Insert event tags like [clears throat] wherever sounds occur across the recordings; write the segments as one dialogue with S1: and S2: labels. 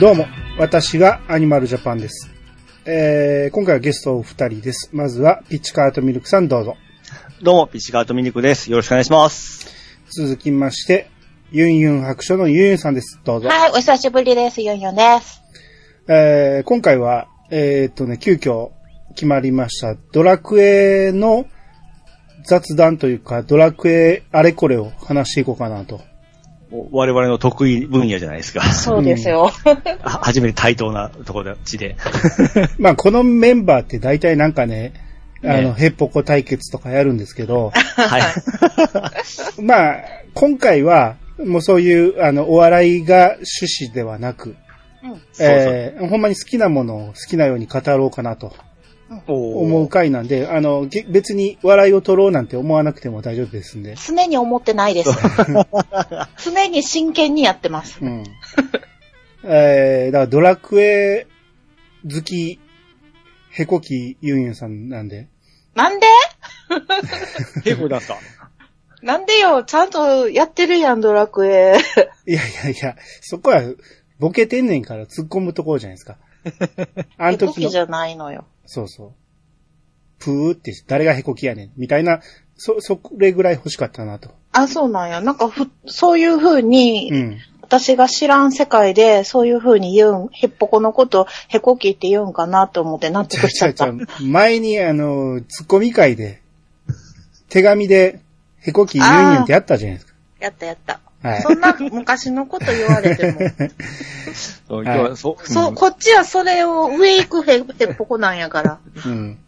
S1: どうも、私がアニマルジャパンです。えー、今回はゲストお二人です。まずは、ピッチカートミルクさんどうぞ。
S2: どうも、ピッチガートミニクです。よろしくお願いします。
S1: 続きまして、ユンユン白書のユンユンさんです。どうぞ。
S3: はい、お久しぶりです。ユンユンです。
S1: えー、今回は、えー、っとね、急遽決まりました、ドラクエの雑談というか、ドラクエあれこれを話していこうかなと。
S2: お我々の得意分野じゃないですか。
S3: そうですよ。
S2: あ [laughs] 初めて対等なところ地 [laughs] で。
S1: まあ、このメンバーって大体なんかね、あの、
S2: ね
S1: ヘッポコ対決とかやるんですけ
S3: [laughs]
S1: ど、
S2: はい。
S1: まあ、今回は、もうそういう、あの、お笑いが趣旨ではなく、
S2: そう
S1: えーほんまに好きなものを好きなように語ろうかなと思
S2: お
S1: う
S2: ー
S1: 回なんで、あの、げ別に笑いを取ろうなんて思わなくても大丈夫ですんで。
S3: 常に思ってないです。 [laughs] 常に真剣にやってます。 [laughs]
S1: うん。えー、だからドラクエ好き、ヘコキユンユンさんなんで。
S3: なんで
S2: 結構だった。
S3: なんでよ、ちゃんとやってるやん、ドラクエ。
S1: いやいやいや、そこは、ボケてんねんから突っ込むところじゃないです
S3: [laughs]
S1: か。あの
S3: ヘコ
S1: 時
S3: キ
S1: の
S3: じ。ゃないのよ。
S1: そうそう。プーって誰がヘコキやねん、みたいな、そ、それぐらい欲しかったなと。
S3: あ、そうなんや。なんかふ、そういう風に、
S1: うん。
S3: 私が知らん世界で、そういう風に言うん、ヘッポコのこと、ヘコキって言うんかなと思って納
S1: ちゃ
S3: 得
S1: う
S3: し
S1: ち
S3: ちゃ
S1: ゃう
S3: っ
S1: ちゃ
S3: た。
S1: う。前にあの、ツッコミ会で、手紙で、ヘコキユンユンってやったじゃないですか。
S3: やったやった。
S1: はい
S3: そんな昔のこと言われ
S1: [laughs]
S3: ても。
S2: そう今日はそう
S3: そうう、
S2: ん
S3: こっちはそれを上行くヘヘッポコなんやから。
S1: うん。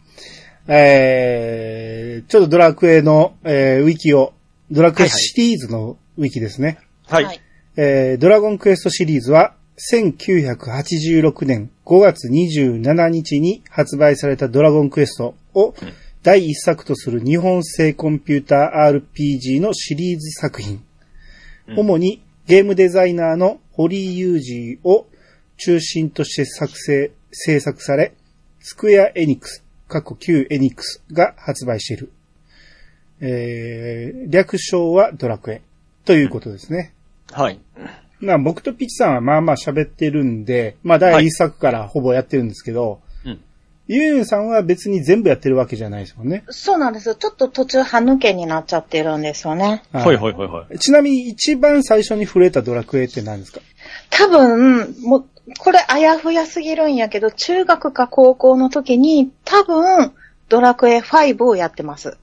S1: えー、ちょっとドラクエの、えー、ウィキを、ドラクエシリーズのウィキですね。
S2: はい。。
S1: えードラゴンクエストシリーズは、1986年5月27日に発売されたドラゴンクエストを第一作とする日本製コンピューター RPG のシリーズ作品。
S2: うん
S1: 主にゲームデザイナーの堀井雄二を中心として作成、制作され、スクエアエニックス、過去旧エニックスが発売している。えー、略称はドラクエということですね。
S2: はい。
S1: まあ僕とピッチさんはまあまあ喋ってるんで、まあ第一作からほぼやってるんですけど、
S2: うん
S1: ユーユンさんは別に全部やってるわけじゃないですもんね。
S3: そうなんですよ。ちょっと途中歯抜けになっちゃってるんですよね。
S1: は
S2: ほいほいほいほい。
S1: ちなみに一番最初に触れたドラクエって何ですか
S3: 多分、もう、これあやふやすぎるんやけど、中学か高校の時に、多分、ドラクエ5をやってます。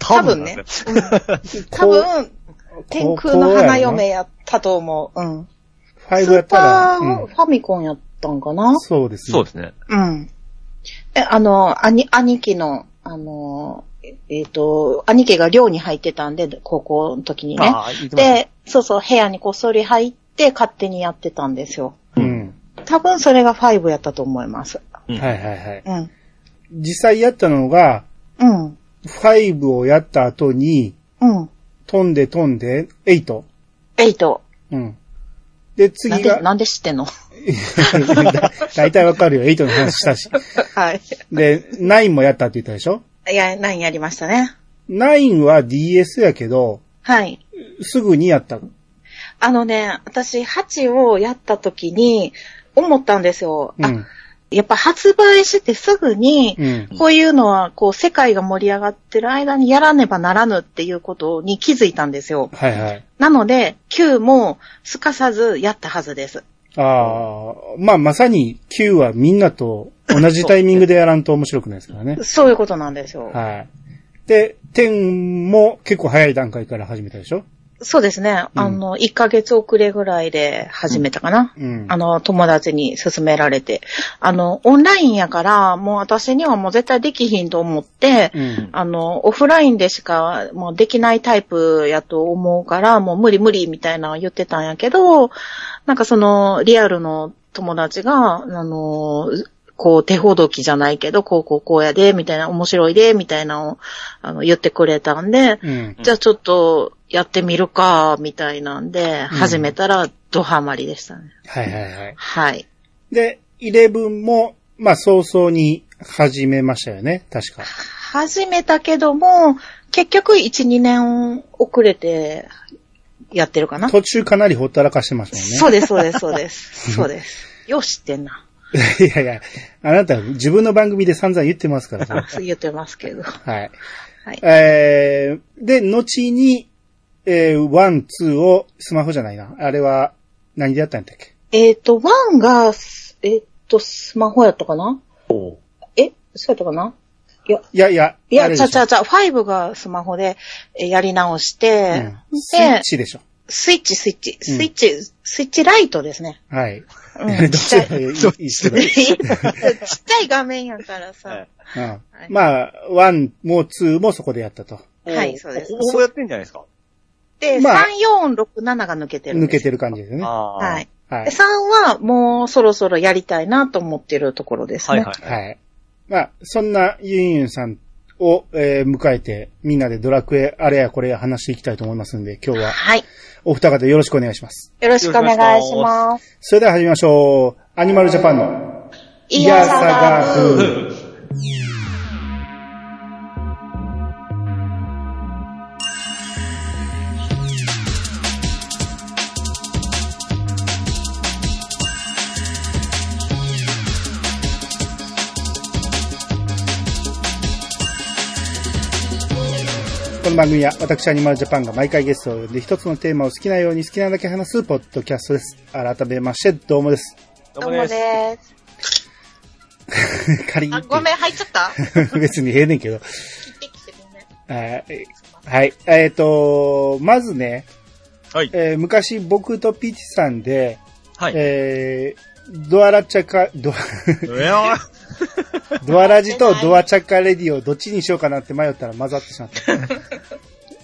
S2: 多分なんですよ
S3: 多分、天空の花嫁
S1: や。
S3: やったと思う。うん。
S1: ファイ
S3: ス
S1: ブや
S3: ー
S1: った
S3: パ
S1: ら、
S3: ー
S1: うん
S3: ファミコンやったんかな
S1: そうですね。
S2: そうですね。
S3: うん。え、あの、兄、兄貴の、あの、ええっ、と、兄貴が寮に入ってたんで、高校の時にね。
S2: あー言ってましたね
S3: で、そうそう、部屋にこっそり入って勝手にやってたんですよ。
S1: う
S2: うんん。
S3: 多分それが5やったと思います。
S2: うん
S1: はいはいはい。
S3: うん。
S1: 実際やったのが、
S3: うん。
S1: ファイブをやった後に、
S3: うん。
S1: 飛んで飛んで、エイト。
S3: 8。
S1: うん。で、
S3: な
S1: 次
S3: んで、
S1: が、
S3: なんで知って
S1: [laughs]
S3: んの
S1: だいたいわかるよ。エイトの話したし。
S3: はい。
S1: で、9もやったって言ったでしょ
S3: いや、9やりましたね。
S1: ?9 は DS やけど、
S3: はい。
S1: すぐにやったの。
S3: あのね、私8をやった時に思ったんですよ。
S1: う
S3: あ
S1: ん。
S3: やっぱ発売してすぐに、
S1: うん。
S3: こういうのは、こう、世界が盛り上がってる間にやらねばならぬっていうことに気づいたんですよ。
S1: はいはい。
S3: なので、9もすかさずやったはずです。
S1: ああ、まあまさに9はみんなと同じタイミングでやらんと面白くないですからね。
S3: そういうことなんですよ。
S1: はい。で、10も結構早い段階から始めたでしょ
S3: そうですね。
S1: うん
S3: あの、1ヶ月遅れぐらいで始めたかな。
S1: うん。
S3: あの、友達に勧められて。あの、オンラインやから、もう私にはもう絶対できひんと思って、
S1: うん。
S3: あの、オフラインでしかもうできないタイプやと思うから、もう無理無理みたいなの言ってたんやけど、なんかその、リアルの友達が、あの、こう、手ほどきじゃないけど、こうこうこうやで、みたいな、面白いで、みたいなのを、あの、言ってくれたんで、
S1: うん。
S3: じゃあちょっとやってみるか、みたいなんで、
S1: うん
S3: 始めたらドハマりでしたね。
S1: はいはいはい。
S3: はい。
S1: で、11も、まあ早々に始めましたよね。確か。
S3: 始めたけども、結局1、2年遅れてやってるかな。
S1: 途中かなりほったらかしてましたもんね。
S3: そうです、そうです、そ
S1: [laughs]
S3: うです。そうです。よし知ってんな。
S1: いやいや、あなた自分の番組で散々言ってます
S3: [laughs]
S1: から、それ
S3: そう言ってますけど。
S1: はい。
S3: はい
S1: えー、で、後に、えー、ワン、ツーをスマホじゃないな。あれは、何でやったんだっけ
S3: えっ、と、ワンが、えっ、と、スマホやったかな
S2: おう
S3: えそうやったかないや、
S1: いやいや、
S3: い
S1: あ
S3: や、
S1: れ
S3: ち
S1: で
S3: ゃ
S1: し
S3: ち
S1: ょ
S3: ゃちゃ、5がスマホでえやり直して、
S1: うんスイッ
S3: で、
S1: チでしょ。
S3: スイッチ、スイッチ、スイッチ、スイッチライトですね。
S1: はい。
S3: うん
S1: [laughs] どっ
S3: ちっち
S1: ち
S3: ゃい
S1: でもいいいいけど。
S3: [laughs] ちっちゃい画面やから
S2: は
S3: さ
S2: い。
S1: うん
S3: はい
S1: まあ、ワンもツーもそこでやったと。
S3: はいそうです
S2: ほぼやってんじゃないですか。
S3: で、
S1: まあ
S3: 3、4、6、7が抜けてるん
S1: 抜
S3: で
S1: け
S3: す
S1: て
S3: よ。
S1: る感じですね。は
S2: ああ。
S3: はい。。
S1: い
S3: で。3はもうそろそろやりたいなと思ってるところです
S2: は
S3: ね。
S2: いはい。
S1: はい。まあ、そんなユンユンさんを、えー迎えて、みんなでドラクエ、あれやこれや話していきたいと思いますんで、今日は
S3: はい。
S1: お二方よろしくお願いします。
S3: よろしくお願いします。
S1: それでは始めましょう。アニマルジャパンの、
S3: いやさが
S1: いやさが
S3: ふ
S1: ふこの番組は私アニマルジャパンが毎回ゲストを呼んで一つのテーマを好きなように好きなだけ話すポッドキャストです。改めまして、どうもです。 [laughs]
S2: ど
S3: ど
S2: う
S3: う
S2: もで
S3: も
S2: す。
S3: です。
S1: 仮に言
S3: あ、
S1: って。
S3: ごめん、入っちゃ [laughs] った
S1: ん。 [laughs] 別にええねんけど。
S3: 切ってきてごめん。
S1: あーはい。えっ、と、まずね、
S2: はい。
S1: えー昔僕とピチさんで、
S2: はい。
S1: えードアラチャカ、
S2: [laughs]
S1: ドア、
S2: うわー
S1: ドアラジとドアチャカレディオどっちにしようかなって迷ったら混ざってしま
S2: [laughs]
S1: った。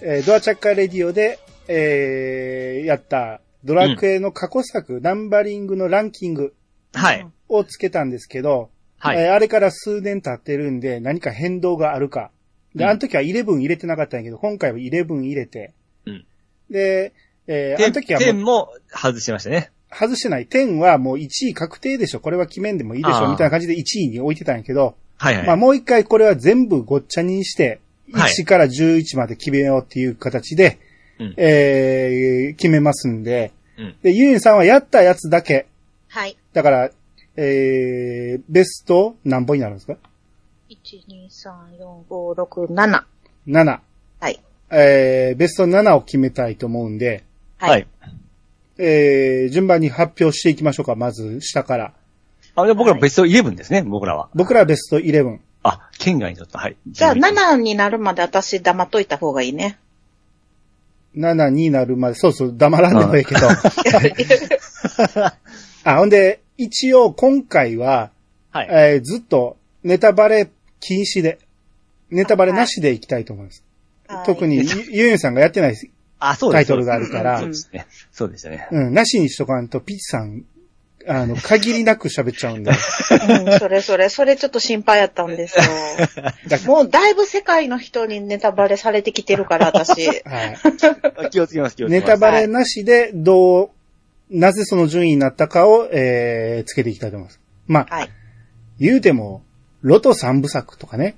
S1: えードアチャカレディオで、えーやったドラクエの過去作、ナンバリングのランキング
S2: はい。
S1: をつけたんですけど、
S2: はい。
S1: えーあれから数年経ってるんで何か変動があるか。で、
S2: うん
S1: あの時は11入れてなかったんやけど、今回は11入れて。
S2: うん
S1: で、えーあ
S2: 天
S1: の時はもう
S2: 天も外しましたね。
S1: 外してない。10はもう1位確定でしょ。これは決めんでもいいでし
S2: あ
S1: ょ。
S2: ー
S1: みたいな感じで1位に置いてたんやけど、
S2: はいはい。
S1: まあもう一回これは全部ごっちゃにして、
S2: はい
S1: 1から11まで決めようっていう形で、
S2: うん
S1: えー決めますんで、
S2: うん
S1: で、ユーンさんはやったやつだけ、
S3: はい。
S1: だから、えー、ベスト何本になるんですか
S3: 1、2、3、4、5、6、7。
S1: ?7。
S3: はい。
S1: えー、ベスト7を決めたいと思うんで、
S2: はい。。
S1: えー、順番に発表していきましょうか。まず、下から。
S2: あ、で僕らベスト11ですね、僕らは。
S1: 僕らはベスト11。
S2: あ、県外にとった。はい。
S3: じゃあ、
S2: 11
S3: 7になるまで私黙っといた方がいいね。
S1: 7になるまで、そうそう、黙らんでもいいけど。あ、ほんで、一応今回は、
S2: はい。
S1: えーずっとネタバレ禁止で、ネタバレなしでいきたいと思います。特にゆ、ゆうゆんさんがやってない、
S2: あ、そう
S1: タ
S2: で
S1: イ
S2: す。そ
S1: ト
S2: う
S1: ル
S2: です
S1: があるから
S2: そう、ですね。そうでしたね。
S1: うん、なしにしとかんと、ピチさん、あの、限りなく喋っちゃ
S2: [laughs]
S1: うんで、
S3: はい。うん、それそれ、それちょっと心配やったんですよ。 [laughs]
S1: だか
S3: もうだいぶ世界の人にネタバレされてきてるから、 [laughs] 私。
S1: ら、はい。
S2: あ気をつけます、気をつけ
S1: ネ
S2: ます。
S1: タバレなしで、どう、なぜその順位になったかを、えー、つけていきたいと思います。まあ、
S3: はい。
S1: 言うても、ロト三部作とかね、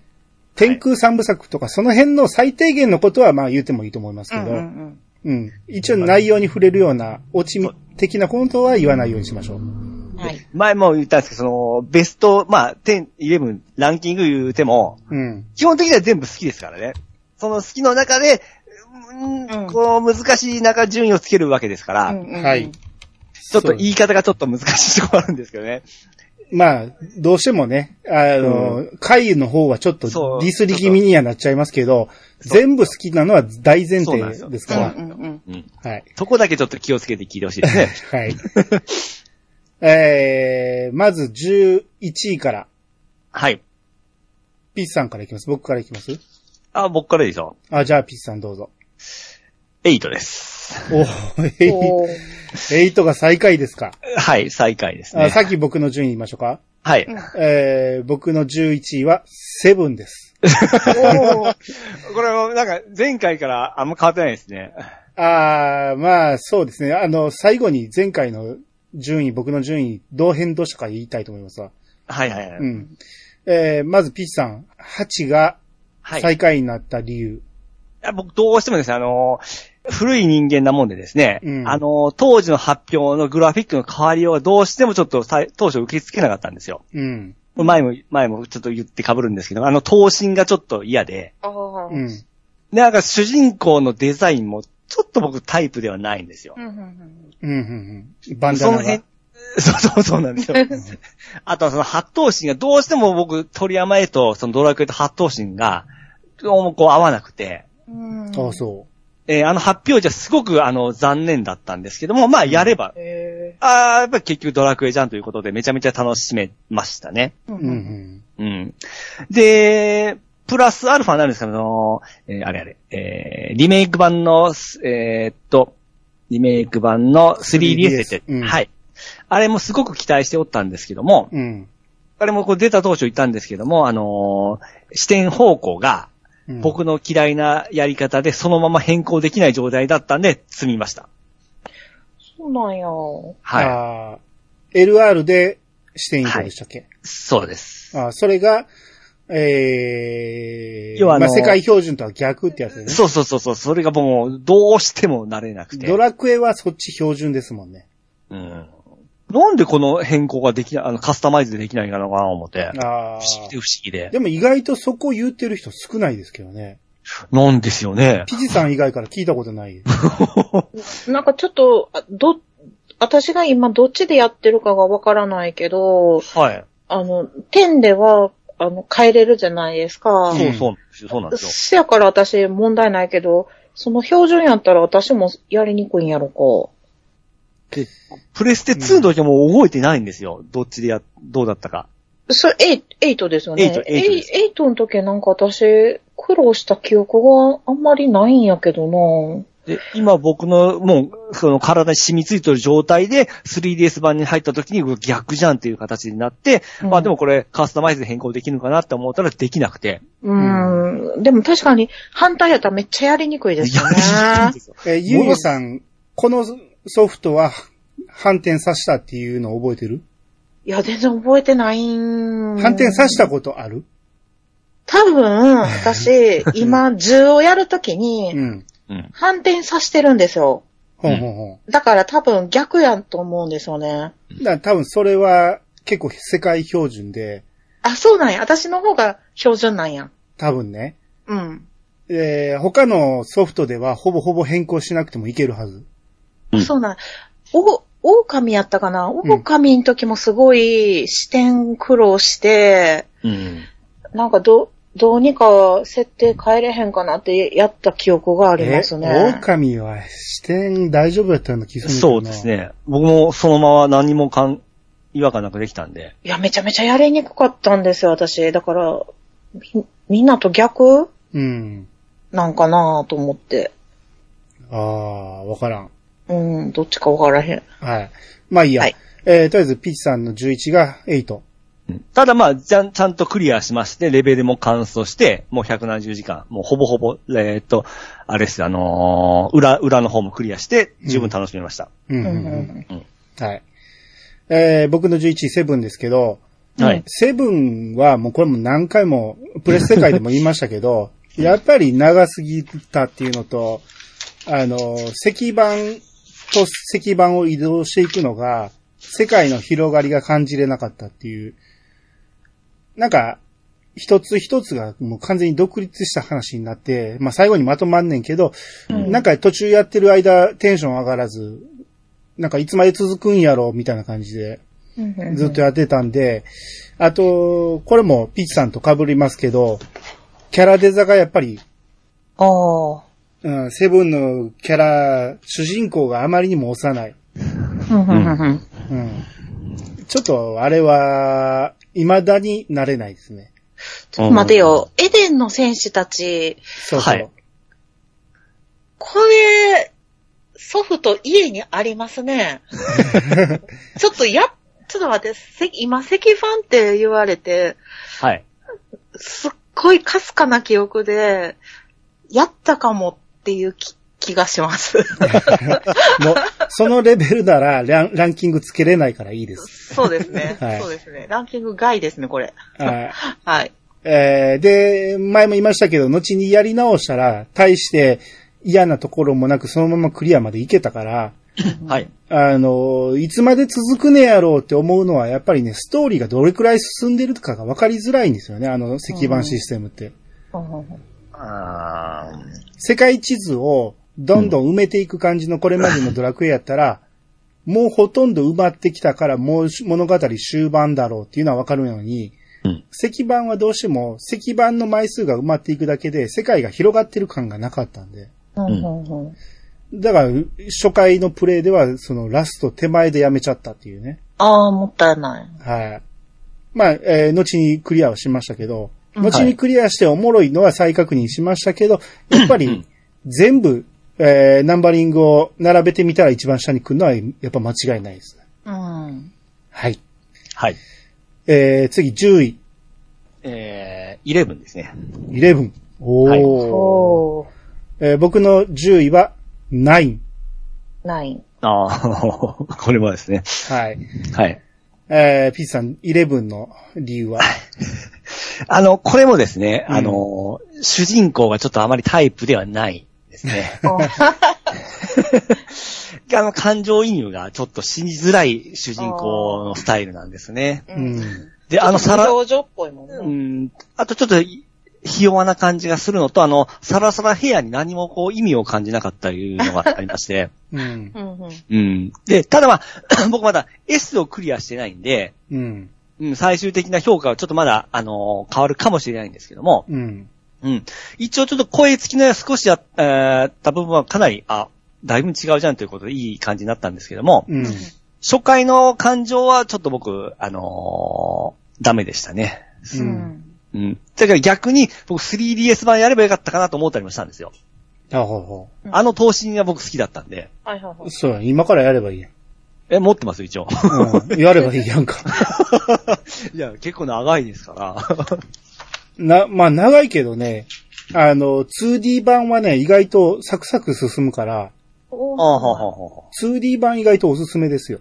S1: 天空三部作とか、その辺の最低限のことは、まあ言うてもいいと思います
S3: う
S1: け
S3: ん
S1: ど、
S3: うんうん。
S1: うん。一応内容に触れるような、落ち的なことは言わないようにしましょう。
S3: はい。
S2: 前も言ったんですけど、その、ベスト、まあ、10、11、ランキング言うても、
S1: うん。
S2: 基本的には全部好きですからね。その好きの中で、うん
S3: うん
S2: こう、難しい中順位をつけるわけですから、
S3: うんうんうん
S1: はい。
S2: ちょっと言い方がちょっと難しいところあるんですけどね。
S1: まあ、どうしてもね、あの、回の方はちょっと
S2: そう
S1: ディスり気味にはなっちゃいますけど、全部好きなのは大前
S2: そうなんです
S1: 提
S2: よ
S1: です
S3: う
S1: か
S3: ん
S1: ら、
S3: うんうん。
S2: うん。
S1: はい。
S2: そこだけちょっと気をつけて聞いてほしいですね。
S1: はい。 [laughs] えー、まず11位から、
S2: はい。
S1: ピッチさんからいきます。僕からいきます
S2: あ、僕からでしょ。
S1: あ、じゃあピッチさんどうぞ。
S2: 8です。
S1: お
S3: お
S1: ー、
S3: ー
S1: 8が最下位ですか。
S2: はい、最下位です
S1: あ
S2: ね。
S1: さっき僕の順位言いましょうか。
S2: はい。
S1: えー、僕の11位は、セブンです。
S3: おー
S2: [laughs] これもなんか前回からあんま変わってないですね。
S1: あー、まあ、そうですね。あの、最後に前回の順位、僕の順位、どう変動したか言いたいと思いますわ。
S2: はいはいはい。
S1: うん。えー、まず、ピッチさん、8が
S2: はい。
S1: 最下位になった理由。
S2: いや僕どうしてもですね、あのー古い人間なもんでですね、
S1: うん
S2: あの、当時の発表のグラフィックの変わりようがどうしてもちょっとさい当初受け付けなかったんですよ。
S1: うん。
S2: 前も、前もちょっと言って被るんですけど、あの、刀身がちょっと嫌で、
S3: ああ。う
S1: うんん。
S2: でなんか主人公のデザインもちょっと僕タイプではないんですよ。
S3: うんうん
S1: うん。うん。うん。バンダ
S2: そ
S1: ナ
S2: の辺
S1: が。、
S2: [laughs] そうそうそうなんですよ。 [laughs] あとはその八頭身がどうしても僕、鳥山絵とそのドラクエと八頭身が、どうもこう合わなくて、
S3: うん
S1: ああ、そ
S2: えーあの発表じゃすごくあの残念だったんですけども、まあやれば、
S3: へ
S2: ああ、やっぱり結局ドラクエじゃんということでめちゃめちゃ楽しめましたね。
S3: ー
S1: う。うん。
S2: うん。で、プラスアルファになるんですけど、あのえーあれあれ、えーリメイク版の、すえーっと、リメイク版の 3DS って、
S1: うん
S2: はい。あれもすごく期待しておったんですけども、
S1: うん。
S2: あれもこう出た当初言ったんですけども、あのー視点方向が
S1: うん。
S2: 僕の嫌いなやり方でそのまま変更できない状態だったんで、積みました。
S3: そうなんや。う
S2: は
S1: ああ、LR で視点移動でしたっけ、
S2: い。そうです。
S1: ああ、それが、えー、
S2: 要はあ
S1: ま
S2: の
S1: あ、世界標準とは逆ってやつでね。
S2: そうそうそうそう、それがもうどうしても慣れなくて。
S1: ドラクエはそっち標準ですもんね。
S2: うんなんでこの変更ができない、あの、カスタマイズできないのかな思って。
S1: ああ
S2: 不。思議で不思議で。
S1: でも意外とそこ言ってる人少ないですけどね。
S2: なんですよね。
S1: ピジさん以外から聞いたこと
S2: [laughs]
S1: ない。
S3: なんかちょっと、あど、私が今どっちでやってるかがわからないけど、
S2: はい。
S3: あの、10では、あの、変えれるじゃないですか。
S2: そうそうなんですよ。そうなんですよ。
S3: せやから私問題ないけど、その標準やったら私もやりにくいんやろ
S2: プレステ2の時はもう動いてないんですよ。どっちでや、どうだったか。
S3: か。それ、エイトですよね。
S2: 8 8です
S3: エイトの時なんか私、苦労した記憶があんまりないんやけどな
S2: で、今僕のもう、その体に染みついてる状態で 3DS 版に入った時に逆じゃんっていう形になって、
S3: うん
S2: まあでもこれカスタマイズで変更できるのかなって思ったらできなくて。
S3: うーん。でも確かに反対やったらめっちゃやりにくいですよね。
S2: やるんですよ
S1: えー、ゆうごさん、このソフトは反転させたっていうのを覚えてる、
S3: いや、全然覚えてないん。
S1: 反転させたことある
S3: 多分、
S1: [laughs]
S3: 私、今、図をやるときに、
S1: うん。
S2: うん。
S3: 反転させてるんですよ。
S1: ほんほんほん。
S3: だから多分逆やんと思うんですよね。
S1: だから多分それは結構世界標準で、
S3: あ、そうなんや。私の方が標準なんや。
S1: 多分ね、
S3: うん。
S1: えー他のソフトではほぼほぼ変更しなくてもいけるはず。
S2: うん
S3: そうなん。お、狼やったかな狼の時もすごい視点苦労して、
S2: うん。
S3: なんかど、どうにか設定変えれへんかなってやった記憶があります
S1: え
S3: ね。
S1: 狼は視点大丈夫だったような気がする
S2: そうん
S1: だけどな
S2: です。ね。僕もそのまま何もかん、違和感なくできたんで。
S3: いや、めちゃめちゃやりにくかったんですよ、私。だから、み、みんなと逆
S1: うん。
S3: なんかなと思って。
S1: ああ、わからん。
S3: うん、どっちかわからへん。
S1: はい。まあいいや。
S3: はい
S1: えーとりあえずピーチさんの11が8。
S2: ただまあ、ちゃん、ちゃんとクリアしまして、レベルも完走して、もう170時間、もうほぼほぼ、えーっと、あれです、あのー裏、裏の方もクリアして、十分楽しみました。
S1: うん
S3: う
S1: うんん
S3: う
S1: うん
S3: ん
S1: はい。えー僕の11、セブンですけど、
S3: うん
S2: はい。
S1: セブンはもうこれも何回もプレス世界でも言いましたけど、やっぱり長すぎたっていうのと、あの、石板と石板を移動していくのが、世界の広がりが感じれなかったっていう、なんか、一つ一つがもう完全に独立した話になって、まあ最後にまとまんねんけど、
S3: うん
S1: なんか途中やってる間テンション上がらず、なんかいつまで続くんやろみたいな感じで、
S3: うんうんうん
S1: ずっとやってたんで、あと、これもピッチさんと被りますけど、キャラデザがやっぱり、
S3: ああ。
S1: うん、セブンのキャラ、主人公があまりにも幼い。
S3: うんうんうんうん
S1: うん。ちょっと、あれは、未だになれないですね。
S3: ちょっと待てよ。エデンの戦士たち、
S1: そうそう。
S2: はい
S3: これ、ソフト家にありま
S1: [laughs]
S3: すね。ちょっとや、ちょっと待って、せ今、石板って言われて、
S2: はい。
S3: すっごいかすかな記憶で、やったかもっていう気気がします。
S1: もう、そのレベルならラン、ランキングつけれないからいいです。
S3: そうですね、
S1: はい
S3: そうですね。ランキング外ですね、これ。
S1: はい。
S3: [laughs] はい。
S1: えーで、前も言いましたけど、後にやり直したら、対して、嫌なところもなくそのままクリアまで行けたから、
S2: はい。
S1: あの、いつまで続くねやろうって思うのは、やっぱりね、ストーリーがどれくらい進んでるかが分かりづらいんですよね、あの石板システムって。
S2: あ
S1: 世界地図をどんどん埋めていく感じのこれまでのドラクエやったら、もうほとんど埋まってきたからもうし物語終盤だろうっていうのはわかるのに、
S2: うん
S1: 石板はどうしても石板の枚数が埋まっていくだけで世界が広がってる感がなかったんで。
S3: うん
S1: だから、初回のプレイではそのラスト手前でやめちゃったっていうね。
S3: ああ、もったいない。
S1: はい。まあ、えー後にクリアはしましたけど、
S3: うん
S1: 後にクリアしておもろいのは再確認しましたけど、やっぱり全部、えーナンバリングを並べてみたら一番下に来るのはやっぱ間違いないです。
S3: うん。
S1: はい。
S2: ーはい。
S1: えー、次10位、
S2: えー、11ですね。
S1: 11。おー
S2: はい
S3: おー、
S1: えー僕の10位は9。
S3: ない。。
S2: ああ、 [laughs] これもですね。
S1: はい。
S2: はい。
S1: えー、ピーチさん11の理由は、
S2: あの、これもですね、
S1: うん
S2: あの、主人公がちょっとあまりタイプではないですね
S3: あ
S2: あの、感情移入がちょっとしづらい主人公のスタイルなんですね。
S3: う。
S1: うんん。
S2: で、あの、さら、
S3: 表情っぽいもんね。
S2: うん、あとちょっと、ひ弱な感じがするのと、あの、さらさら部屋に何もこう意味を感じなかったというのがありま [laughs] して、
S1: うん。
S3: うんうん。
S2: うん。で、ただまあ、 [clears throat] 僕まだ S をクリアしてないんで、
S1: うん。
S2: うん、最終的な評価はちょっとまだ、あのー変わるかもしれないんですけども、
S1: うん。
S2: うん。一応ちょっと声付きの少しあっ、えーた部分はかなり、あ、だいぶ違うじゃんということでいい感じになったんですけども、
S1: うん。
S2: 初回の感情はちょっと僕、あのーダメでしたね。
S1: う。
S3: うんん。
S2: うん。だから逆に、僕 3DS 版やればよかったかなと思ったりもしたんですよ。
S1: あほうほ
S3: うん
S2: あの投資が僕好きだったんで。
S3: はいはいは
S1: う。
S3: い。
S1: そうや、今からやればいいやん。
S2: え、持ってます、一応。 [laughs]
S1: うんやればいいやんか。
S2: いや、結構長いです [laughs] から。
S1: な、まあ長いけどね、あの、2D 版はね、意外とサクサク進むから、
S3: おー
S2: ああ、はあはあは
S1: 2D 版意外とおすすめですよ。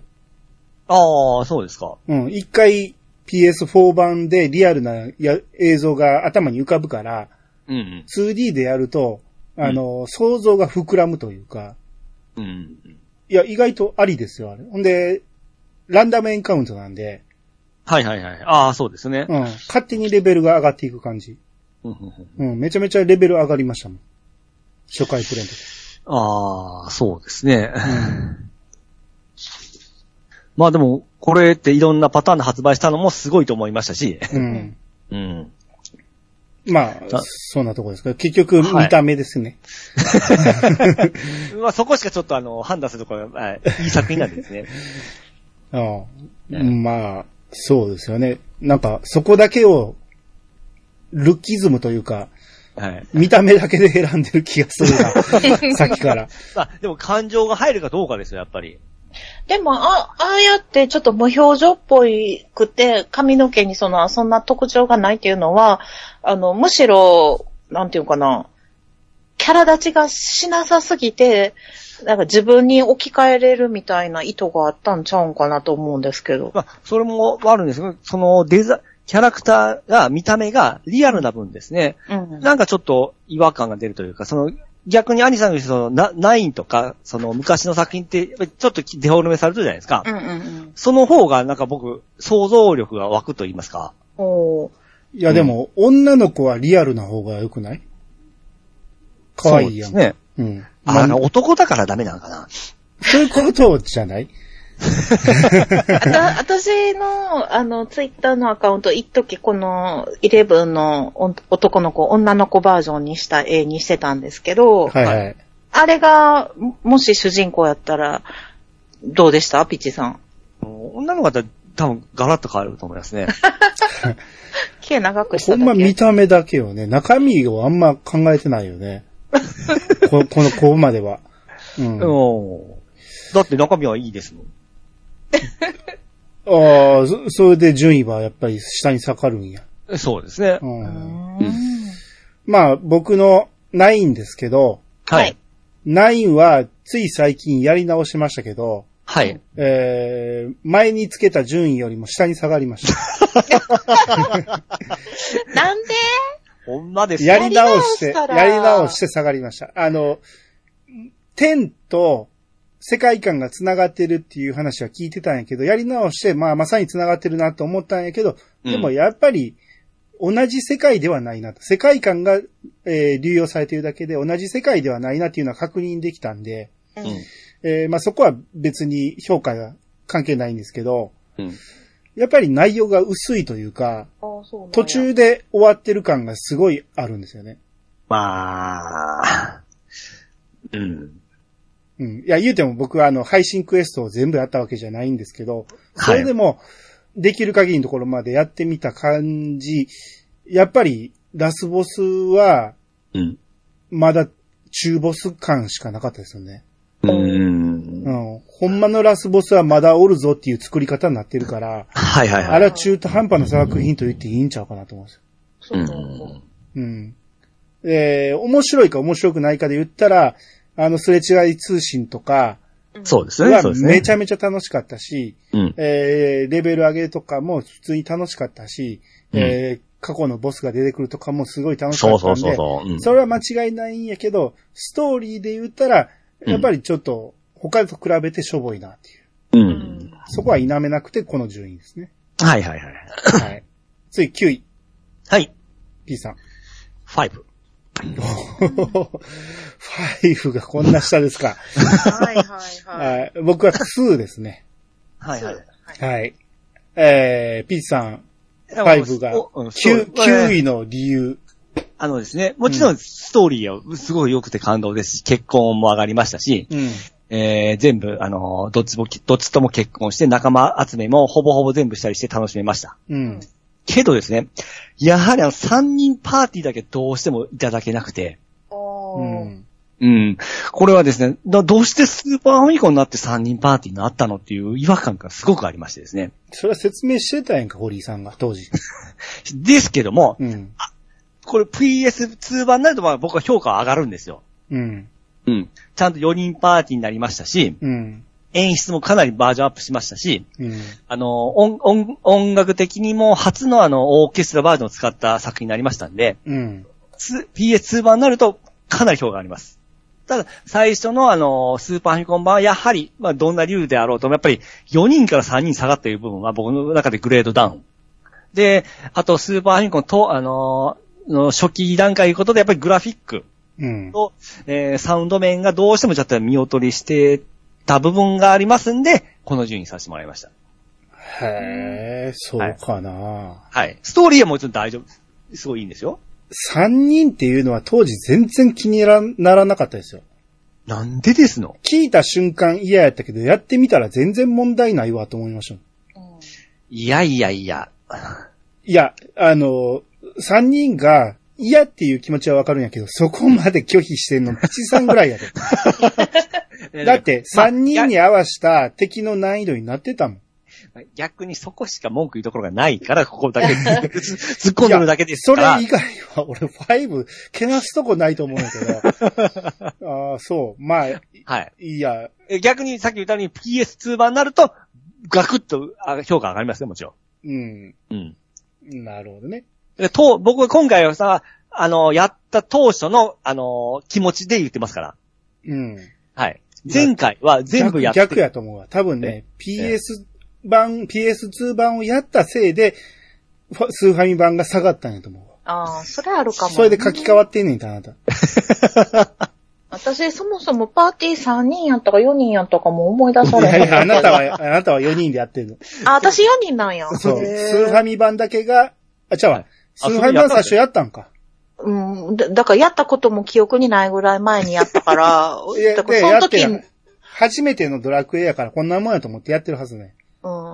S2: ああー、そうですか。
S1: うん、一回 PS4 版でリアルなや映像が頭に浮かぶから、
S2: うん。
S1: 2D でやると、あの、想像が膨らむというか、
S2: うん。うん。
S1: いや、意外とありですよ、あれ。ほんで、ランダムエンカウントなんで、
S2: はいはいはい。ああ、そうですね。
S1: うん、勝手にレベルが上がっていく感じ。
S2: うんうんうん
S1: うん、めちゃめちゃレベル上がりましたもん。初回プレイの時。
S2: ああ、そうですね。 [laughs] まあでも、これっていろんなパターンで発売したのもすごいと思いましたし。
S1: うん。
S2: うん。
S1: まあ、
S2: あ
S1: そんなところですけど、結局
S2: はい
S1: 見た目ですね。
S2: まあそこしかちょっとあの、判断するところが、いい作品なんですね。
S1: ああまあ、そうですよね。なんか、そこだけを、ルッキズムというか、
S2: [laughs] はい。
S1: 見た目だけで選んでる気がする
S2: [laughs]
S1: な。さっきから。
S2: まあ、でも感情が入るかどうかですよ、やっぱり。
S3: でも、あ、ああやってちょっと無表情っぽいくて、髪の毛にその、そんな特徴がないっていうのは、あの、むしろ、なんていうかな、キャラ立ちがしなさすぎて、なんか自分に置き換えれるみたいな意図があったんちゃうんかなと思うんですけど。
S2: まあ、それもあるんですけど、そのデザ、キャラクターが、見た目がリアルな分ですね、
S3: うん。
S2: なんかちょっと違和感が出るというか、その、逆にアニさんが言うその、なナインとか、その昔の作品って、やっぱりちょっとデフォルメされてるじゃないですか。
S3: うんうんうん。
S2: その方が、なんか僕、想像力が湧くと言いますか。
S3: おー
S1: いや、でも、女の子はリアルな方が良くない可愛いやん。
S2: そうですね。
S1: うん。
S2: あ、
S1: まあ
S2: なんか男だからダメなのかな。
S1: そういうことじゃない
S3: あた私の、あの、ツイッターのアカウント、一時この、11のお男の子、女の子バージョンにした絵にしてたんですけど、
S1: はいはい。
S3: あれが、ももし主人公やったら、どうでしたピッチさん。
S2: 女の子だったら多分ガラッと変わると思いますね。
S3: 毛長くし
S1: ほ
S3: ただけ。
S1: んま見た目だけよね。中身をあんま考えてないよ
S2: [laughs]
S1: ね。こ [laughs] この、ここまでは。うん。あ
S2: うん。だって中身はいいですもん。
S1: あ、そそれで順位はやっぱり下に下がるんや。
S2: そうですね
S1: う。、
S3: うんん
S1: まあ、僕の9ですけど、
S2: はい。
S1: 9はつい最近やり直しましたけど、
S2: はい。
S1: えー、前につけた順位よりも下に下がりました。
S3: なんで
S2: ほんまですよ
S1: やり直して、
S3: やり直したら
S1: やり直して下がりました。あの、天と世界観が繋がってるっていう話は聞いてたんやけど、やり直して、まあまさに繋がってるなと思ったんやけど、でも
S2: うん
S1: やっぱり同じ世界ではないなと。世界観が、えー流用されているだけで同じ世界ではないなっていうのは確認できたんで、
S3: う
S2: うん
S3: ん。
S1: えーまあそこは別に評価が関係ないんですけど、
S2: うん。
S1: やっぱり内容が薄いというか、
S3: ああ、そうなんや
S1: 途。中で終わってる感がすごいあるんですよね。
S2: まあ、うん。
S1: うん。いや、言うても僕はあの、配信クエストを全部やったわけじゃないんですけど、それでも、できる限りのところまでやってみた感じ、やっぱり、ラスボスは、
S2: うん。
S1: まだ、中ボス感しかなかったですよね。
S2: うん
S1: う。ん。ほんまのラスボスはまだおるぞっていう作り方になってるから、
S2: はいはい
S1: あ
S2: はい。
S1: れは中途半端な作品と言っていいんちゃうかなと思うんですよ。
S3: そう
S2: う
S3: なんや
S2: ん。
S1: うん。えー、面白いか面白くないかで言ったら、あの、すれ違い通信とか、
S2: そうですね。
S1: は
S2: そうですね。
S1: めちゃめちゃ楽しかったし、
S2: うん。
S1: えーレベル上げとかも普通に楽しかったし、
S2: うん
S1: えー過去のボスが出てくるとかもすごい楽しか
S2: そ
S1: っ
S2: う
S1: たん
S2: そ
S1: で、
S2: うそうそう。うん
S1: それは間違いないんやけど、ストーリーで言ったら、やっぱりちょっと他と比べてしょぼいなっていう。
S2: う。
S3: うんん。
S1: そこは否めなくてこの順位
S2: [laughs]
S1: ですね。
S2: はいはいはい。
S1: はい。次9位、
S2: はい。
S1: P さん。 [laughs]
S2: ファイブ。
S1: 5がこんな下ですか。
S3: はいはいはい。
S1: [laughs] はい僕は2ですね。
S2: はいはい。
S1: はい。えー、P さん、5が
S2: おうんそう
S1: 9、9位の理由。
S2: あのですね、もちろんストーリーはすごい良くて感動ですし、結婚も上がりましたし、
S1: うん。
S2: えー全部、あのー、どっちも、どっちとも結婚して仲間集めもほぼほぼ全部したりして楽しめました。
S1: うん。
S2: けどですね、やはりあの3人パーティーだけどうしてもいただけなくて、
S1: う
S3: おー
S1: ん。
S2: うん。これはですね、どどうしてスーパーファミコンになって3人パーティーになったのっていう違和感がすごくありましてですね。
S1: それは説明してたやんか、堀井さんが、当時。
S2: ですけども、
S1: うん。
S2: これ PS2 版になるとまあ僕は評価は上がるんですよ。
S1: うん。
S2: うん。ちゃんと4人パーティーになりましたし、
S1: うん。
S2: 演出もかなりバージョンアップしましたし、
S1: うん。
S2: あの、音、音、音楽的にも初のあの、オーケストラバージョンを使った作品になりましたんで、
S1: うん。
S2: つ PS2 版になるとかなり評価があります。ただ、最初のあの、スーパーファミコン版はやはり、まあ、どんな理由であろうとも、やっぱり4人から3人下がっている部分は僕の中でグレードダウン。で、あと、スーパーファミコンと、あの、の初期段階ということで、やっぱりグラフィック
S1: うん。
S2: と、えーサウンド面がどうしてもちょっと見劣りしてた部分がありますんで、この順位にさせてもらいました。
S1: へえ、そうかな。
S2: はい。ストーリーはもちろん大丈夫。すごいいいんですよ。
S1: 三人っていうのは当時全然気にならなかったですよ。
S2: なんでですの
S1: 聞いた瞬間嫌やったけど、やってみたら全然問題ないわと思いましたもん。
S3: うん
S2: いやいやいや。
S1: いや、あの、三人が嫌っていう気持ちはわかるんやけど、そこまで拒否してんの、ピチさんぐら [laughs] いやで。だって、三人に合わした敵の難易度になってたもん。
S2: まあ。逆逆にそこしか文句言うところがないから、ここ
S1: [laughs]
S2: だけ突っ込んでるだけです
S1: そ
S2: か
S1: れ
S2: ら。
S1: 以外は俺5、けなすとこないと思うんやけ
S2: [laughs]
S1: ど。ああ、そう。まあ、い
S2: はい
S1: いや、
S2: え。逆にさっき言ったように PS2 版になると、ガクッとあ評価上がりますね、もちろ
S1: うん。
S2: ん。うん。
S1: なるほどね。
S2: でと僕は今回はさ、あの、やった当初の、あの、気持ちで言ってますから。
S1: うん。
S2: はい。前回は全部やって。
S1: 逆逆やと思うわ。多分ね、PS 版、PS2 版をやったせいで、ファスーファミ版が下がったんやと思う
S3: ああ、それあるか
S1: わ。
S3: も。
S1: それで書き換わってんねんて、あなた。
S3: 私、そもそもパーティー3人やったか4人やったかも思い出さ
S1: い
S3: れ
S1: や
S3: へん
S1: いや、あなたは、あなたは4人でやって
S2: [laughs]
S1: るの。
S3: あ、私4人なんや。
S1: そう。
S3: へ
S1: スーファミ版だけが、あ、ちゃう
S2: は
S1: わ
S2: い。
S1: スーファミ版最初やったんか。
S3: うん。だだから、やったことも記憶にないぐらい前にやったから、
S1: いや
S3: だか
S1: で
S3: らその
S1: やって
S3: 時、
S1: や
S3: う
S1: る
S3: ん。
S1: 初めてのドラクエやからこんなもんやと思ってやってるはずね。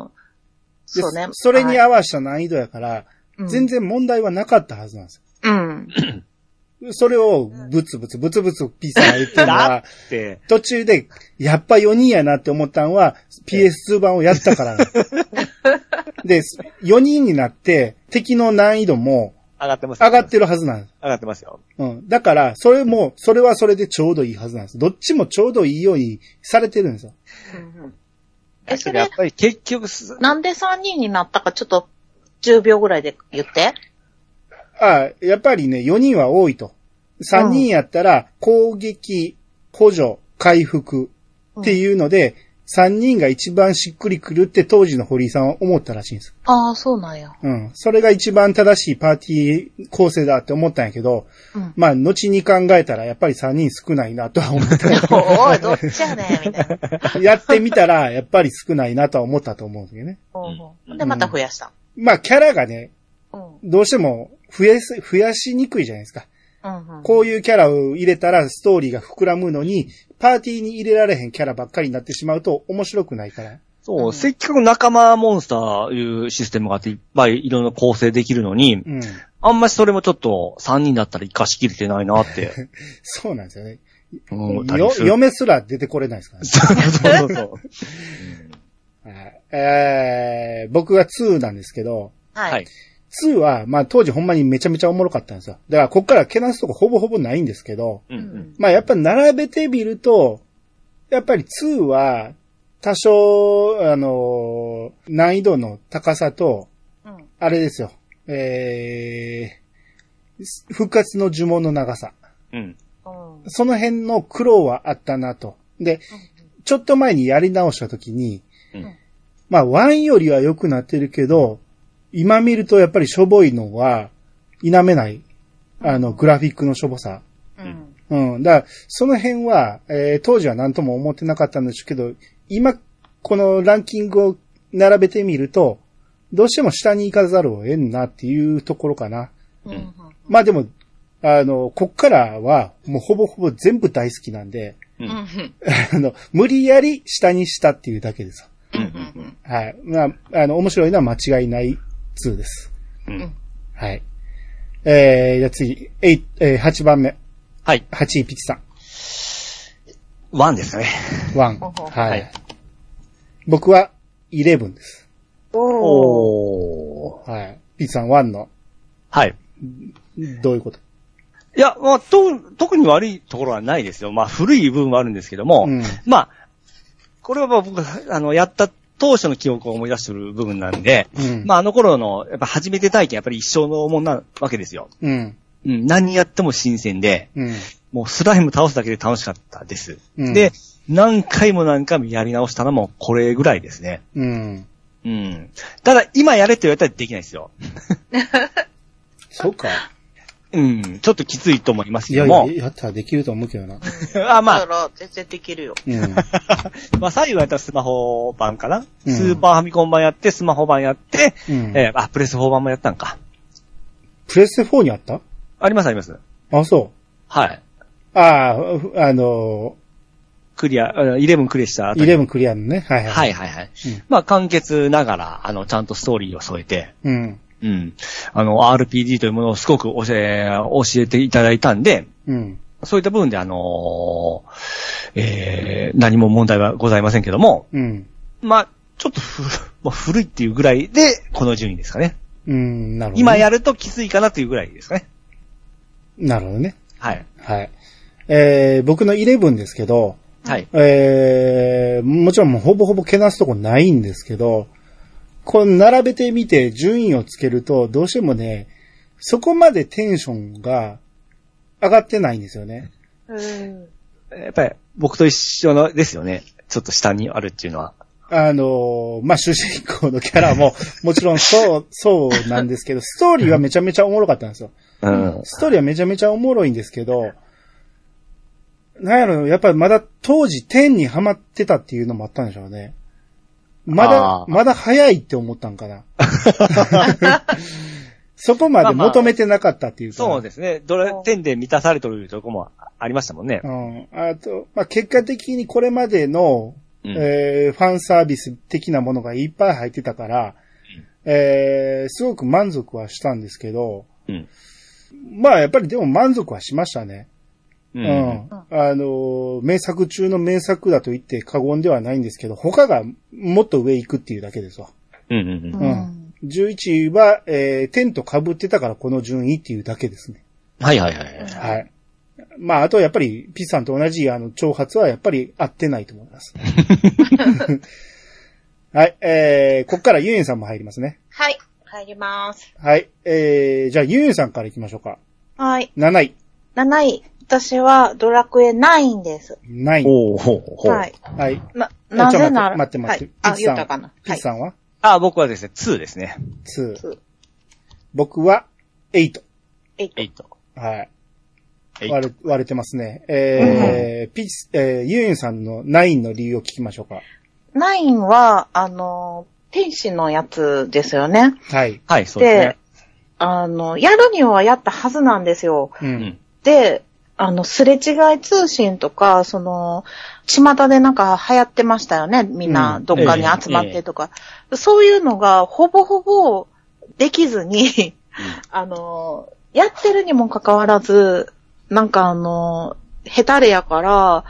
S1: で
S3: そうね。
S1: それに
S3: は
S1: 合わせた難易度やから、
S3: い
S1: 全。然問題はなかったはずなんです
S3: うん。
S1: よ。それをブツブツブツブツ P さんが言ってるの
S2: だ
S1: は、
S2: って、
S1: 途中で、やっぱ4人やなって思ったんは、PS2 版をやったからな。で、4人に
S3: [laughs]
S1: なって、敵の難易度も
S2: 上がってます。
S1: 上がっ。てるはずなんです。
S2: 上がってますよ。
S1: うん。だから、それも、それはそれでちょうどいいはずなんです。どっちもちょうどいいようにされてるんですよ。
S3: え、
S2: だ
S3: そ
S2: けどやっ
S3: れ、
S2: ぱり結局す、
S3: なんで3人になったかちょっと10秒ぐらいで言って。
S1: ああ、やっぱりね、4人は多いと。3人やったら、攻撃、補助、回復っていうので、3人が一番しっくりくるって当時の堀井さんは思ったらしいんです。
S3: ああ、そうなんや。
S1: うん。それが一番正しいパーティー構成だって思ったんやけど、
S3: うん。
S1: まあ、後に考えたらやっぱり3人少ないなとは思
S3: [laughs]
S1: った。
S3: [laughs] おい、どっちやねん、みたいな。
S1: やってみたらやっぱり少ないなとは思ったと思うんだけどね。
S3: ほうほうで、また増やした。
S1: まあ、キャラがね、
S3: うん。
S1: どうしても増やす、増やしにくいじゃないですか。
S3: うん。
S1: こういうキャラを入れたらストーリーが膨らむのに、パーティーに入れられへんキャラばっかりになってしまうと面白くないから。
S2: そうう、
S3: ん
S2: せっかく仲間モンスターいうシステムがあっていっぱいいろんな構成できるのに、
S1: うん。
S2: あんまりそれもちょっと3人だったら活かしきれてないな [laughs] って
S1: そうなんですよね。
S2: 思ったり
S1: よ
S2: する。
S1: 嫁すら出てこれないですからね
S2: そうそうそう。
S1: はいえー、僕が2なんですけど、
S2: [laughs] は
S3: はいい。。
S1: 2は、まあ当時ほんまにめちゃめちゃおもろかったんですよ。だからこっからけなすとこほぼほぼないんですけど、
S2: うん
S3: う
S2: うん。
S3: ん。
S1: まあやっぱ並べてみると、やっぱり2は多少、あのー難易度の高さと、
S3: うん。
S1: あれですよ、えー、復活の呪文の長さ。
S2: うん。
S3: うん。
S1: その辺の苦労はあったなと。で、ちょっと前にやり直した時に、
S2: うん
S1: まあ、ワンよりは良くなってるけど、今見るとやっぱりしょぼいのは、否めない、あの、グラフィックのしょぼさ。
S3: うん。
S1: うん。だから、その辺は、えー当時は何とも思ってなかったんですけど、今、このランキングを並べてみると、どうしても下に行かざるを得んなっていうところかな。
S3: うん。うん。
S1: まあでも、あの、こっからは、もうほぼほぼ全部大好きなんで、 [laughs]
S2: うん
S3: うん。
S1: あの、無理やり下にしたっていうだけです。
S3: うん。
S1: はい。まあ、あの、面白いのは間違いない2です。
S2: うん。
S1: はい。えー、じゃあ次、えいえー、8番目。
S2: はい。
S1: 8位ピチさん。
S2: ワンですね。
S1: 1。
S3: ほほ
S1: は
S2: はいい。
S1: 僕は、11です。
S3: おー。
S2: おー。
S1: はい。ピチさん1の、
S2: はい。
S1: どういうこと
S2: いや、まあ、と、特に悪いところはないですよ。まあ、古い部分はあるんですけども、
S1: うん
S2: まあ、これはまあ僕、あの、やった当初の記憶を思い出してる部分なんで、
S1: うん。
S2: まあ、あの頃の、やっぱ初めて体験、やっぱり一生のもんなわけですよ。
S1: うん。
S2: うん、何やっても新鮮で、
S1: うん。
S2: もうスライム倒すだけで楽しかったです。
S1: うん
S2: で、何回も何回もやり直したのもこれぐらいですね。
S1: うん。
S2: うん。ただ、今やれって言われたらできないですよ。
S1: そうか。
S2: うん、ちょっときついと思います
S1: い
S2: け
S1: や
S2: ど
S1: い
S2: も
S1: や、。やったらできると思うけどな。
S2: あ、まあ
S3: だか、ら、全然できるよ。
S1: うん。
S2: [laughs] まあ、最後やったらスマホ版かな、
S1: うん
S2: スーパーファミコン版やって、スマホ版やって、
S1: うん
S2: えーあ、プレス4版もやったんか。
S1: プレステ4にあった
S2: ありますあります。
S1: あ、そう。
S2: はい。
S1: ああ、ふあの
S2: クリア、あ11クリアした
S1: ー、
S2: 後に。
S1: 11クリアのね。はいはい。
S2: はいはいはい。
S1: うん
S2: まあ、簡潔ながら、あの、ちゃんとストーリーを添えて、
S1: うん。
S2: うん。あの、RPG というものをすごく教え、教えていただいたんで、
S1: うん。
S2: そういった部分で、あのーえー何も問題はございませんけども、
S1: うん。
S2: まあ、ちょっとふ、 [laughs] まあ、古いっていうぐらいで、この順位ですかね。
S1: うん、なるほど、ね。
S2: 今。やるときついかなというぐらいですかね。
S1: なるほどね。
S2: はい。
S1: はい。えー、僕の11ですけど、
S2: はい。
S1: えー、もちろんもうほぼほぼけなすとこないんですけど、この並べてみて順位をつけると、どうしてもね、そこまでテンションが上がってないんですよね。
S3: うん。
S2: やっぱり、僕と一緒の、ですよね。ちょっと下にあるっていうのは。
S1: あのーまあ、主人公のキャラも、もちろんそう、そうなんですけど、ストーリーはめちゃめちゃおもろかったんですよ。
S2: うん。
S1: ストーリーはめちゃめちゃおもろいんですけど、なんやろ、やっぱりまだ当時天にハマってたっていうのもあったんでしょうね。まだ
S2: あ、ー
S1: まだ早いって思ったんか
S2: [laughs]
S1: な。そこまで求めてなかったっていうか。
S2: そうですね。どれ、点で満たされてるとこもありましたもんね。
S1: うん。あと、まあ、結果的にこれまでの、
S2: うん
S1: えーファンサービス的なものがいっぱい入ってたから、えーすごく満足はしたんですけど、
S2: うん。
S1: まあやっぱりでも満足はしましたね。
S2: う
S1: うん。。あのー名作中の名作だと言って過言ではないんですけど、他がもっと上行くっていうだけですわ。
S2: うんうんう
S1: う
S2: ん。
S3: うんん。
S1: 11位は、えー、10と被ってたからこの順位っていうだけですね。
S2: はいはいはい。
S1: はい。まあ、あとやっぱり、ピッさんと同じ、あの、挑発はやっぱり合ってないと思います。 [laughs] はい、えー、こっからユンユンさんも入りますね。
S3: はい。入ります。
S1: はい、えー、じゃあユンユンさんから行きましょうか。
S3: はい。
S1: 7位。
S3: 7位、私はドラクエ9です。
S1: ない。
S2: おーほうほうほう
S3: はい。
S1: はい。
S3: な、な
S1: ちょっ
S3: ぜなら、
S1: と待って待
S3: はい
S1: っ
S3: あ、
S1: て待って。ピッツさ
S3: 言
S1: ん
S3: ったかな。
S1: ピッチさんは
S2: あ、僕はですね、2ですね。
S1: 2。
S3: はい。
S1: 僕は8。
S3: えいと
S2: 8。
S1: はい。
S2: 8
S1: 割れ、割れてますね。えー、ピッチ、えー、ユーユンさんの9の理由を聞きましょうか。
S3: ナインは、あの、天使のやつですよね。
S1: はい。
S2: はい、そうですね。
S3: あの、やるにはやったはずなんですよ。
S1: う。
S2: うんん。
S3: で、あの、すれ違い通信とか、その、巷でなんか流行ってましたよね。みんな、
S1: うん
S3: どっかに集まってとか。そういうのが、ほぼほぼ、できずに、 [laughs] あの、やってるにもかかわらず、なんかあの、ヘタレやから、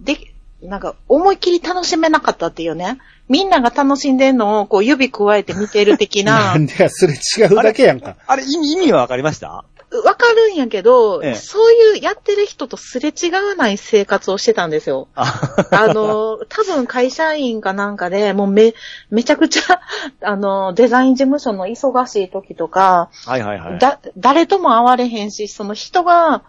S3: でき、なんか思いっきり楽しめなかったっていうね。みんなが楽しんでんのをこう指加えて見てる的な
S1: [laughs] な、んでや、すれ違うだけやんか。
S2: あれ、意味、意味はわかりました
S3: わかるんやけど、
S2: ええ
S3: そういうやってる人とすれ違わない生活をしてたんで
S2: [laughs]
S3: すよ。
S2: あ、
S3: あの、多分会社員かなんかで、もうめ、めちゃくちゃ、 [laughs] あの、デザイン事務所の忙しい時とか、
S2: はいはいはい。
S3: だ、誰とも会われへんし、その人が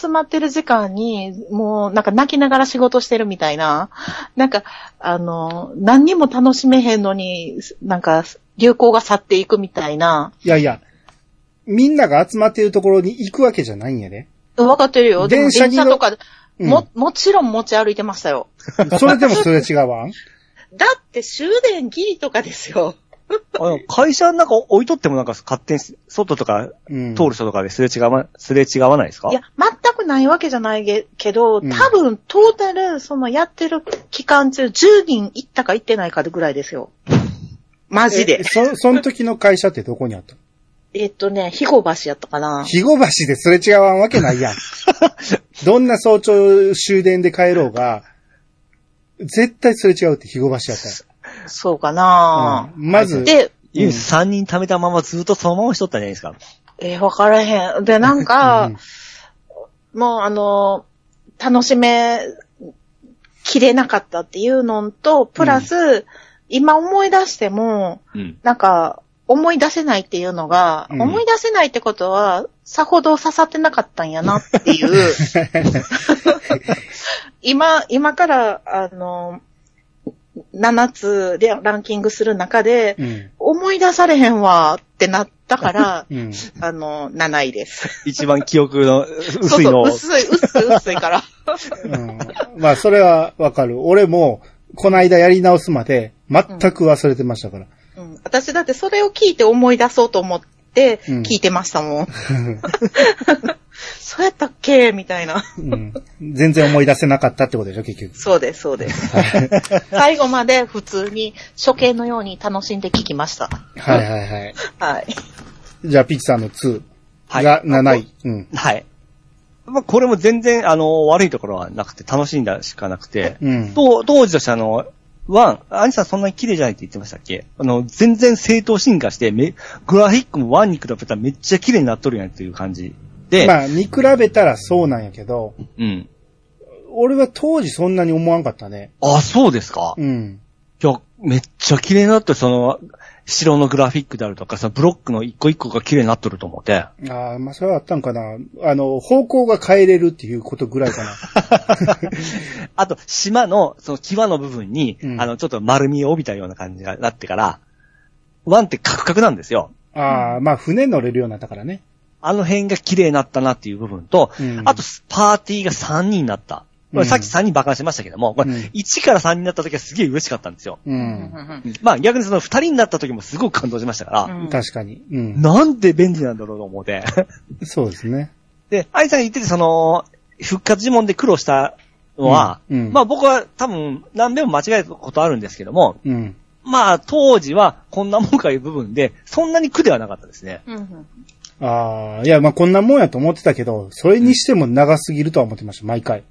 S3: 集まってる時間に、もうなんか泣きながら仕事してるみたいな、なんか、あの、何にも楽しめへんのに、なんか、流行が去っていくみたいな、
S1: いやいや、みんなが集まっているところに行くわけじゃないんやで。
S3: わかってるよ。でも
S1: 電車に乗
S3: とか、
S1: うん
S3: も、もちろん持ち歩いてましたよ。
S1: それでもすれ違わん
S3: だって終電ギリとかですよ。
S2: あの会社の中置いとってもなんか勝手に外とか
S1: うん。
S2: 通る人とかですれ違わ、すれ違わないですか
S3: いや、全くないわけじゃないげけど、多
S1: うん
S3: 分、トータル、そのやってる期間中、10人行ったか行ってないかぐらいですよ。マジ
S1: え
S3: で。
S1: そ、その時の会社ってどこにあったの
S3: えっとね、肥後橋やったかな。
S1: 肥後橋ですれ違わんわけないやん。どんな早朝終電で帰ろうが、絶対すれ違うって肥後橋やったよ
S3: そうかな、
S1: うんまず、
S3: で、
S2: ユース3人貯めたままずっとそのまましとったんじゃないですか。
S3: えーわからへん。で、なんか、
S1: うん
S3: もうあの、楽しめきれなかったっていうのと、プラス、今思い出しても、
S2: うん。
S3: なんか、思い出せないっていうのが、
S1: うん
S3: 思い出せないってことは、さほど刺さってなかったんやなっていう。
S1: [laughs]
S3: 今、今から、あの、7つでランキングする中で、
S1: うん。
S3: 思い出されへんわってなったから、
S1: うん。
S3: あの、7位です。
S2: 一番記憶の
S3: [laughs] そう
S2: 薄いの
S3: そ
S2: を
S3: う、薄い、薄い、薄い
S1: [laughs]
S3: から。
S1: うん。まあ、それはわかる。俺も、この間やり直すまで、全く忘れてましたから。
S3: うん、私だってそれを聞いて思い出そうと思って、
S1: うん
S3: 聞いてましたもん。
S1: [laughs]
S3: [laughs] そうやったっけみたいな。
S1: うん。全然思い出せなかったってことでしょ、結局。
S3: [laughs] そうです、そうです。
S1: [laughs]
S3: 最後まで普通に初見のように楽しんで聞きました。
S1: はいはいはい。
S3: はい。
S1: じゃあ、ピッチさんの2
S2: はい
S1: が7位。うん。
S2: はい。まあ、これも全然、あの、悪いところはなくて、楽しんだしかなくて、
S1: うん。
S2: と当時としてあの、ワン、アニさんそんなに綺麗じゃないって言ってましたっけあの、全然正当進化して、め、グラフィックもワンに比べたらめっちゃ綺麗になっとるやんっていう感じで、
S1: まあ、見比べたらそうなんやけど、
S2: うん。
S1: 俺は当時そんなに思わんかったね。
S2: あ、そうですか、
S1: うん。
S2: いや、めっちゃ綺麗になって、その、城のグラフィックであるとか、そのブロックの一個一個が綺麗になっとると思って。
S1: ああ、まあ、それはあったんかな。あの、方向が変えれるっていうことぐらいかな。
S2: [laughs] あと、島の、その際の部分に、
S1: うん
S2: あの、ちょっと丸みを帯びたような感じがなってから、ワンってカクカクなんですよ。
S1: ああ、まあ、船乗れるようになったからね。
S2: あの辺が綺麗になったなっていう部分と、
S1: うん
S2: あと、パーティーが3人になった。これさっき3人爆破しましたけども、これ
S1: うん
S2: 1から3人になった時はすげえ嬉しかったんですよ。
S1: うん。
S2: まあ逆にその2人になった時もすごく感動しましたから、
S3: うん
S1: 確かに。うん。
S2: なんで便利なんだろうと思って。
S1: そうですね。
S2: で、愛さんが言ってて、その、復活呪文で苦労したのは、
S1: うんうん
S2: まあ僕は多分何べんも間違えたことあるんですけども、
S1: うん。
S2: まあ当時はこんなもんかいう部分で、そんなに苦ではなかったですね。
S3: うん
S1: ああ、いや、まあ、こんなもんやと思ってたけど、それにしても長すぎるとは思ってました、毎回。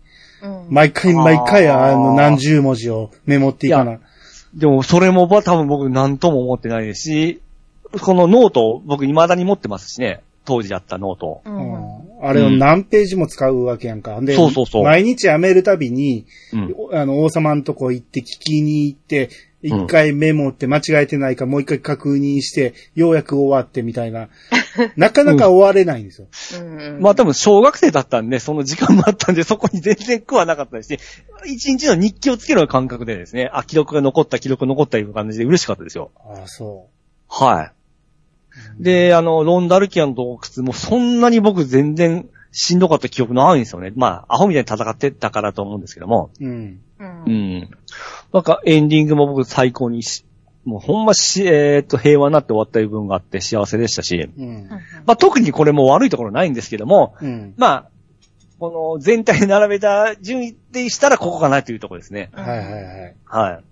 S3: うん
S1: 毎回毎回、
S2: あ
S1: あ
S2: ー
S1: の、何十文字をメモっていかな。
S2: でもそれもば多分僕何とも思ってないですし、このノートを僕未だに持ってますしね、当時やったノートを。
S3: う
S1: うんんあれを何ページも使うわけやんか。で、
S2: そうそうそう
S1: 毎日やめるたびに、
S2: うん。
S1: おあの、王様のとこ行って聞きに行って、
S2: うん
S1: 一回メモって間違えてないか、もう一回確認して、ようやく終わってみたいな。なかなか終われないんですよ。
S3: うん。
S2: まあ多分小学生だったんで、その時間もあったんで、そこに全然苦はなかったですし、一日の日記をつけるような感覚でですね、あ、記録が残った、記録が残ったいう感じで嬉しかったですよ。
S1: ああ、そ
S2: はい。で、あの、ロンダルキアの洞窟もそんなに僕全然しんどかった記憶ないんですよね。まあ、アホみたいに戦ってたからと思うんですけども。
S1: う。うん。
S3: うん
S2: うん。なんかエンディングも僕最高にし、もうほんまし、えーっと、平和になって終わった部分があって幸せでしたし、
S1: うん。
S2: まあ特にこれも悪いところないんですけども、
S1: うん。
S2: まあ、この全体に並べた順位でしたらここかなというところですね。
S1: はいはいはい。
S2: はい。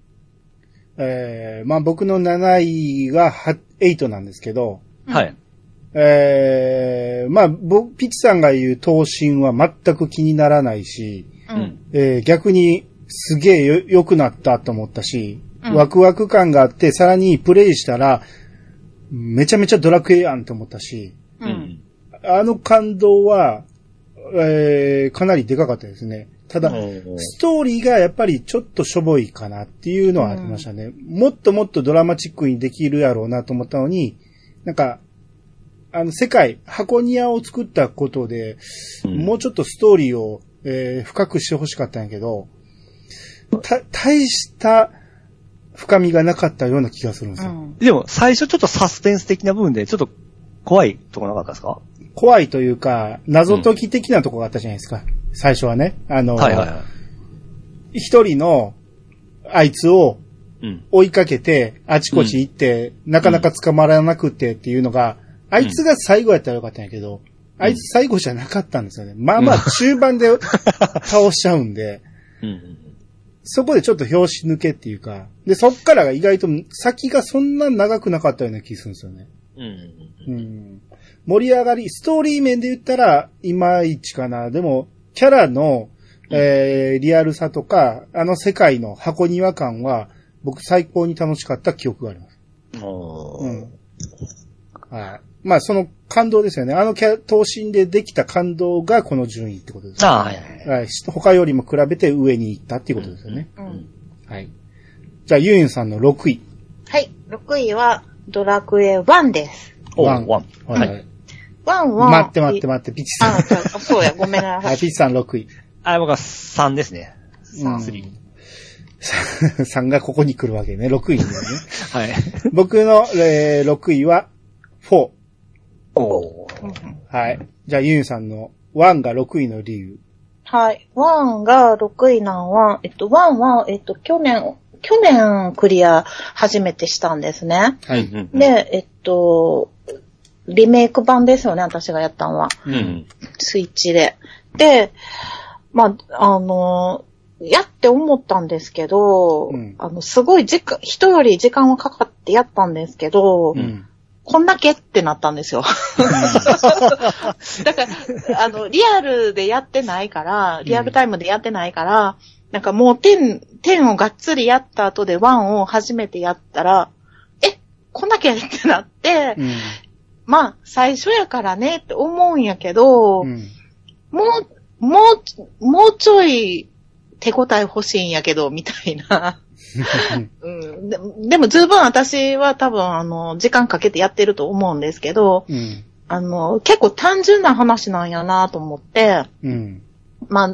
S1: えー、まあ僕の7位がは8なんですけど、
S3: うん
S2: はい。
S1: えー、まあ僕、ピチさんが言う闘神は全く気にならないし、
S3: う。
S2: うんん。
S1: えー逆にすげえよ良くなったと思ったし、
S3: うん
S1: ワクワク感があって、さらにプレイしたら、めちゃめちゃドラクエやんと思ったし、
S3: う。
S2: うんん。
S1: あの感動は、えーかなりでかかったですね。ただ、
S2: うん
S1: ストーリーがやっぱりちょっとしょぼいかなっていうのはありましたね。もっともっとドラマチックにできるやろうなと思ったのに、なんか、あの、世界、箱庭を作ったことで、
S2: うん
S1: もうちょっとストーリーを、えー深くしてほしかったんやけど、た、大した深みがなかったような気がするんですよ。
S2: でも、最初ちょっとサスペンス的な部分で、ちょっと怖いとこなかったですか
S1: 怖いというか、謎解き的なとこがあったじゃないですか。最初はね。あの、
S2: はいはいは
S1: 一人の、あいつを
S2: い。うん。
S1: 追いかけて、あちこち行って、なかなか捕まらなくてっていうのが、あいつが最後やったらよかったんやけど、あいつ最後じゃなかったんですよね。まあまあ中盤 [laughs] で倒しちゃうんで、
S2: うん。
S1: そこでちょっと拍子抜けっていうか、で、そっからが意外と先がそんな長くなかったような気するんですよね。
S2: うん。
S1: うん。盛り上がり、ストーリー面で言ったら、いまいちかな。でも、キャラの、えー、リアルさとか、あの世界の箱庭感は、僕最高に楽しかった記憶があります。
S2: う。
S1: うんん。はい。まあ、その感動ですよね。あのキャ、闘神でできた感動がこの順位ってことです。
S2: ああ、はいはい。
S1: はい。し他よりも比べて上に行ったっていうことですよね。
S3: うん。
S1: はい。じゃあ、ユンさんの6位。
S3: はい。6位は、ドラクエ1です。
S2: お
S1: ワン
S2: ワン。
S1: は
S2: はいい。。
S3: 1は、
S1: 待って待って待って、ピチさ
S3: あ、
S1: ん。
S3: そうそうや、ごめんな
S1: は
S3: さ
S1: い、
S3: い。
S1: ピチさん6位。
S2: あ、僕は3ですね。
S1: うん
S2: スリ
S1: [laughs] 3がここに来るわけね。6位だよね。 [laughs]
S2: はい。
S1: 僕の、えー、6位は4。
S2: おー
S1: はい。じゃあ、ユンさんの1が6位の理由。
S3: はい。1が6位なんは、えっと、1は、えっと、去年、去年クリア初めてしたんですね。
S1: は
S2: う。ん。
S3: で、えっと、リメイク版ですよね、私がやったんは。
S2: うん。
S3: スイッチで。で、まあ、あの、やって思ったんですけど、
S1: うん
S3: あの、すごい時間、人より時間はかかってやったんですけ
S1: う
S3: ど、
S1: ん。
S3: こんだけってなったんですよ。だから、あの、リアルでやってないから、リアルタイムでやってないから、なんかもう10、10をがっつりやった後で1を初めてやったら、え、こんだけってなって、
S1: うん。
S3: まあ、最初やからねって思うんやけど、
S1: うん。
S3: もう、もう、もうちょい手応え欲しいんやけど、みた
S1: [laughs]
S3: いな。うん、ででも十分私は多分あの、時間かけてやってると思うんですけど、
S1: うん。
S3: あの、結構単純な話なんやなと思って、
S1: うん。
S3: まあ、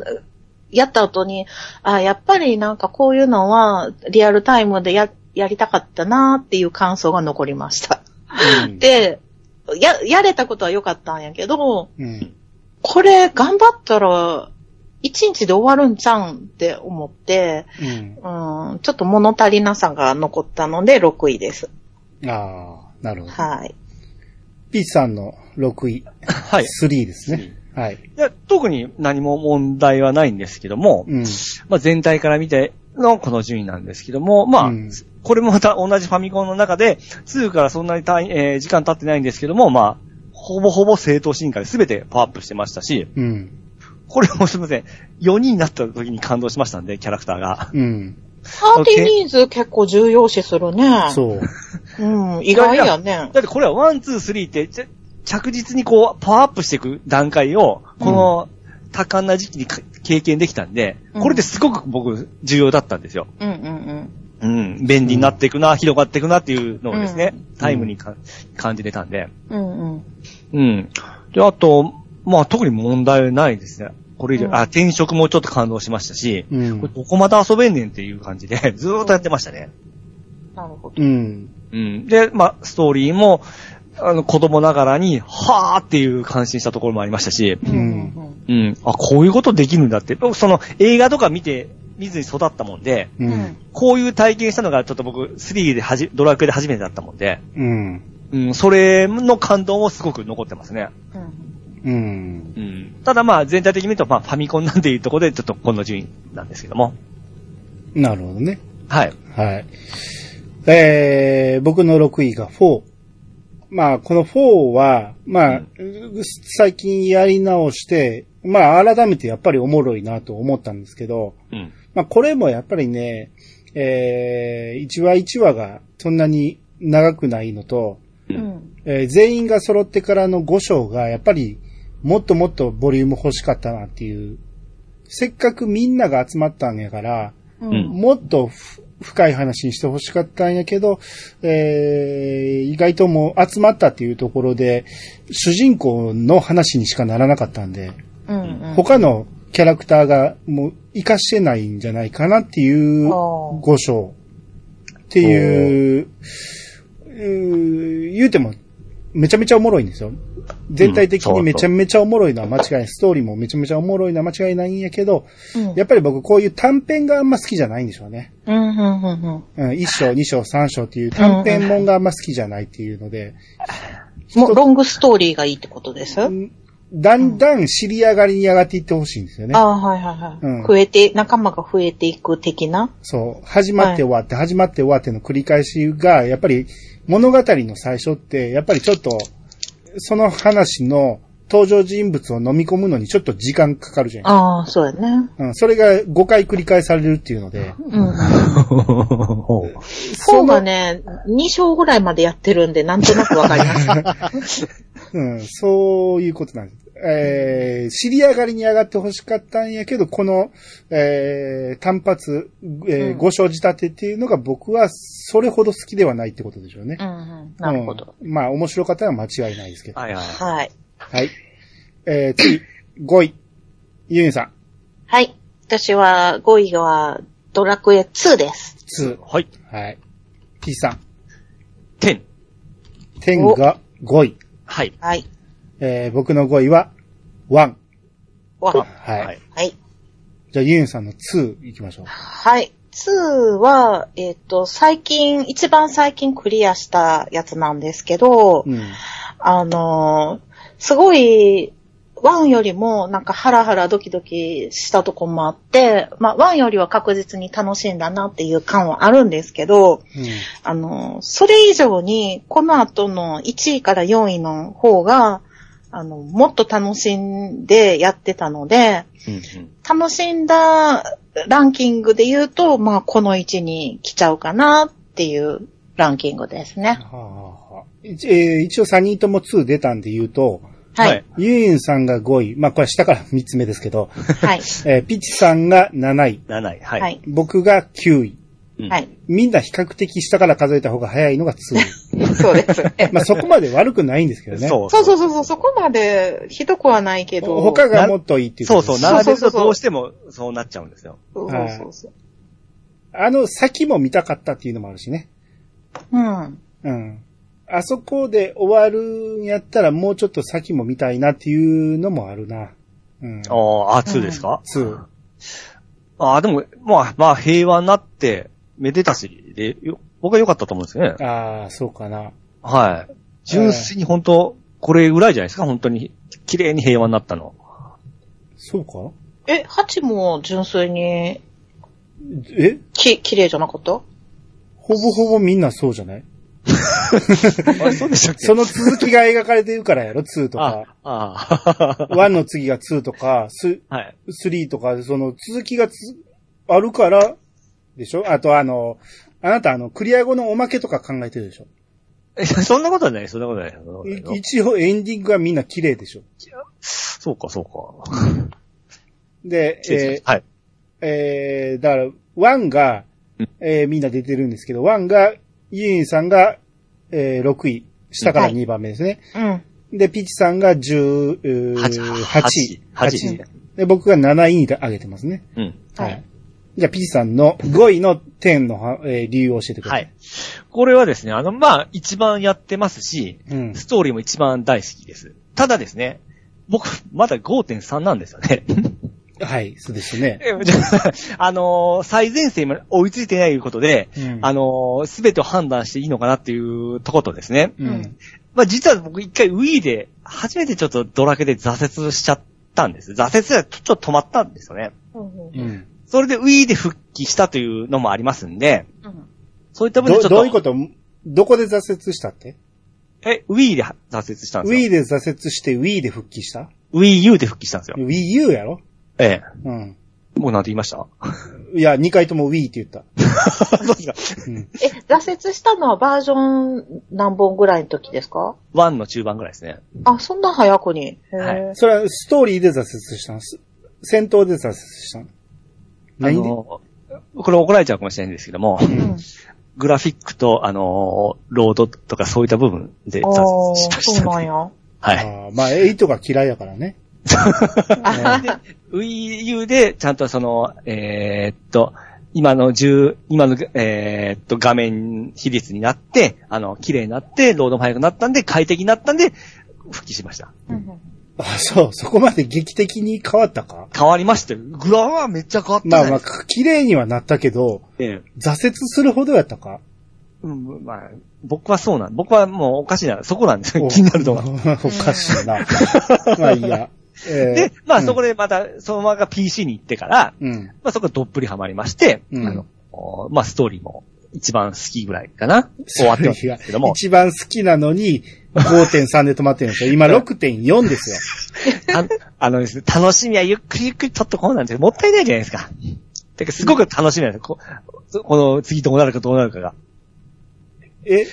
S3: やった後に、あやっぱりなんかこういうのはリアルタイムでや、やりたかったなっていう感想が残りました。で、や、やれたことは良かったんやけど、
S1: うん。
S3: これ頑張ったら、一日で終わるんちゃうんって思って、
S1: うん。
S3: うん、ちょっと物足りなさが残ったので6位です。
S1: ああ、なるほど。
S3: はい。
S1: ピーチさんの6位、
S2: はい。
S1: 3ですね。はい。
S2: いや特に何も問題はないんですけども、
S1: うん。
S2: まあ、全体から見てのこの順位なんですけども、まあ、
S1: うん
S2: これもまた同じファミコンの中で、2からそんなに単位、えー時間経ってないんですけども、まあ、ほぼほぼ正当進化で全てパワーアップしてましたし、
S1: うん。
S2: これもすみません、4人になった時に感動しましたんで、キャラクターが。
S1: うん。
S3: パーティー人数結構重要視するね。
S1: そう。
S3: う。ん、意外やね。
S2: だってこれは1、2、3って、ちゃ着実にこう、パワーアップしていく段階を、この多感な時期にか経験できたんで、
S3: うん
S2: これですごく僕重要だったんですよ。
S3: うんうん
S2: うん。便利になっていくな、広がっていくなっていうのをですね、タイムにか感じれたんで。
S3: うん。うんうん。
S2: うん。で、あと、まあ特に問題ないですね。これ以上、
S3: うん
S2: あ、転職もちょっと感動しましたし、
S1: うん
S2: これどこまで遊べんねんっていう感じで、 [laughs] ずーっとやってましたね。
S3: なるほど。
S1: うん。
S2: うん。で、まあ、ストーリーも、あの、子供ながらに、はーっていう感心したところもありましたし、
S1: うん
S3: うん
S2: うん。あ、こういうことできるんだって。僕、その、映画とか見て、見ずに育ったもんで、
S1: う
S3: うんん。
S2: こういう体験したのが、ちょっと僕、3ではじ、ドラクエで初めてだったもんで、
S1: うん。
S2: うん、それの感動もすごく残ってますね。
S3: うん
S1: うん。
S2: うん。ただまあ、全体的に見ると、まあ、ファミコンなんていうところで、ちょっとこの順位なんですけども。
S1: なるほどね。
S2: はい。
S1: はい。えー、僕の6位が4。まあ、この4は、まあ、最近やり直して、まあ、改めてやっぱりおもろいなと思ったんですけど、
S2: うん。
S1: まあ、これもやっぱりね、えー、1話1話がそんなに長くないのと、
S2: う。
S3: うんん。
S1: えー全員が揃ってからの5章が、やっぱり、もっともっとボリューム欲しかったなっていう。せっかくみんなが集まったんやから、
S3: うん
S1: もっとふ深い話にして欲しかったんやけど、えー意外ともう集まったっていうところで、主人公の話にしかならなかったんで、
S3: うんうん。
S1: 他のキャラクターがもう活かしてないんじゃないかなっていう
S3: あー
S1: 5章っていう、うー言うてもめちゃめちゃおもろいんですよ。全体的
S2: うんそう
S1: に
S2: そ
S1: め
S2: う
S1: ちゃめちゃおもろいのは間違いない。ストーリーもめちゃめちゃおもろいのは間違いないんやけど、
S3: うん
S1: やっぱり僕こういう短編があんま好きじゃないんでしょうね。
S3: うんうんうんうん。
S1: うん、1章、2章、3章っていう短編もんがあんま好きじゃないっていうので、
S3: もうロングストーリーがいいってことですあ
S1: だんだん知り上がりに上がっていってほしいんですよね。
S3: あ、はいはいはい。
S1: うん
S3: 増えて、仲間が増えていく的な。
S1: そう、始まって終わって、始まって終わっての繰り返しが、やっぱり物語の最初って、やっぱりちょっと、その話の登場人物を飲み込むのにちょっと時間かかるじゃない
S3: ああ、そうやね。
S1: うん、それが5回繰り返されるっていうので、
S3: うん。
S2: ほう
S1: そ
S3: そう
S1: の
S3: がね、2章ぐらいまでやってるんで、なんとなくわかります。
S1: うん、そういうことなんです。えー、知り上がりに上がってほしかったんやけど、この、えー、単発、えー、
S3: うん
S1: ご生じ立てっていうのが僕はそれほど好きではないってことでしょうね
S3: う。んうん。なるほど。
S1: うん。まあ、面白かったら間違いないですけど。
S2: はいはい。
S3: はい。
S1: はい。えー、次、5位。ユンさ
S3: はい。私は、5位は、ドラクエ2です。
S1: ん、2。
S2: はい。
S1: はい。P さん、
S2: 10。
S1: 10が5位。
S2: はい。
S3: はい。
S1: えー、僕の5位は、1。
S3: わか
S1: はい。
S2: はい
S3: はい。
S1: じゃあ、ユンさんの2行きましょう。
S3: はい。2は、えっ、と、最近、一番最近クリアしたやつなんですけど、
S1: うん。
S3: あのーすごい、1よりもなんかハラハラドキドキしたとこもあって、まあ1よりは確実に楽しいんだなっていう感はあるんですけど、あのーそれ以上に、この後の1位から4位の方が、あの、もっと楽しんでやってたので、
S2: うん
S3: 楽しんだランキングで言うと、まあ、この位置に来ちゃうかなっていうランキングです
S1: は
S3: ね。
S1: あはあはあ一えー一応3人とも2出たんで言うと、
S3: はい。。
S1: ユンさんが5位。まあ、これ下から3つ目ですけど、
S3: [laughs] はい。
S1: えー、ピチさんが7位。
S2: 7位。は。
S3: はいい。
S1: 僕が9位。
S2: うん
S3: はい。
S1: みんな比較的下から数えた方が早いのが2位。
S3: [laughs] そうですね。
S1: まあ、そこまで悪くないんですけどね。
S2: そう
S3: そうそうそうそう、そこまでひどくはないけど。
S1: 他がもっといいっていうこ
S2: そ
S1: と
S2: う
S1: です
S2: そう、
S3: な
S2: 並べる
S3: そうそう
S2: と
S3: そう
S2: どうしてもそうなっちゃうんですよ。
S3: そうそうそう。
S1: あの先も見たかったっていうのもあるしね。
S3: うん。
S1: うん。あそこで終わるんやったらもうちょっと先も見たいなっていうのもあるな。うん。
S2: ああ、2ですか、
S1: 2。
S2: ああ、でも、まあ、まあ、平和になって、めでたしで、よ僕は良かったと思うんですよね。
S1: ああ、そうかな。
S2: はい。純粋に本当、これぐらいじゃないですか本当に、綺麗に平和になったの。
S1: そうか
S3: え、8も純粋に、
S1: え
S3: き、綺麗じゃなかった
S1: ほぼほぼみんなそうじゃない
S2: あれ、そうでしたっけ
S1: その続きが描かれてるからやろ ?2 と
S2: あ
S1: か。、
S2: あ、
S1: [laughs] 1の次が2とか、ス
S2: はい。
S1: 3とか、その続きがつあるから、でしょあとあの、あなたあの、クリア後のおまけとか考えてるでしょ
S2: えそんなことはない、そんなことはない。そんなことない
S1: い一応エンディングはみんな綺麗でしょ。
S2: そうか、そうか。
S1: で、え
S2: はい。
S1: ーえーだから、ワンが
S2: うん、
S1: えーみんな出てるんですけど、ワンが、ユインさんが、えー6位、下から
S3: はい
S1: 2番目ですね。
S3: うん。
S1: で、ピチさんが18
S2: 八
S1: 位。
S2: 八
S1: 8
S2: 位
S1: 位。で、僕が7位に上げてますね。
S2: うん。
S3: はい。
S1: じゃあ、ピチさんの5位の点のは、えー理由を教えてくだ
S2: は
S1: さい。
S2: い。これはですね、あの、まあ、一番やってますし、
S1: うん。
S2: ストーリーも一番大好きです。ただですね、僕、まだ5.3なんですよね。
S1: はい、そうですね。
S2: えじゃ [laughs] ああのー最前線まで追いついてないことで、
S1: うん
S2: あのすべてを判断していいのかなっていうとことですね。
S1: うん。
S2: まあ実は僕一回 Wii で、初めてちょっとドラケで挫折しちゃったんです。挫折がちょっと止まったんですよね。
S3: うん
S1: うん。
S2: それで Wii で復帰したというのもありますんで、
S3: うん
S2: そういった分でちょ
S1: ど
S2: っと、
S1: どういうことどこで挫折したって
S2: え、Wii で挫折したんですよ。
S1: ?Wii で挫折して Wii で復帰した
S2: Wii U で復帰したんですよ。
S1: ?Wii U やろ
S2: ええ。
S1: うん。
S2: もうなんて言いました [laughs]
S1: いや、2回とも Wii って言った。
S2: そうですか。
S1: うん。 [laughs]
S3: え、挫折したのはバージョン何本ぐらいの時ですか
S2: 1の中盤ぐらいですね。
S3: あ、そんな早くに。へー
S2: は
S1: それはストーリーで挫折したんです。戦闘で挫折したの
S2: あ
S1: 何で
S2: の、これ怒られちゃうかもしれないんですけども、
S3: うん
S2: グラフィックと、あのーロードとかそういった部分で挫
S3: ああ
S2: 折、しま
S3: そ
S2: し
S3: う
S2: た。
S3: なんや。
S2: はい。
S1: あーまあ、8が嫌いやからね。
S2: Wii U で、ちゃんとその、えーっと、今の10、今の、えーっと、画面比率になって、あの、綺麗になって、ロードも速くなったんで、快適になったんで、復帰しました。
S1: あ、そう、そこまで劇的に変わったか
S2: 変わりましたよ。グラフはめっちゃ変わったじ
S1: ま
S2: ゃ
S1: あ
S2: ない
S1: ま
S2: で
S1: あ
S2: すか。、
S1: 綺麗にはなったけど、
S2: ええ
S1: 挫折するほどやったか
S2: うん、まあ、僕はそうなん、僕はもうおかしいな、そこなんですよ、 [laughs] 気になるのが。
S1: お [laughs] おかしい
S2: [laughs]
S1: な。まあいいや。
S2: で、まあそこ
S1: で。
S2: でまた、そのまま PC に行ってから、
S1: うん。
S2: まあそこがどっぷりハマりまして、
S1: うん
S2: あの、おまあストーリーも一番好きぐらいかな、終わってますけども、
S1: 一番好きなのに、5.3で止まってるんですよ。今6.4ですよ。
S2: ああのですね、楽しみはゆっくりゆっくり取っとこうなんてもったいないじゃないですか。てかすごく楽しみなんですよこ。この次どうなるかどうなるかが。
S1: え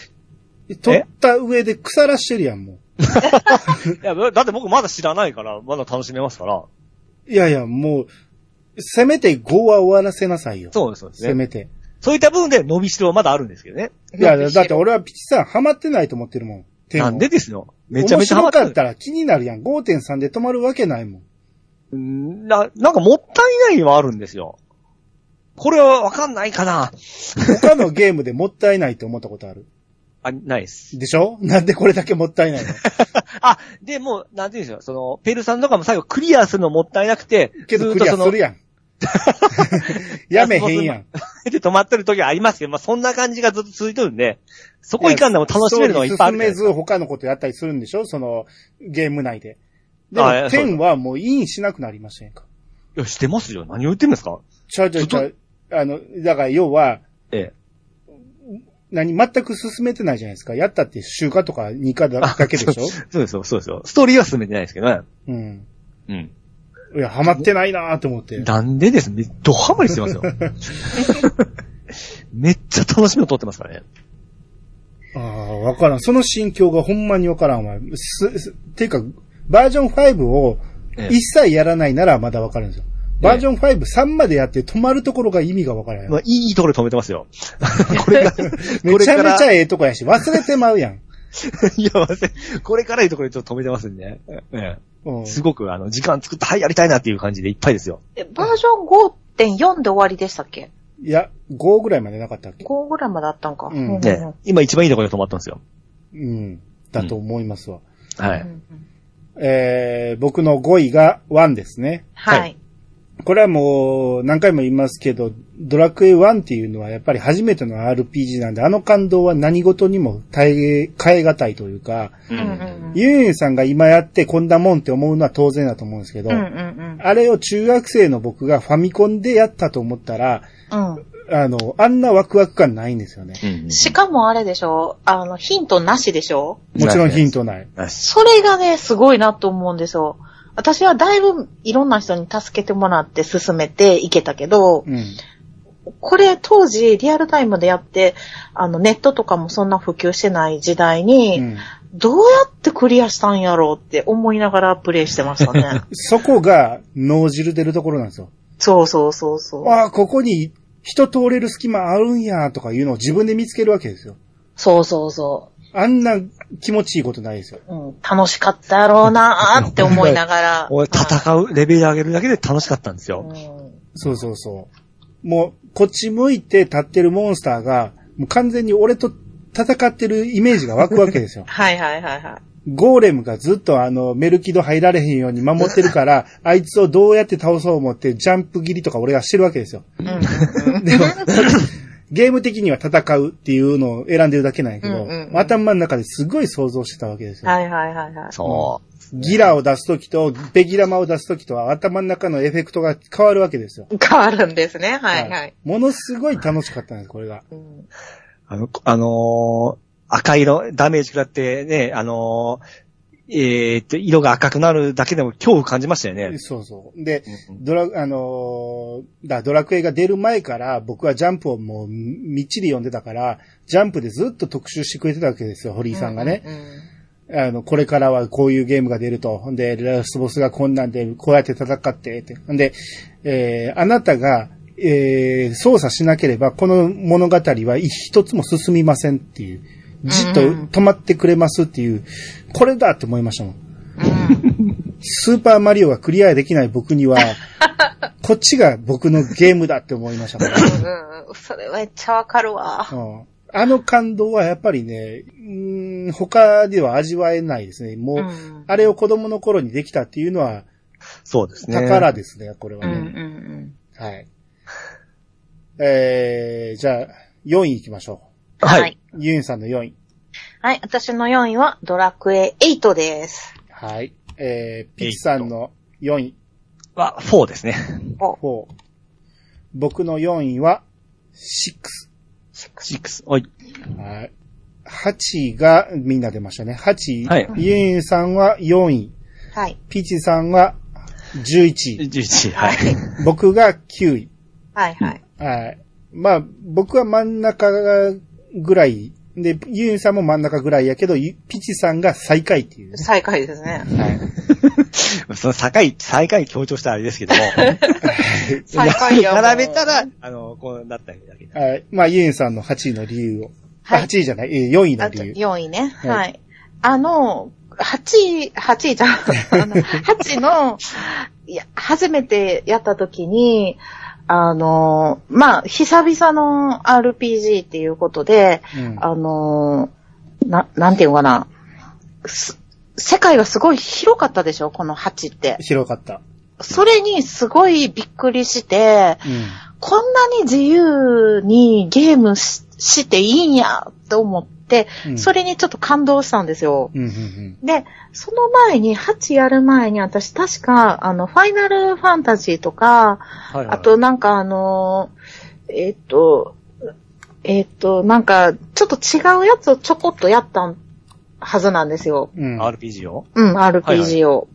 S1: 取った上で腐らしてるやん、も
S2: いや、だって僕まだ知らないから、まだ楽しめますから。
S1: う。いやいや、もう、せめて5は終わらせなさいよ。
S2: そうです、そうです
S1: せ
S2: ね。
S1: めて。
S2: そういった部分で伸びしろはまだあるんですけどね。
S1: いや、だって俺はピチさんハマってないと思ってるもん。で
S2: な
S1: も
S2: んでですよ。めちゃめちゃハマ
S1: 面
S2: って
S1: 白
S2: る
S1: かったら気になるやん。5.3で止まるわけないもん。
S2: うんな、なんかもったいないはあるんですよ。これはわかんないかな
S1: 他のゲームでもったいないって思ったことある。
S2: あ、ないです。
S1: でしょなんでこれだけもったいないの
S2: あ、でもう、なんていうんでしょう、その、ペルさんとかも最後クリアするのもったいなくて、
S1: けどクリアする
S2: や
S1: や
S2: [laughs]
S1: ん。やめへんやん。
S2: ん。で止まってる時はありますけど、まあそんな感じがずっと続いてるんで、そこいかんでも楽しめるのがいっぱいあ
S1: 進
S2: るじゃない
S1: め
S2: ですか。
S1: ず他のことやったりするんでしょその、ゲーム内で。でも、
S2: あいやそうだ
S1: 10はもうインしなくなりませんか
S2: いや、してますよ。何を言ってんですか
S1: ちゃうちゃうちゃう。あの、だから要は、
S2: ええ。
S1: 何、全く進めてないじゃないですか。やったって週課とか2課だだけでしょ
S2: そうですよ、そうですよ。ストーリーは進めてないですけどね。
S1: うん。
S2: うん。
S1: いや、ハマってないなーと思って。
S2: なんでですね、ドハマりしてま
S1: [laughs]
S2: すよ。めっちゃ楽しみを取ってますからね。
S1: ああ、わからん。その心境がほんまにわからんわ。す、すていうか、バージョン5を
S2: ええ
S1: 一切やらないならまだわかるんですよ。バージョン5、3までやって止まるところが意味がわからんやん。
S2: まあ、いいところで止めてま
S1: [laughs]
S2: すよ。これから、
S1: めちゃめちゃ
S2: い
S1: ええとこやし、忘れてまうやん。
S2: い。や、忘れこれからいいところでちょっと止めてますんで、ね。え
S1: うん
S2: えすごく、あの、時間作って、はい、やりたいなっていう感じでいっぱいですよ。
S3: えバージョン5.4で終わりでしたっけ
S1: いや、5ぐらいまでなかったっけ
S3: ?5 ぐらいまであったんか。
S1: うん
S3: うんうん
S2: ね、今一番いいところで止まったんですよ。
S1: うん。だと思いますわ。
S2: は
S3: う
S2: い。
S3: ん
S1: えー、僕の5位が1ですね。
S3: は。
S2: はい
S1: これはもう何回も言いますけど、ドラクエ1っていうのはやっぱり初めての RPG なんで、あの感動は何事にも耐え、変え難いというか、
S2: うん
S3: うんうんうん
S1: ユーユンさんが今やってこんなもんって思うのは当然だと思うんですけど、
S3: うんうん
S1: あれを中学生の僕がファミコンでやったと思ったら、
S3: うん。うん
S1: あの、あんなワクワク感ないんですよね。
S2: うん
S3: しかもあれでしょあの、ヒントなしでしょ
S1: もちろんヒントない。
S2: なし。
S3: それがね、すごいなと思うんですよ。私はだいぶいろんな人に助けてもらって進めていけたけど、
S1: うん。
S3: これ当時リアルタイムでやって、あのネットとかもそんな普及してない時代に、
S1: うん
S3: どうやってクリアしたんやろうって思いながらプレイしてましたね。
S1: そこが脳汁出るところなんですよ。
S3: そうそうそうそう。
S1: ああ、ここに人通れる隙間あるんやとかいうのを自分で見つけるわけですよ。
S3: そうそうそ
S1: あんな気持ちいいことないですよ。
S3: う。うん、楽しかったやろうなーって思いなが
S2: [laughs]
S3: ら
S2: 俺、戦う、レベル上げるだけで楽しかったんですよ。
S3: うん。
S1: そうそうそう。もう、こっち向いて立ってるモンスターが、もう完全に俺と戦ってるイメージが湧くわけですよ [laughs]
S3: はいはいはいはい。
S1: ゴーレムがずっとあの、メルキド入られへんように守ってるから、 [laughs] あいつをどうやって倒そう思ってジャンプ切りとか俺がしてるわけですよ。
S3: うん
S1: でも、ゲーム的には戦うっていうのを選んでるだけなんやけど、
S3: うんうんうん
S1: 頭の中ですごい想像してたわけですよ。
S3: はいはいはいはい。
S2: そ
S1: ギラを出すときと、ベギラマを出すときとは頭の中のエフェクトが変わるわけですよ。
S3: 変わるんですね。はいはい。
S1: ものすごい楽しかったんです、これが。
S3: うん
S2: う。あの、あのー赤色、ダメージ食らってね、あのーえーっと、色が赤くなるだけでも恐怖感じましたよね。
S1: そうそう。で、ドラ、あのーだ、ドラクエが出る前から僕はジャンプをもうみっちり読んでたから、ジャンプでずっと特集してくれてたわけですよ、堀井さんがね。
S3: うん
S1: あの、これからはこういうゲームが出ると。ほんで、ラスボスがこんなんで、こうやって戦って、って。ほんで、えー、あなたが、えー、操作しなければ、この物語は一つも進みませんっていう。じっと
S3: うん
S1: 止まってくれますっていう、これだって思いましたもん。
S3: うん
S1: スーパーマリオがクリアできない僕に
S3: [laughs]
S1: は、こっちが僕のゲームだって思いましたから。
S3: うんうんそれめっちゃわかるわ。
S1: うんあの感動はやっぱりね、うーん他では味わえないですね。もう、
S3: うん
S1: あれを子供の頃にできたっていうのは
S2: そうですね。
S1: 宝ですね、これは
S3: うんうんう
S1: ね。
S3: ん。
S1: はい。えー、じゃあ、4位行きましょ
S2: はい。。
S1: う。ユンさんの4位。
S3: はい、私の4位はドラクエ8です。
S1: はい。えー、ピッチさんの4位。
S2: は、4ですね。
S3: お、
S1: 4。僕の4位は、6。
S2: 6。おい。
S1: はい。8位が、みんな出ましたね。8位。
S2: はい
S1: ユンさんは4位。
S3: はい、
S1: ピッチさんは11位。
S2: 11。はい。
S1: 僕が9位。
S3: はい、はい。
S1: はい。まあ、僕は真ん中ぐらい。で、ユンさんも真ん中ぐらいやけど、ゆピチさんが最下位っていうね。
S3: 最下位ですね。
S1: はい。
S2: [laughs] その境、最下位強調したあれですけども。
S3: [laughs] 最下位やもん
S2: 並べたら、あの、こうなっただけだ。
S1: はい。まあ、ユンさんの8位の理由を。
S3: はい
S1: あ8位じゃない、えー、4位の
S3: あと
S1: 理由。
S3: 4位ね。
S1: い
S3: はい。あの、8位、8位じゃん。
S1: [laughs]
S3: あの8の、いや、初めてやった時に、あの、まあ、久々の RPG っていうことで、
S1: うん
S3: あのーな、なんていうのかな。す世界がすごい広かったでしょこの8って。
S1: 広かった。
S3: それにすごいびっくりして、
S1: う
S3: こんなに自由にゲームししていいんやと思って、
S1: うん
S3: それにちょっと感動したんですよ。
S1: ん。うん、うん、
S3: で、その前に、8やる前に私確か、あの、ファイナルファンタジーと
S2: は
S3: か、
S2: いはい
S3: あと、なんかあのーえっと、えっと、なんか、ちょっと違うやつをちょこっとやったはずなんですよ。
S1: うん。うん。
S2: RPG を
S3: うん、RPG を。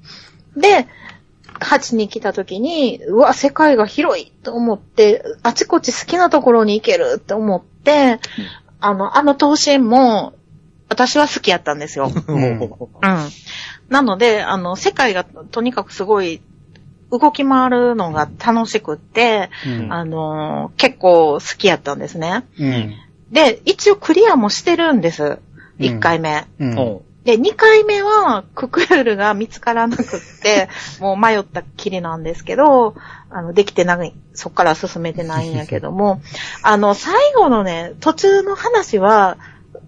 S3: で、8に来た時に、うわ、世界が広いと思って、あちこち好きなところに行けると思って、あの、あの闘神も、私は好きやったんですよ。
S1: うん
S3: うん。なので、あの、世界がとにかくすごい、動き回るのが楽しくって、
S1: うん。
S3: あのー結構好きやったんですね。
S1: うん。
S3: で、一応クリアもしてるんです。
S1: うん
S3: 1回目。
S1: うん。
S2: お
S3: で、2回目はククールが見つからな
S2: [laughs]
S3: くって、もう迷ったっきりなんですけど、あの、できてない、そっから進めてないんやけど
S2: [laughs]
S3: も、あの、最後のね、途中の話は、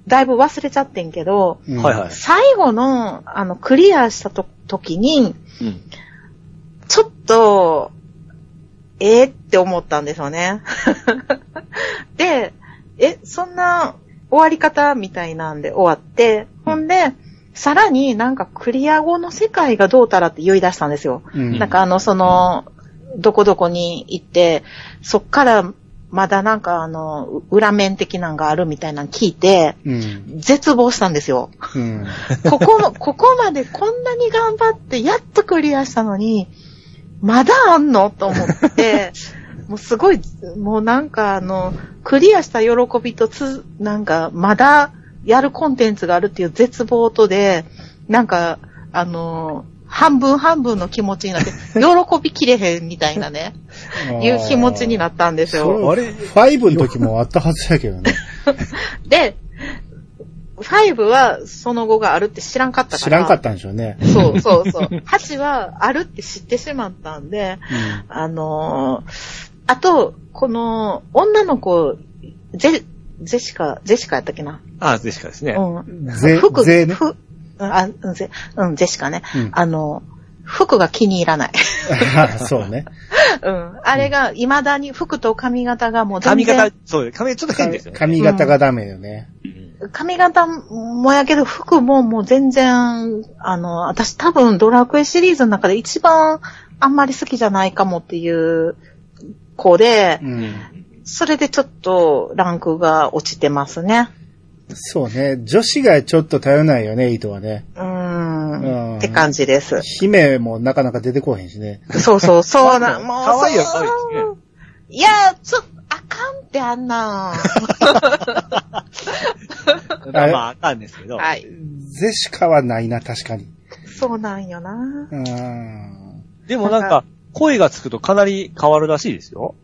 S3: だいぶ忘れちゃってんけど、
S1: うん
S2: はいはい。
S3: 最後の、あの、クリアしたと、時に、
S2: うん
S3: ちょっと、えー、って思ったんですよね。 [laughs] で、え、そんな終わり方みたいなんで終わって、ほんで、さらになんかクリア後の世界がどうたらって言い出したんですよ。
S1: うん。
S3: なんかあの、その、どこどこに行って、そっからまだなんかあの、う裏面的なんがあるみたいなの聞いて、
S1: うん。
S3: 絶望したんですよ。
S1: うん。
S3: ここも、ここまでこんなに頑張って、やっとクリアしたのに、まだあんのと思って、もうすごい、もうなんかあの、クリアした喜びとつ、なんかまだやるコンテンツがあるっていう絶望とで、なんか、あの、半分半分の気持ちになって、喜びきれへんみたいなね、 [laughs] いう気持ちになったんですよ。
S1: そう、あれ ?5 の時もあったはずやけどね。
S3: で、5はその後があるって知らんかったから。
S1: 知らんかったんでしょうね。
S3: そうそうそう。8はあるって知ってしまったんで、あのーあと、この女の子、ゼ、ゼシカ、ゼシカやったっけな。
S2: あ、ジェシカですね。
S3: うん。
S1: うん。ぜ、
S3: 服、
S1: ぜね。
S3: ふあ、うんゼ、うん、ゼシカね。
S1: うん [laughs]
S3: あの、服が気に入らない。 [laughs]
S1: そうね。
S3: うん。あれが、未だに服と髪型がもう全
S2: 髪
S3: 然
S2: 型、そう、髪型ちょっと変ですよね。
S1: 髪型がダメよね。
S3: 髪型もやけど、服ももう全然、あの、私多分ドラクエシリーズの中で一番あんまり好きじゃないかもっていう子で
S1: う、ん。
S3: それでちょっとランクが落ちてますね。
S1: そうね。女子がちょっと頼ないよね、糸はね。
S3: うー
S1: うん
S3: ん。って感じです。
S1: 姫もなかなか出てこへんしね。
S3: そう
S2: [laughs]
S3: そう、そうな、もう。
S2: かわいいよ、
S3: そ
S2: かわ
S3: う
S2: いいですね。
S3: いや、ちょっと、あかんってあ
S2: [laughs]
S3: んなん。
S2: まあまあ、あかんですけど。
S3: はい。
S1: ゼシカはないな、確かに。
S3: そうなんよな。
S1: うん。
S2: でもなんか、声がつくとかなり変わるらしいですよ。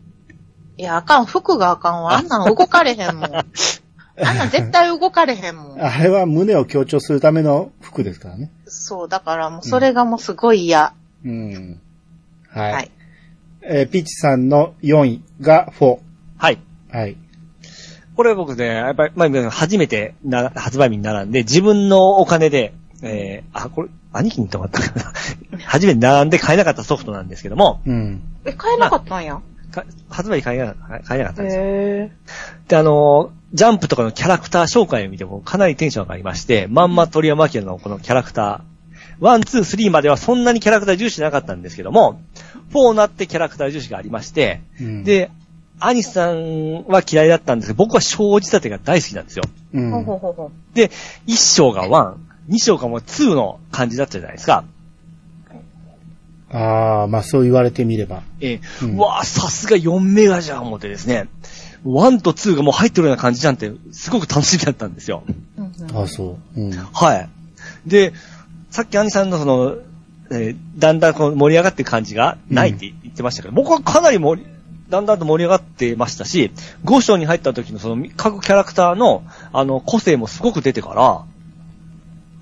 S3: いや、あかん。服があかんわ。あんなん動かれへ
S2: [laughs]
S3: んもん。あんなん絶対動かれへんもん。
S1: あれは胸を強調するための服ですからね。
S3: そう、だからもうそれがもうすごい嫌。
S1: うん。はい。
S3: はい。
S1: えーピッチさんの4位が4。
S2: はい。
S1: はい。
S2: これ僕ね、やっぱり、まあ、初めてな発売日に並んで、自分のお金で、えー、あ、これ、兄貴に泊まったかな。 [laughs] 初めて並んで買えなかったソフトなんですけども、
S1: うん。
S3: え、買えなかったんや。
S2: か発売日買えな買えなかったんですよ。
S3: へ
S2: で、あの、ジャンプとかのキャラクター紹介を見てもかなりテンション上がりまして、まんま鳥山明のこのキャラクター、1、2、3まではそんなにキャラクター重視なかったんですけども、4になってキャラクター重視がありまして、
S1: うん、
S2: で、アニさんは嫌いだったんですけど、僕は生じ立てが大好きなんですよ。
S1: う
S3: え。
S1: ん。
S3: ほうほうほうほ
S2: で、1章が1、2章がもう2の感じだったじゃないですか。
S1: ああ、まあそう言われてみれば。
S2: えー
S1: うん
S2: うわあさすが4メガじゃん、思ってですね。1と2がもう入ってるような感じじゃんって、すごく楽しみだったんですよ。
S3: う。うんうん
S1: ああ、そう。うん。
S2: はい。で、さっき兄さんのその、えーだんだんこう盛り上がってる感じがないって言ってましたけど、僕はかなり盛り、だんだんと盛り上がってましたし、5章に入った時のその各キャラクターの、あの、個性もすごく出てから、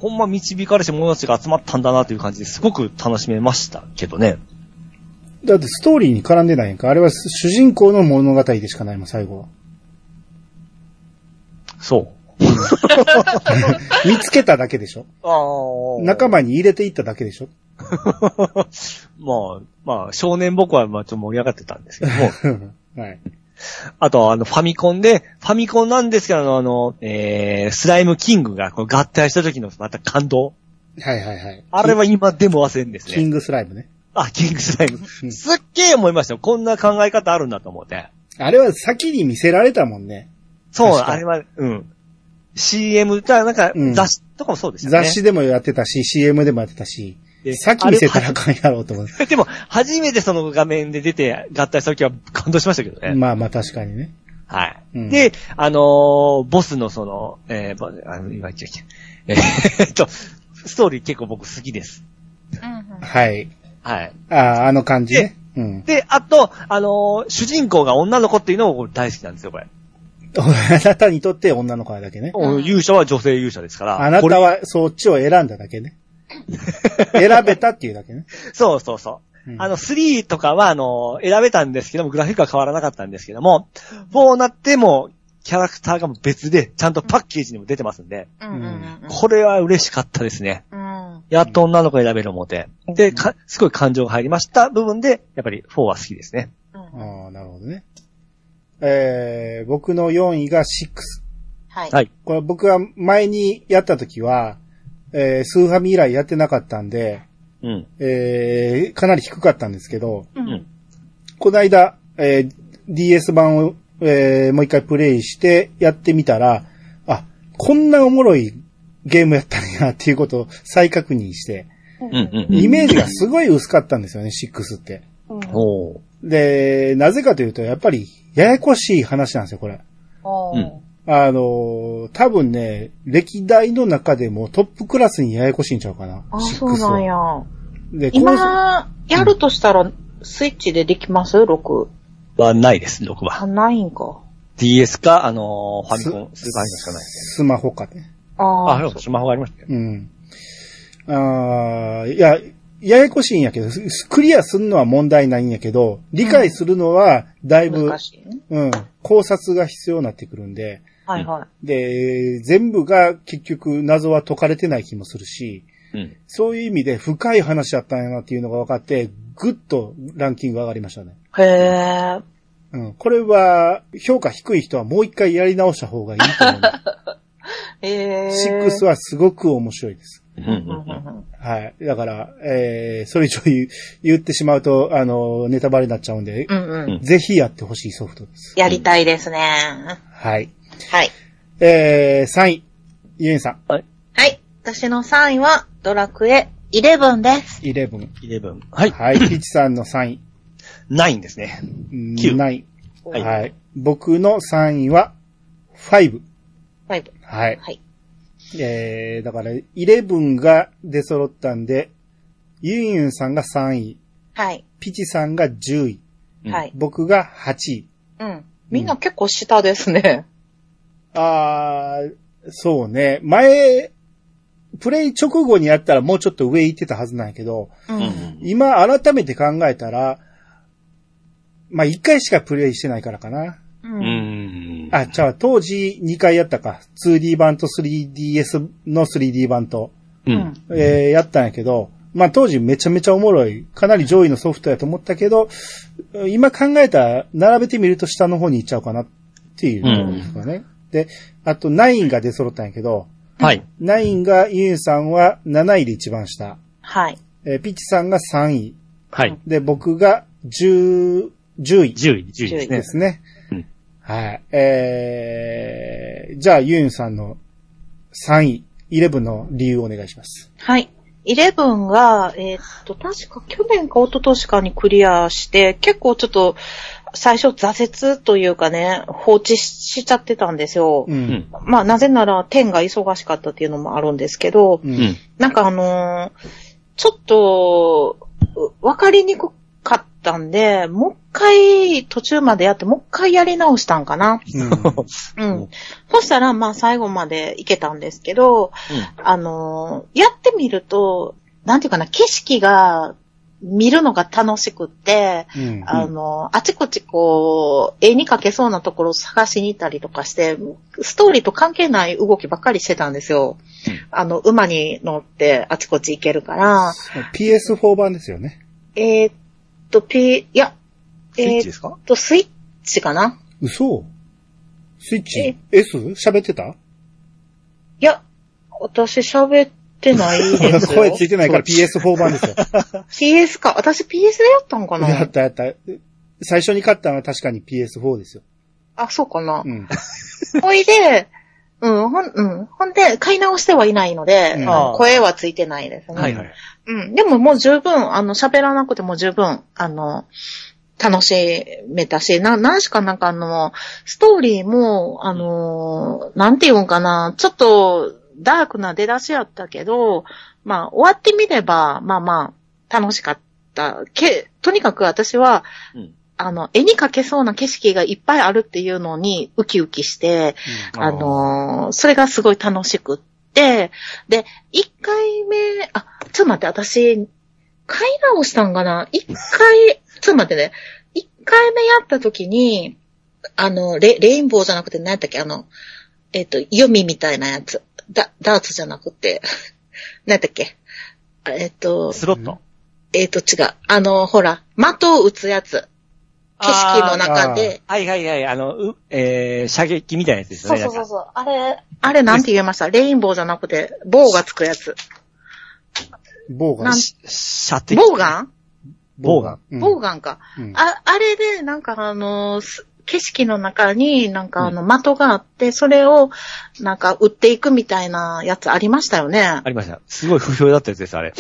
S2: ほんま導かれし者たちが集まったんだなという感じですごく楽しめましたけどね。
S1: だってストーリーに絡んでないやんか。あれは主人公の物語でしかないもん、最
S2: [laughs]
S1: 後は。
S2: そう。
S1: 見つけただけでしょ。
S2: あ [laughs]
S1: 仲間に入れていっただけでしょ。
S2: まあ、まあ、少年僕はまあちょっと盛り上がってたんですけども、
S1: [laughs] はい。
S2: あと、あの、ファミコンで、ファミコンなんですけど、あのあの、えー、スライムキングがこう合体した時のまた感動。
S1: はいはいはい。
S2: あれは今でも忘れんです
S1: キン
S2: ね。
S1: グスライムね。
S2: あ、キングスライム
S1: う。ん
S2: すっげえ思いましたよ。こんな考え方あるんだと思って。
S1: あれは先に見せられたもんね。
S2: そう、
S1: 確かに
S2: あれは、うん。CM だ、なんか
S1: うん、
S2: 雑誌とかもそうでしたね。
S1: 雑誌でもやってたし、CM でもやってたし
S2: で、
S1: 先見せたらあかんやろうと思う。
S2: 誌でも、初めてその画面で出て合体した時は感動しましたけどね。
S1: まあまあ確かにね。
S2: はい。
S1: うん
S2: で、あのーボスのその、えー、ぼあの、今言っちゃいけないえーっと、ストーリー結構僕好きです。
S3: うん
S1: はい。
S2: はい。
S1: ああ、あの感じね。うん。 [laughs]
S2: で、あと、あのー主人公が女の子っていうのも僕大好きなんですよ、これ。
S1: あなたにとって女の子なだけね。
S3: うん
S2: 勇者は女性勇者ですから。
S1: あな
S2: これ
S1: たはそっちを選んだだけ
S2: [laughs]
S1: ね。選べたっていうだけね。
S2: そうそうそう。
S1: うん
S2: あの、3とかは、あのー選べたんですけども、グラフィックは変わらなかったんですけども、4になっても、キャラクターがもう別で、ちゃんとパッケージにも出てますんで、
S3: うんうんうん
S2: これは嬉しかったですね。
S3: うん。
S2: やっと女の子選べる思て。で、か、すごい感情が入りました部分で、やっぱり4は好きですね。
S3: うん
S1: ああ、なるほどね。えー、僕の4位が6。
S3: はい。
S2: はい
S1: これ僕は前にやった時は、えー、スーファミ以来やってなかったんで、
S2: うん。
S1: えー、かなり低かったんですけど、
S3: う
S2: うんん。
S1: この間、えー DS 版を、えーもう一回プレイしてやってみたら、あ、こんなおもろいゲームやったんやなっていうことを再確認して、
S3: うん
S2: うん。
S1: イメージがすごい薄かったんですよね、6って。
S3: うん
S2: おー。
S1: で、なぜかというと、やっぱり、ややこしい話なんですよ、これ。
S3: あ
S2: う
S3: ー
S2: ん
S1: あの、多分ね、歴代の中でもトップクラスにややこしいんちゃうかな。
S3: あ、
S1: シッ
S3: そ
S1: ク
S3: う
S1: ス
S3: なん
S1: は。
S3: や。
S1: で、この
S3: 今、やるとしたら、スイッチでできます ?6。
S2: はないです、6は。
S3: あ、ないんか。
S2: DS か、あのーファ
S1: す
S2: ミコン、スーパーファミコンしかないです。
S1: スマホかね。
S3: あ
S2: あ、
S3: あ
S2: でもスマホがありましたよ。
S1: うん。あーいや、ややこしいんやけど、すクリアするのは問題ないんやけど、理解するのは、だいぶ、
S3: 難しいね。
S1: うん、考察が必要になってくるんで、
S3: はいはい。
S1: で、全部が結局謎は解かれてない気もするし、
S2: うん。
S1: そういう意味で深い話だったんやなっていうのが分かって、ぐっとランキング上がりましたね。
S3: へえ。
S1: うん。これは、評価低い人はもう一回やり直した方がいいと思いま
S3: ええ。
S1: す。6はすごく面白いです。
S2: うん
S3: うん
S2: う
S3: う
S2: ん
S3: ん
S2: うん
S3: うん
S1: はい。だから、えー、それ以上言う言ってしまうと、あの、ネタバレになっちゃうんで、
S3: うんうん。
S1: ぜひやってほしいソフトです。
S3: やりたいですね。
S1: はい。
S3: はい。
S1: えー、3位。ゆえんさん、
S3: はい。私の3位は、ドラクエ11です。
S1: 11。
S2: 11。はい。
S1: はい。ピッチさんの3位。
S2: 9ですね。九
S1: 9
S2: はい
S1: はい。僕の3位は、5。
S3: 5。
S1: はい。
S3: はい。
S1: えー、だから、11が出揃ったんで、ユンユンさんが3位、
S3: はい。
S1: ピチさんが10位、
S2: うん
S3: はい。
S1: 僕が8位。
S3: うん。みんな結構下ですね。
S1: あー、そうね。前、プレイ直後にやったらもうちょっと上行ってたはずなんやけど、
S3: う。
S2: うんうんん。
S1: 今改めて考えたら、まあ、1回しかプレイしてないからかな。
S3: う。
S2: うんん。
S1: あ、じゃあ当時2回やったか。2D 版と 3DS の 3D 版と、
S2: う
S3: うんん。
S1: えーやったんやけど、まあ当時めちゃめちゃおもろい、かなり上位のソフトやと思ったけど、今考えたら並べてみると下の方に行っちゃうかなっていうのがね。で、あと9が出揃ったんやけど、
S2: はい。
S1: 9がユンさんは7位で一番下、
S3: はい。
S1: えーピッチさんが3位、
S2: はい。
S1: で僕が10、10位
S2: 10位、10位ですね
S1: で。すね。
S2: うん
S1: はい。えー、じゃあ、ユンさんの3位、11の理由をお願いします。
S3: はい。11が、えーっと、確か去年か一昨年かにクリアして、結構ちょっと、最初挫折というかね、放置しちゃってたんですよ。
S1: う。
S2: うんん。
S3: まあ、なぜなら、天が忙しかったっていうのもあるんですけど、
S1: う。
S2: うんん。
S3: なんかあのーちょっと、うわかりにくかったんで、もう一回途中までやって、もう一回やり直したんかな。う
S2: うん
S3: ん。そしたら、まあ、最後までいけたんですけど、あのーやってみると、なんていうかな、景色が見るのが楽しくって、
S1: うん。
S3: あの、あちこちこう、絵に描けそうなところを探しに行ったりとかして、ストーリーと関係ない動きばっかりしてたんですよ。
S2: うん
S3: あの、馬に乗ってあちこち行けるから、
S1: PS4 版ですよね。
S3: えーっと、P、いや、
S2: ス
S3: え
S2: イッチ
S3: ー
S2: で
S3: っ
S2: すか
S3: と、スイッチかな
S1: 嘘スイッチ
S3: え
S1: ?S? 喋ってた
S3: いや、私喋って
S2: [laughs]
S3: ないですよ。
S1: 声ついてないから PS4 版です
S3: [laughs]
S1: よ。
S3: PS か。私 PS でやったんか
S1: や
S3: な
S1: ったやった。最初に買ったのは確かに PS4 ですよ。
S3: あ、そうかな
S1: う。ん。
S3: ほいで、うん、ほん、うん。ほんで、買い直してはいないので、
S1: うん
S3: あの声はついてないですね。
S2: はいはい。
S3: うん。でももう十分、あの、喋らなくても十分、あの、楽しめたし、な、なんしかなんかあの、ストーリーも、あの、なんて言うんかな、ちょっと、ダークな出だしやったけど、まあ、終わってみれば、まあまあ、楽しかった。け、とにかく私は、
S2: うん
S3: あの、絵に描けそうな景色がいっぱいあるっていうのに、ウキウキして、あのーそれがすごい楽しくって、で、一回目、あ、ちょっと待って、私、買い直したんかな一回、ちょっと待ってね、一回目やった時に、あの、レレインボーじゃなくて何やったっけあの、えっ、と、読みみたいなやつ。ダダーツじゃなくて、 [laughs] 何やったっけあえっ、と、
S2: スロット。
S3: えっ、と、違う。あの、ほら、的を打つやつ。景色の中で。
S2: はいはいはい。あの、う、えー、射撃みたいなやつです
S3: そ
S2: よね。
S3: うそうそう
S2: なんか
S3: そう。あれ、あれなんて言えましたレインボーじゃなくて、棒がつくやつ。
S1: 棒が
S3: なん。
S2: 射的。
S3: ボウガン
S1: 棒が。うん
S3: ボウガンか。
S1: うん
S3: あ、あれで、なんかあの、す景色の中になんかあの、的があって、それをなんか売っていくみたいなやつありましたよね
S2: あ。りました。すごい不評だったやつです、あれ。
S3: で、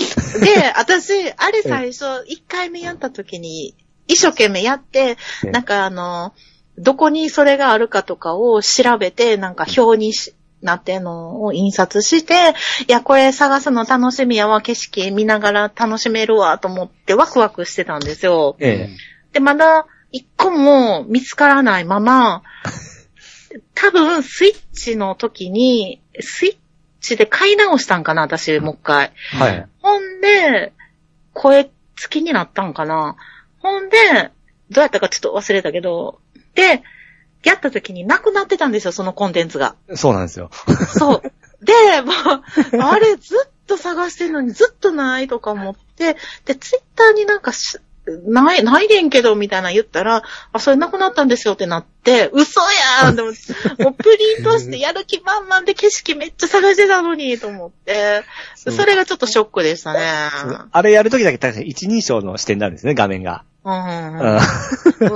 S3: 私、あれ最初、1回目やった時に一生懸命やって、なんかあの、どこにそれがあるかとかを調べて、なんか表にしなってんのを印刷して、いや、これ探すの楽しみやわ、景色見ながら楽しめるわ、と思ってワクワクしてたんですよ。
S2: ええ。
S3: で、まだ一個も見つからないまま、多分スイッチの時に、スイッチで買い直したんかな、私、もう一回。
S2: はい。
S3: ほんで、声付きになったんかな。ほんで、どうやったかちょっと忘れたけど、で、やった時になくなってたんですよ、そのコンテンツが。
S2: そうなんですよ。
S3: そう。で、もう、あれずっと探してるのにずっとないとか思って、で、ツイッターになんかし、ない、ないねんけど、みたいなの言ったら、あ、それなくなったんですよってなって、嘘やんでも、もうプリントしてやる気満々で景色めっちゃ探してたのに、と思って、
S2: う
S3: それがちょっとショックでしたね。
S2: あれやるときだけ確かに一人称の視点になるんですね、画面が。
S3: うん。
S2: うん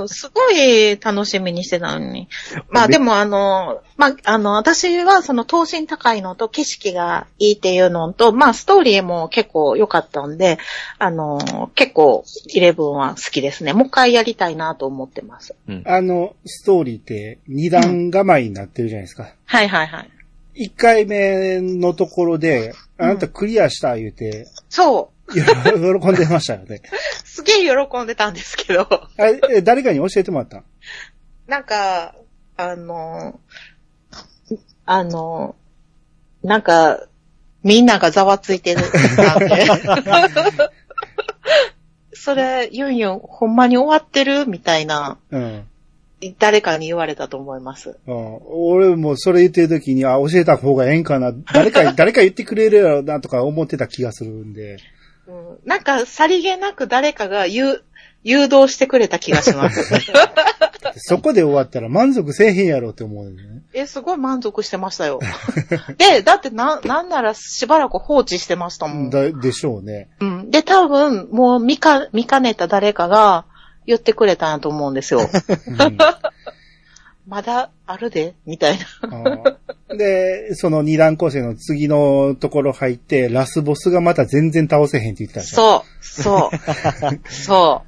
S3: すごい楽しみにしてたのに。まあ
S2: で
S3: でもあの、まああの、私はその等身高いのと景色がいいっていうのと、まあストーリーも結構良かったんで、あの、結構11は好きですね。もう一回やりたいなと思ってます。
S1: あの、ストーリーって二段構えになってるじゃないですか。
S3: はいはいはい。
S1: 一回目のところで、あなたクリアした言うて、
S3: そう。
S1: 喜んでましたよね。 [laughs]
S3: すげえ喜んでたんですけど、
S1: あれ、え誰かに教えてもらったの
S3: なんか、あの、あの、なんか、みんながざわついてる [laughs] なんで。それ、ユンユン、ほんまに終わってるみたいな、
S1: うん。
S3: 誰かに言われたと思います。
S1: うん、俺もそれ言ってる時に、あ、教えた方がええんかな。誰か、誰か言ってくれるやろうなとか思ってた気がするんで。
S3: うん、なんか、さりげなく誰かが言う、誘導してくれた気がします。
S1: そこで終わったら満足せえへんやろって思うんだよね。
S3: え、すごい満足してましたよ。で、だってな、なんならしばらく放置してましたもん。
S1: だ、でしょうね。
S3: うん。で、多分、もう見か、見かねた誰かが言ってくれたんやと思うん
S1: [laughs]
S3: ですよ。
S1: うん
S3: まだあるでみたいな。
S1: うんで、その二段構成の次のところ入って、ラスボスがまた全然倒せへんって言ってたでしょ。
S3: そう、
S1: [laughs]
S3: そう、そ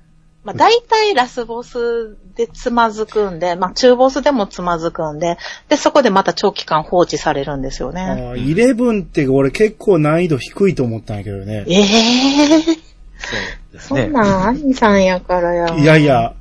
S3: う。まあ、大体ラスボスでつまずくんで、まあ、中ボスでもつまずくんで、で、そこでまた長期間放置されるんですよ
S1: あ
S3: ね。
S1: ーイレブンって俺結構難易度低いと思ったんやけどね。
S3: ええー、
S2: そうです
S3: そん
S2: ね。
S3: なん、アニさんやからや。
S1: いやいや、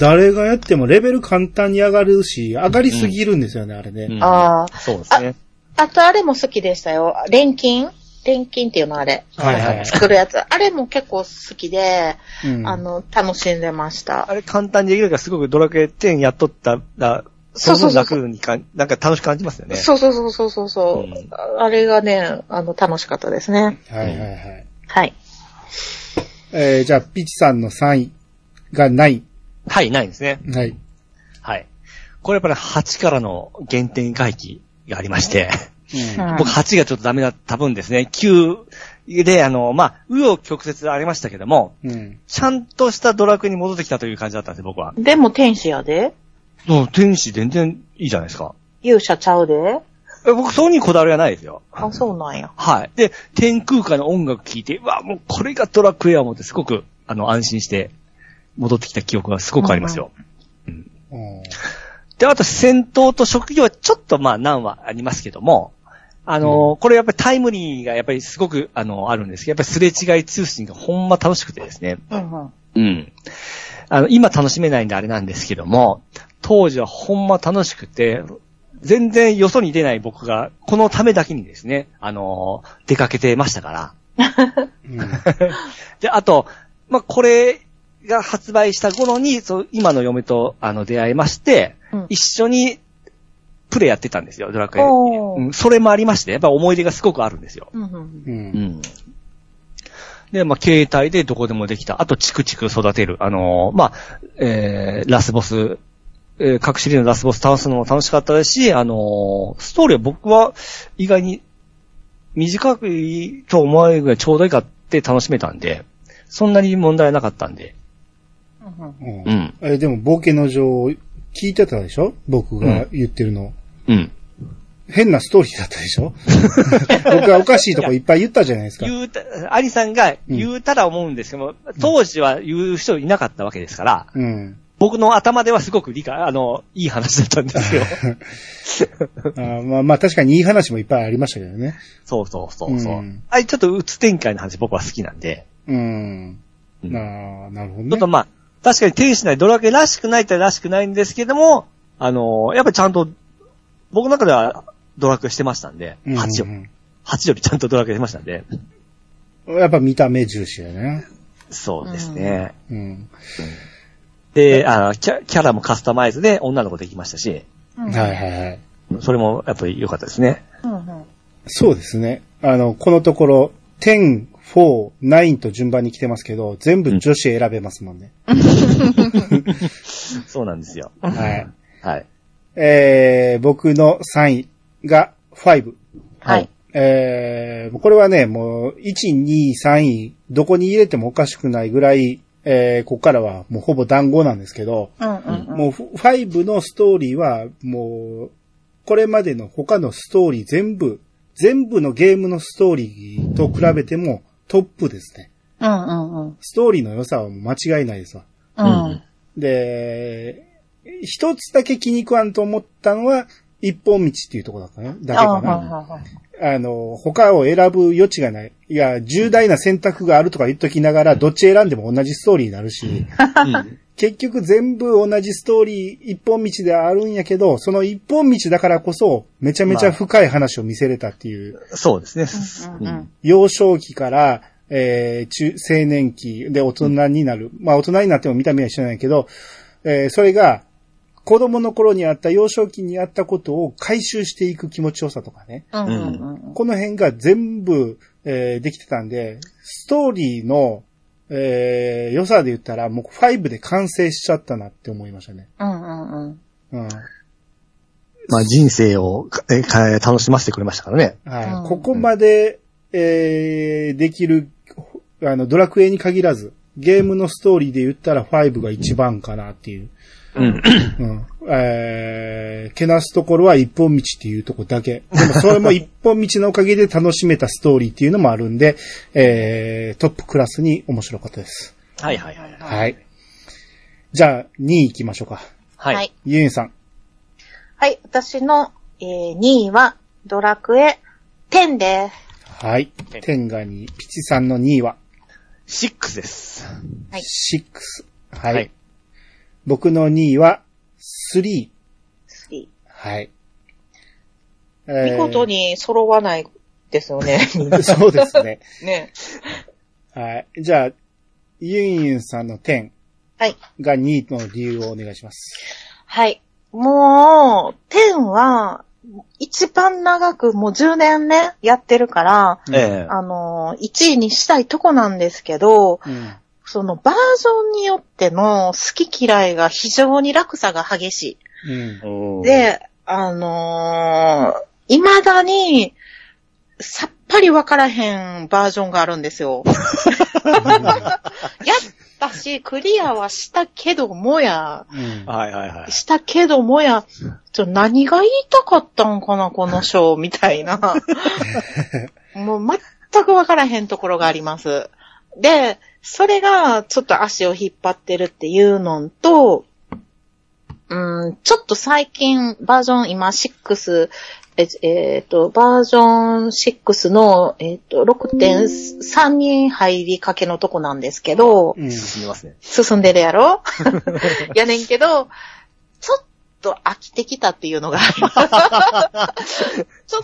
S1: 誰がやってもレベル簡単に上がるし、上がりすぎるんですよね、あれね。
S2: うん
S3: ああ、
S2: そうですね。
S3: あとあれも好きでしたよ。錬金錬金っていうのあれ。
S1: はいはい
S3: 作るやつ。あれも結構好きで、
S1: うん
S3: あの、楽しんでました
S2: あ。れ簡単にできるからすごくドラクエ10やっとったら、その分楽にかん、なんか楽しく感じますよね。
S3: そうそうそうそうそうそう、
S2: うん
S3: あれがね、あの、楽しかったですね。
S1: はいはいはい。
S3: はい。
S1: えーじゃあ、ピチさんの3位がない。
S2: はい、ないんですね。
S1: はい。
S2: はい。これやっぱり8からの原点回帰がありまし
S1: う
S2: て、
S1: ん
S3: うん
S2: 僕8がちょっとダメだった分ですね、9で、あの、まあ、右を曲折ありましたけども、
S1: うん。
S2: ちゃんとしたドラクエに戻ってきたという感じだったんですよ、僕は。
S3: でも天使やで
S2: うん天使全然いいじゃないですか。
S3: 勇者ちゃうで
S2: え僕、そうにこだわりはないですよ。
S3: あ、そうなんや。
S2: はい。で、天空界の音楽聴いて、うわ、もうこれがドラクエや思って、すごく、あの、安心して、戻ってきた記憶がすごくありますよ。
S1: うん
S2: で、あと、戦闘と職業はちょっと、まあ、難はありますけども、あのこれやっぱりタイムリーがやっぱりすごく、あの、あるんですけど、やっぱりすれ違い通信がほんま楽しくてですね。
S3: うんうん。
S2: うん。あの、今楽しめないんであれなんですけども、当時はほんま楽しくて、全然よそに出ない僕が、このためだけにですね、あの出かけてましたから。
S1: うん
S2: で、あと、まあ、これが発売した頃に、そう、今の嫁と、あの、出会いまして、
S3: うん
S2: 一緒に、プレイやってたんですよ、ドラクエ。
S3: おー
S2: うん、それもありまして、やっぱ思い出がすごくあるんですよ。
S3: うんうん
S1: う。
S2: うんん。で、まあ、携帯でどこでもできた。あと、チクチク育てる。あのーまあ、えー、ラスボス、えー、各シリーズのラスボス倒すのも楽しかったですし、あのーストーリーは僕は意外に短くいいと思われるぐらいちょうどいいかって楽しめたんで、そんなに問題なかったんで。
S3: うんうん。
S1: う
S2: うんん。
S1: え、でも、冒険の女王、聞いてたでしょ僕が言ってるの。
S2: うん。
S1: 変なストーリーだったでしょ [laughs] 僕はおかしいとこいっぱい言ったじゃないですか。
S2: 言うた、アリさんが言うたら思うんですけども、当時は言う人いなかったわけですから、
S1: うん。
S2: 僕の頭ではすごく理解、あの、いい話だったんですよ。
S1: あーまあまあ確かにいい話もいっぱいありましたけどね。
S2: そうそうそうそう。
S1: うん
S2: あれちょっとうつ展開の話僕は好きなんで、
S1: うん。
S2: うん
S1: なあなるほ
S2: ちょ
S1: ど
S2: っと
S1: ね。
S2: まあ、確かに天使ないドラケらしくないってらしくないんですけども、あのやっぱりちゃんと、僕の中ではドラクエしてましたんで、
S1: うん
S2: 8より、8よりちゃんとドラクエしてましたんで、
S1: うんやっぱ見た目重視だね。
S2: そうですね。
S1: うん。
S2: で、あキャキャラもカスタマイズで女の子できましたし、
S3: うん
S1: はいはいはい。
S2: それもやっぱり良かったですね。
S3: うんうん
S1: そうですね。あの、このところ、10、4、9と順番に来てますけど、全部女子選べますもんね。
S2: そうなんですよ。
S1: はい。
S2: はい。
S1: えー、僕の3位が5。
S3: はい。
S1: えー、これはね、もう、1、2、3位、どこに入れてもおかしくないぐらい、えー、ここからはもうほぼ団子なんですけど、
S3: うんうんうん。
S1: もうフ5のストーリーは、もう、これまでの他のストーリー全部、全部のゲームのストーリーと比べてもトップですね。
S3: うんうんうん。
S1: ストーリーの良さはもう間違いないですわ。
S3: うん。
S1: で、一つだけ気に食わんと思ったのは、一本道っていうところだったね。だけ
S3: あ
S1: か
S3: あ、
S1: な。
S3: はいはいはい。
S1: あの、他を選ぶ余地がない。いや、重大な選択があるとか言っときながら、どっち選んでも同じストーリーになるし、
S2: うん
S1: 結局全部同じストーリー、一本道であるんやけど、その一本道だからこそ、めちゃめちゃ深い話を見せれたっていう、
S2: そうですね。
S3: うんうん
S1: 幼少期から、えー中、青年期で大人になる。まあ大人になっても見た目は一緒なんやけど、えーそれが、子供の頃にあった、幼少期にあったことを回収していく気持ちよさとかね。
S3: うんうんうん
S1: この辺が全部、えーできてたんで、ストーリーの、えー良さで言ったら、もう5で完成しちゃったなって思いましたね。
S3: うんうんうん。
S1: うん。
S2: まあ人生をえか楽しませてくれましたからね。
S1: は
S3: う
S1: い。
S3: ん
S1: ここまで、えーできる、あの、ドラクエに限らず、ゲームのストーリーで言ったら5が一番かなっていう。
S2: うん。
S1: うん。えー、けなすところは一本道っていうとこだけ。でもそれも一本道のおかげで楽しめたストーリーっていうのもあるんで、えー、トップクラスに面白かったです。
S2: はいはいはい。
S1: はい。じゃあ、2位行きましょうか。
S2: はい。
S3: はい
S1: ユンさん。
S3: はい、私の、えー、2位は、ドラクエ10で
S1: はい。天下に、ピチさんの2位は、
S2: シックスです。
S3: はい
S1: 6。はい。
S2: はい
S1: 僕の2位は、3。
S3: す。3
S1: はい。
S3: 見事
S1: に。
S3: に揃わないですよね。
S1: [laughs] そうですね。
S3: ね。
S1: はい。じゃあ、ユンユンさんの10
S3: はい。
S1: が2位の理由をお願いします。
S3: はい。もう、10は、一番長く、もう10年ね、やってるから、
S1: うん
S2: ええ
S3: あのー、1位にしたいとこなんですけど、
S1: うん。
S3: そのバージョンによっての好き嫌いが非常に落差が激しい。 [laughs]
S1: うん。
S2: うん
S3: で、あのー、未だに、さっぱりわからへんバージョンがあるんです [laughs] よ。やったし、クリアはしたけどもや、
S1: うん。
S2: はいはいはい。
S3: したけどもや、ちょ、何が言いたかったんかな、この章、みた
S2: [laughs]
S3: いな。もう全くわからへんところがあります。で、それがちょっと足を引っ張ってるっていうのと、うん、ちょっと最近バージョン今6、え、えっと、バージョン6の、えっと、6.3に入りかけのとこなんですけど、
S1: うん。
S2: 進みますね。
S3: 進んでるやろ [laughs] やねんけど、ちょっと飽きてきたっていうのがあります。ちょっ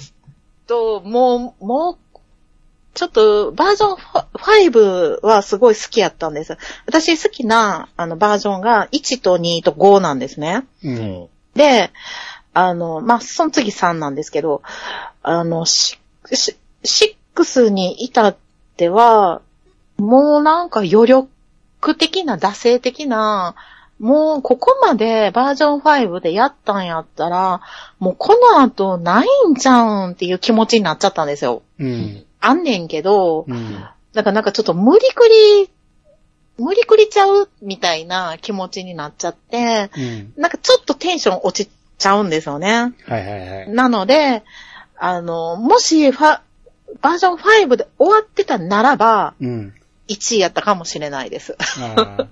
S3: と、もう、もう、ちょっと、バージョン5はすごい好きやったんです。私好きな、あの、バージョンが1と2と5なんですね。
S1: うん。
S3: で、あの、まあ、その次3なんですけど、あの、シシシックスに至っては、もうなんか余力的な、惰性的な、もうここまでバージョン5でやったんやったら、もうこの後ないんじゃうんっていう気持ちになっちゃったんですよ。
S1: うん。
S3: あんねんけど、
S1: うん。
S3: だからなんかちょっと無理くり、無理くりちゃうみたいな気持ちになっちゃって、
S1: うん。
S3: なんかちょっとテンション落ちちゃうんですよね。
S1: はいはいはい。
S3: なので、あの、もしファ、バージョン5で終わってたならば、
S1: うん。
S3: 1位やったかもしれないです。 [laughs]
S1: あ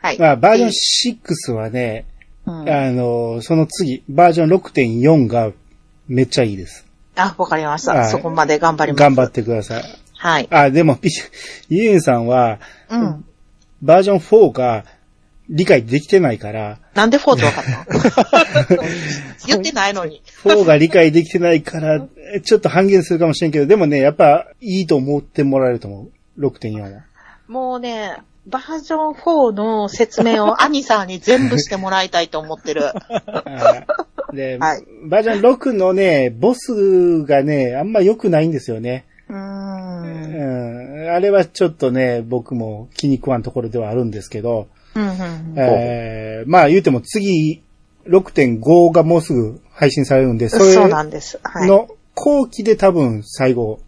S3: はい。
S1: ーまあ、バージョン6はね、
S3: うん、
S1: あの、その次、バージョン6.4がめっちゃいいです。
S3: あ、わかりまし
S1: は
S3: た。
S1: い
S3: そこまで頑張ります。
S1: 頑張ってください。
S3: はい。
S1: あ、でも、 [laughs] ピイエンさんは、
S3: うん。
S1: バージョン4が理解できてない
S3: [laughs]
S1: から、
S3: なんで4ってわかっ
S1: [laughs]
S3: たの言ってないのに。
S1: 4が理解できてないから、ちょっと半減するかもしれんけど、でもね、やっぱいいと思ってもらえると思う。6.4は。
S3: もうね、バージョン4の説明をアニさんに全部してもらいたいと思っ
S1: [laughs]
S3: てる。
S1: あーで、
S3: [laughs] はい
S1: バージョン6のね、ボスがね、あんま良くないんですよね。
S3: うー。
S1: うんん。あれはちょっとね、僕も気に食わんところではあるんですけど、
S3: うんうんうん
S1: えーまあ言うても次、6.5がもうすぐ配信されるんで、それ
S3: そうなんです。はい。
S1: の後期で多分最後、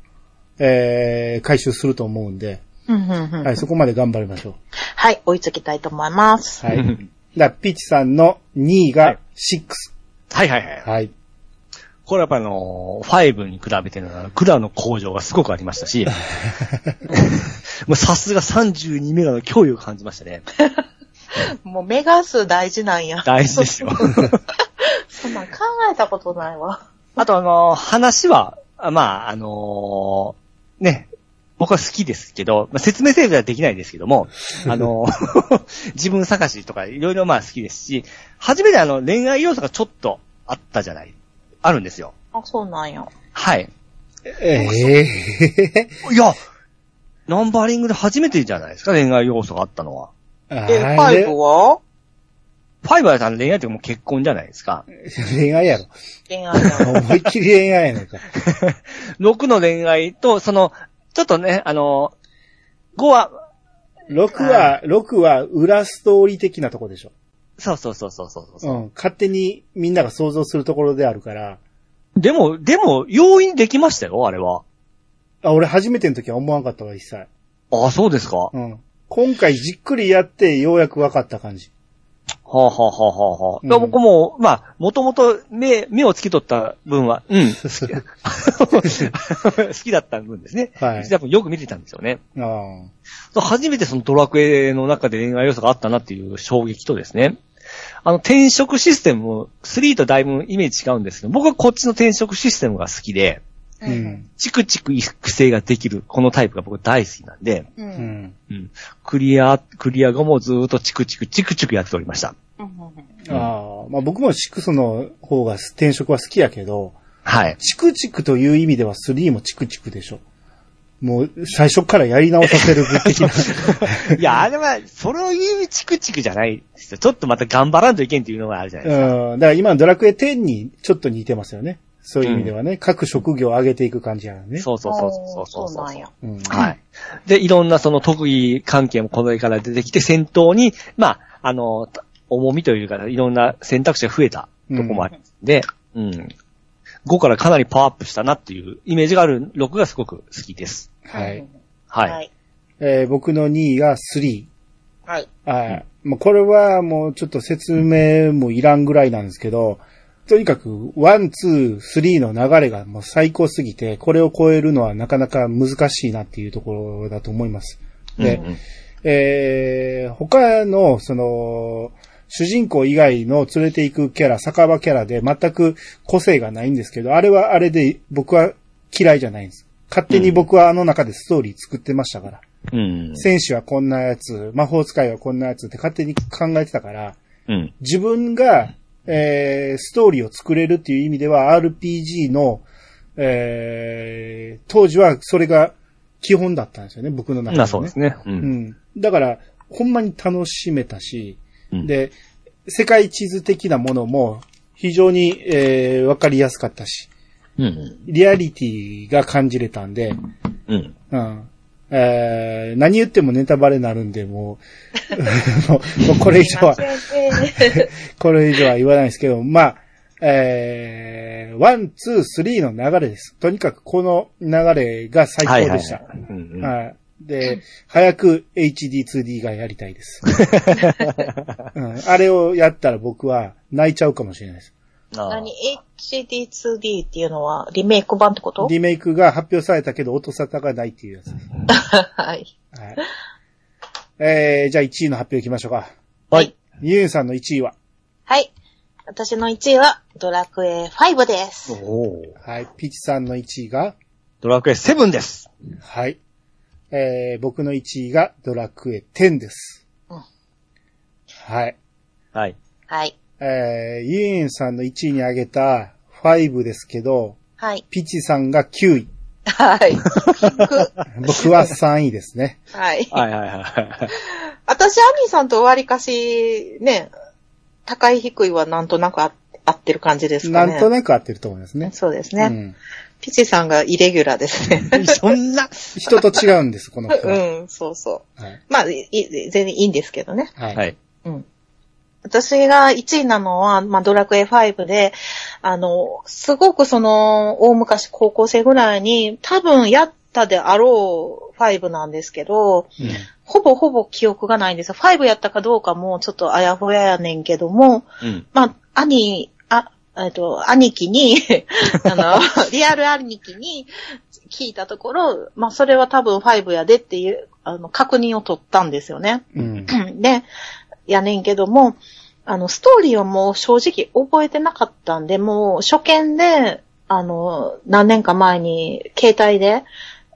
S1: えー、回収すると思うんで、
S3: うんうんうん
S1: はい、そこまで頑張りましょ
S3: はい、追いつきたいと思います。
S1: う。
S3: [laughs]
S1: はい。だからピーチさんの2位
S2: は
S1: が
S2: い
S1: 6。
S2: はいはいはい。
S1: はい。
S2: これはやっぱあのー、5に比べてのは、クラの向上がすごくありましたし、もうさすが32メガの脅威を感じましたね。
S3: もうメガ数大事なんや。
S2: 大事ですよ。
S3: [laughs] そんなん考えたことないわ。
S2: あとあのー、話は、あまあ、あのー、ね、僕は好きですけど、まあ、説明セーブはできないですけども、 [laughs] あのー、 [laughs] 自分探しとかいろいろまあ好きですし、初めてあの、恋愛要素がちょっとあったじゃない、あるんですよ。
S3: あ、そうなんや。
S2: はい。
S1: ええ
S2: いや、ナンバリングで初めてじゃないですか、恋愛要素があったのは。
S1: ー。あ
S3: え、ファイブ
S1: れ
S3: は
S2: ファイバーさんの恋愛ってもう結婚じゃないですか。
S1: 恋愛やろ。
S3: 恋愛やろ。
S1: 思いっきり恋愛や
S3: [laughs]
S1: ねんか。
S2: 6の恋愛と、その、ちょっとね、あの、5は、
S1: 6は、6は裏ストーリー的なとこでしょ。
S2: そうそうそうそうそうそうう、
S1: ん。勝手にみんなが想像するところであるから、
S2: でも、でも、容易にできましたよ、あれは。
S1: あ、俺初めての時は思わんかったわ、一切。
S2: ああ、そうですか。は
S1: うん。今回じっくりやって、ようやく分かった感じ。
S2: あ、はあはあはあはあ
S1: うん
S2: だから僕も、まあ、もともと目、目をつき取った分は、うん、 [laughs] 好き好きだった分ですね。
S1: はい
S2: 多分よく見てたんですよね。
S1: ああ。
S2: 初めてそのドラクエの中で恋愛要素があったなっていう衝撃とですね、あの転職システムも3とだいぶイメージ違うんですけど、僕はこっちの転職システムが好きで、
S3: う。
S1: うんん。
S2: チクチク育成ができる、このタイプが僕大好きなんで、
S3: う。
S1: うんん。
S2: うんクリア、クリア後もずーっとチクチクチクチクやっておりました。
S3: うん
S1: ああ。まあ僕も6の方が転職は好きやけど、
S2: はい。
S1: チクチクという意味では3もチクチクでしょ。もう最初からやり直させる物的な。
S2: [laughs] [laughs] いや、あれは、それを言うチクチクじゃないですよ。ちょっとまた頑張らんといけんっていうのがあるじゃないですか。
S1: うん。だから今のドラクエ10にちょっと似てますよね。そういう意味ではね。各職業を上げていく感じやね。
S2: そうそうそうそうそう
S3: そ
S2: そうう
S3: なんや。
S1: うん。
S2: はい。で、いろんなその特技関係もこの絵から出てきて、戦闘に、まあ、あの、た重みというか、いろんな選択肢が増えたとこもあるんで、うん、5からかなりパワーアップしたなっていうイメージがある6がすごく好きです。
S1: はい。。
S2: はい。
S3: はい。
S1: えー僕の2位が3。
S3: はい。
S1: はい。もうこれはもうちょっと説明もいらんぐらいなんですけど、とにかく、ワン、ツー、スリーの流れがもう最高すぎて、これを超えるのはなかなか難しいなっていうところだと思います。で、
S2: うんうん
S1: えー他の、その、主人公以外の連れて行くキャラ、酒場キャラで全く個性がないんですけど、あれはあれで僕は嫌いじゃないんです。勝手に僕はあの中でストーリー作ってましたから。
S2: うん。
S1: 戦士はこんなやつ、魔法使いはこんなやつって勝手に考えてたから、
S2: うん。
S1: 自分が、えー、ストーリーを作れるっていう意味では RPG の、えー、当時はそれが基本だったんですよね、僕の中で、
S2: まあそうですね。う。
S1: うんん。だから、ほんまに楽しめたし、
S2: うん
S1: で、世界地図的なものも非常に、えー、わかりやすかったし、
S2: うん。
S1: リアリティが感じれたんで、
S2: うん。
S1: うん。えー、何言ってもネタバレになるんで、もう、も [laughs] うもうこれ以上は、これ以上は言わないですけど、まあ、えー、ワン、ツー、スリーの流れです。とにかくこの流れが最
S2: はい
S1: 高
S2: はい
S1: でした。
S2: は
S1: はい
S2: い。うん
S1: で、早く HD2D がやりたいです、うん。あれをやったら僕は泣いちゃうかもしれないです。
S2: ああ
S3: [laughs] 何 ?HD2D っていうのはリメイク版ってこと
S1: リメイクが発表されたけど音沙汰がないっていうやつね。
S3: [laughs] はい。
S1: はい。えー、じゃあ1位の発表いきましょうか。
S2: はい。
S1: ゆうさんの1位は
S3: はい。私の1位はドラクエ5です。
S2: おー
S1: はい。ピチさんの1位が
S2: ドラクエ7です。
S1: はい。えー、僕の1位がドラクエ10です。
S3: うん
S1: はい。
S2: はい。
S3: はい。
S1: えー、ユーンさんの1位に挙げた5ですけど、
S3: はい。
S1: ピチさんが9位。
S3: はい。
S1: 僕は3位です
S3: [laughs]
S1: ね。
S2: [laughs]
S3: はい。
S2: はいはいはい。
S3: 私、アニーさんとわりかし、ね、高い低いはなんとなくあ合ってる感じです
S1: な
S3: かね。
S1: んと
S3: な
S1: なく合ってると思いますね。
S3: そうです
S1: う
S3: ね。
S1: ん。
S3: ピチさんがイレギュラーですね。
S2: [laughs] そんな、
S1: 人と違うんです、この子は。
S3: [laughs] うん、そうそ
S1: はい。
S3: う。まあ、いい全然いいんですけどね。
S1: はい。
S2: はい。
S3: うん。私が1位なのは、まあ、ドラクエ5で、あの、すごくその、大昔高校生ぐらいに、多分やったであろう5なんですけど、ほぼほぼ記憶がないんですよ。5やったかどうかもちょっとあやふややねんけども、
S2: うん。
S3: まあ、兄、あ、えっと、兄貴に、 [laughs] あ
S1: [laughs]
S3: の、リアル兄貴に聞いたところ、まあ、それは多分5やでっていう、あの、確認を取ったんですよね。
S1: うん。
S3: で、やねんけども、あの、ストーリーはもう正直覚えてなかったんで、もう初見で、あの、何年か前に携帯で、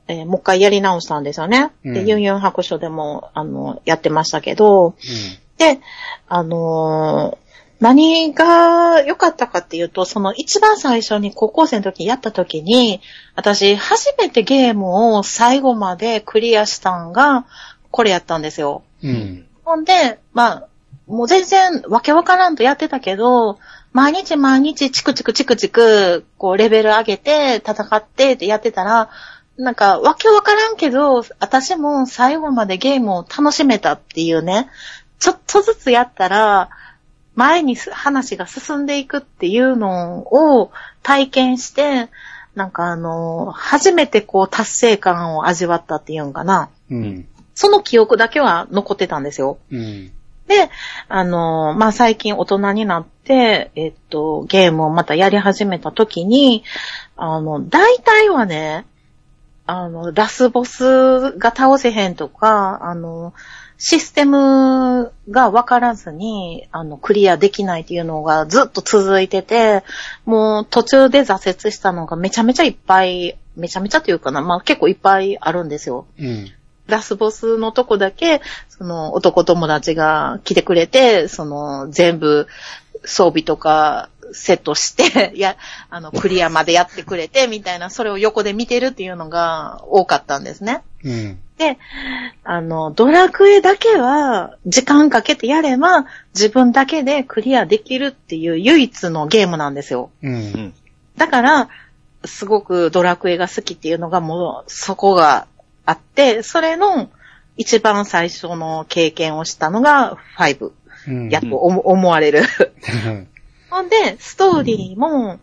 S3: えーもう一回やり直したんですよね。
S1: うん
S3: で、ユンユン白書でも、あの、やってましたけど、で、あのー何が良かったかっていうと、その一番最初に高校生の時やった時に、私初めてゲームを最後までクリアしたんが、これやったんですよ。
S1: うん。うん。
S3: ほんで、まあ、もう全然わけわからんとやってたけど、毎日毎日チクチクチクチク、こうレベル上げて戦ってってやってたら、なんかわけわからんけど、私も最後までゲームを楽しめたっていうね、ちょっとずつやったら、前にす話が進んでいくっていうのを体験して、なんかあの、初めてこう達成感を味わったっていうんかな。
S1: うん。
S3: その記憶だけは残ってたんですよ。
S1: うん。
S3: で、あの、まあ、最近大人になって、えっと、ゲームをまたやり始めた時に、あの、大体はね、あの、ラスボスが倒せへんとか、あの、システムがわからずに、あの、クリアできないっていうのがずっと続いてて、もう途中で挫折したのがめちゃめちゃいっぱい、めちゃめちゃというかな、まあ、結構いっぱいあるんですよ。
S1: うん。
S3: ラスボスのとこだけ、その男友達が来てくれて、その全部装備とかセットして、 [laughs] いや、あの、クリアまでやってくれて、みたいな、それを横で見てるっていうのが多かったんですね。
S1: うん。
S3: で、あの、ドラクエだけは、時間かけてやれば、自分だけでクリアできるっていう唯一のゲームなんですよ。
S1: うん。
S3: だから、すごくドラクエが好きっていうのがもうそこがあって、それの一番最初の経験をしたのが5。
S1: うん。
S3: やっと思思われる。
S1: うん
S3: [laughs] ほんで、ストーリーも、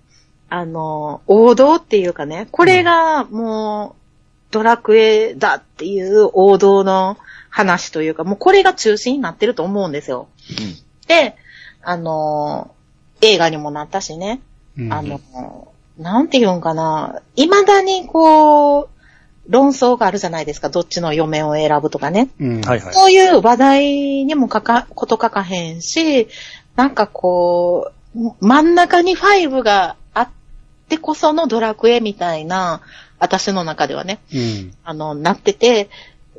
S3: あの、王道っていうかね、これがもうドラクエだっていう王道の話というか、もうこれが中心になってると思うんですよ。で、あの、映画にもなったしね。
S1: うん
S3: あの、なんて言うんかな、未だにこう、論争があるじゃないですか、どっちの嫁を選ぶとかね。
S1: うん。
S2: はいはい。
S3: そういう話題にもかか、こと書かへんし、なんかこう、真ん中に5があってこそのドラクエみたいな、私の中ではね、
S1: うん。
S3: あの、なってて、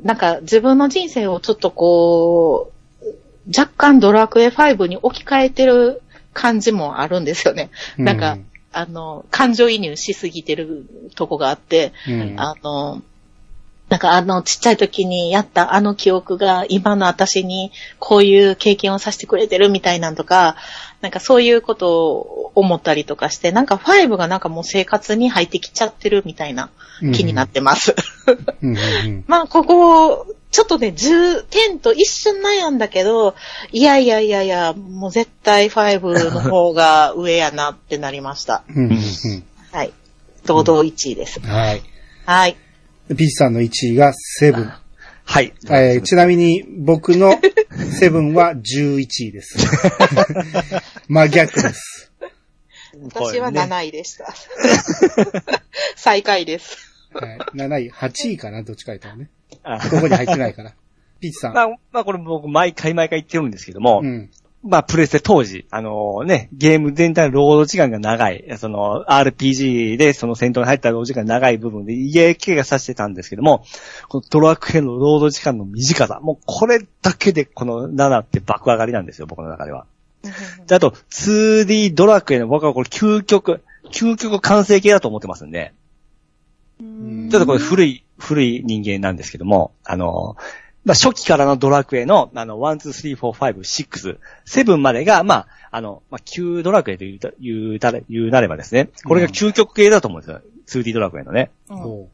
S3: なんか自分の人生をちょっとこう、若干ドラクエ5に置き換えてる感じもあるんですよね。なんか、あの、感情移入しすぎてるとこがあって、
S1: うん、
S3: あの、なんかあのちっちゃい時にやったあの記憶が今の私にこういう経験をさせてくれてるみたいなんとか、なんかそういうことを思ったりとかして、なんか5がなんかもう生活に入ってきちゃってるみたいな気になっ
S1: [laughs]
S3: てます。
S1: うん。うん。
S3: まあここ、ちょっとね、10点と一瞬悩んだけど、いやいやいやいや、もう絶対5の方が上やなってなりました。
S1: うん。うん
S3: はい。堂々1位です。
S1: はい。
S3: はい。
S1: ピチさんの1位がセブン。
S2: はい。
S1: えーちなみに僕のセブンは11位です。真逆です。
S3: 私は
S2: これね
S3: 7位でした。最下位です。
S1: はい。7位、8位かな、どっちか言ったらね。
S2: あ
S1: ここに入ってないから。ピッチさん。
S2: まあ、まあこれ僕毎回毎回言ってるんですけども、
S1: うん。
S2: まあプレステ当時、あのね、ゲーム全体のロード時間が長い、その RPG でその戦闘に入ったロード時間が長い部分で家系がさせてたんですけども、このドラクエのロード時間の短さ、もうこれだけでこの7って爆上がりなんですよ、僕の中では。であと 2D ドラクエの僕はこれ究極、究極完成形だと思ってますんで、
S1: ん
S2: ちょっとこれ
S3: い。
S2: 古い、古い人間なんですけども、あの、まあ、初期からのドラクエの、あの、1、2、3、4、5、6、7までが、まあ、あの、まあ、旧ドラクエというた、言うたれ、言うなればですね、これが究極系だと思うんですよ。2D ドラクエのね。
S3: うん
S1: おう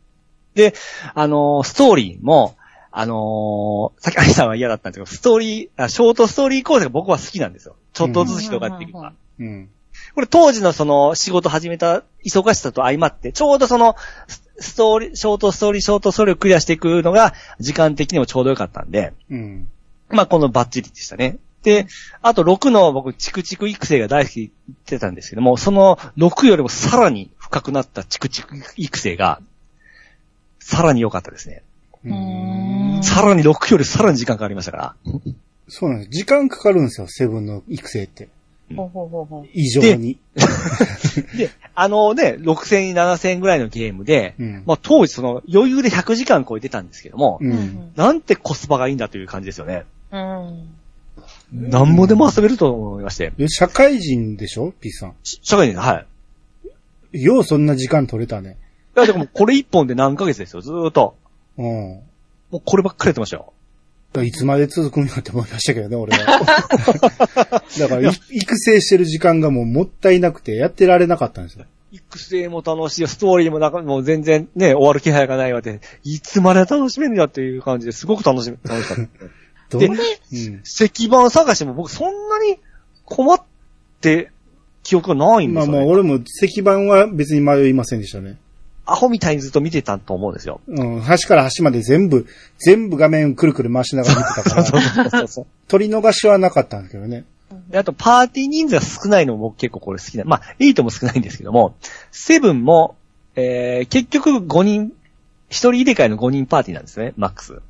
S2: あの、ストーリーも、あのさっきアイさんは嫌だったんですけど、ストーリー、あショートストーリー構成が僕は好きなんですよ。ちょっとずつ広がっていくのが。
S1: うん。
S2: これ当時のその仕事始めた忙しさと相まって、ちょうどそのスストーリー、ショートストーリー、ショートストーリーをクリアしていくのが時間的にもちょうどよかったんで、
S1: うん。
S2: まあこのバッチリでしたね。で、あと6の僕、チクチク育成が大好きって言ってたんですけども、その6よりもさらに深くなったチクチク育成が、さらに良かったですね。
S1: う
S3: うん
S1: ん。
S2: さらに6よりさらに時間かかりましたから。
S1: そうなんです。時間かかるんですよ、セブンの育成って。
S3: ほうほうほうほう
S1: 異常に。
S2: で、あのね、6000、7000ぐらいのゲームで、
S1: うん。
S2: まあ当時その余裕で100時間超えてたんですけども、
S1: う。
S3: うんん
S2: なんてコスパがいいんだという感じですよね。
S3: うん。
S2: なんぼでも遊べると思いまして。
S1: で社会人でしょピッチさん。
S2: し社会人、はい。
S1: ようそんな時間取れたね。
S2: いや、でもこれ一本で何ヶ月ですよ、ずーっと。
S1: うん。だ
S2: もうこればっかりやってましたよ。
S1: からいつまで続くんやって思いましたけどね、俺は。 [laughs] だから、い育成してる時間がもうもったいなくて、やってられなかったんですよ。
S2: 育成も楽しいよ、ストーリーもなんかもう全然ね、終わる気配がないわって、いつまで楽しめるんだっていう感じですごく楽しめ、楽しかっ
S1: ど
S2: た。 [laughs]
S1: う
S2: で
S1: うん。
S2: 石板探しても僕そんなに困って記憶がないんで
S1: まあ
S2: すよ、ね。
S1: まあ、俺も石板は別に迷いませんでしたね。
S2: アホみたいにずっと見てたと思うんですよ。
S1: うん、端から端まで全部、全部画面くるくる回しながら見てたか
S2: [laughs] そ
S1: ら
S2: う、そうそうそう。
S1: 取り逃しはなかったんだけどね。
S2: であと、パーティー人数が少ないのも結構これ好きな。まあ、エイトも少ないんですけども、セブンも、えー、結局5人、1人入れ替えの5人パーティーなんですね、マックス。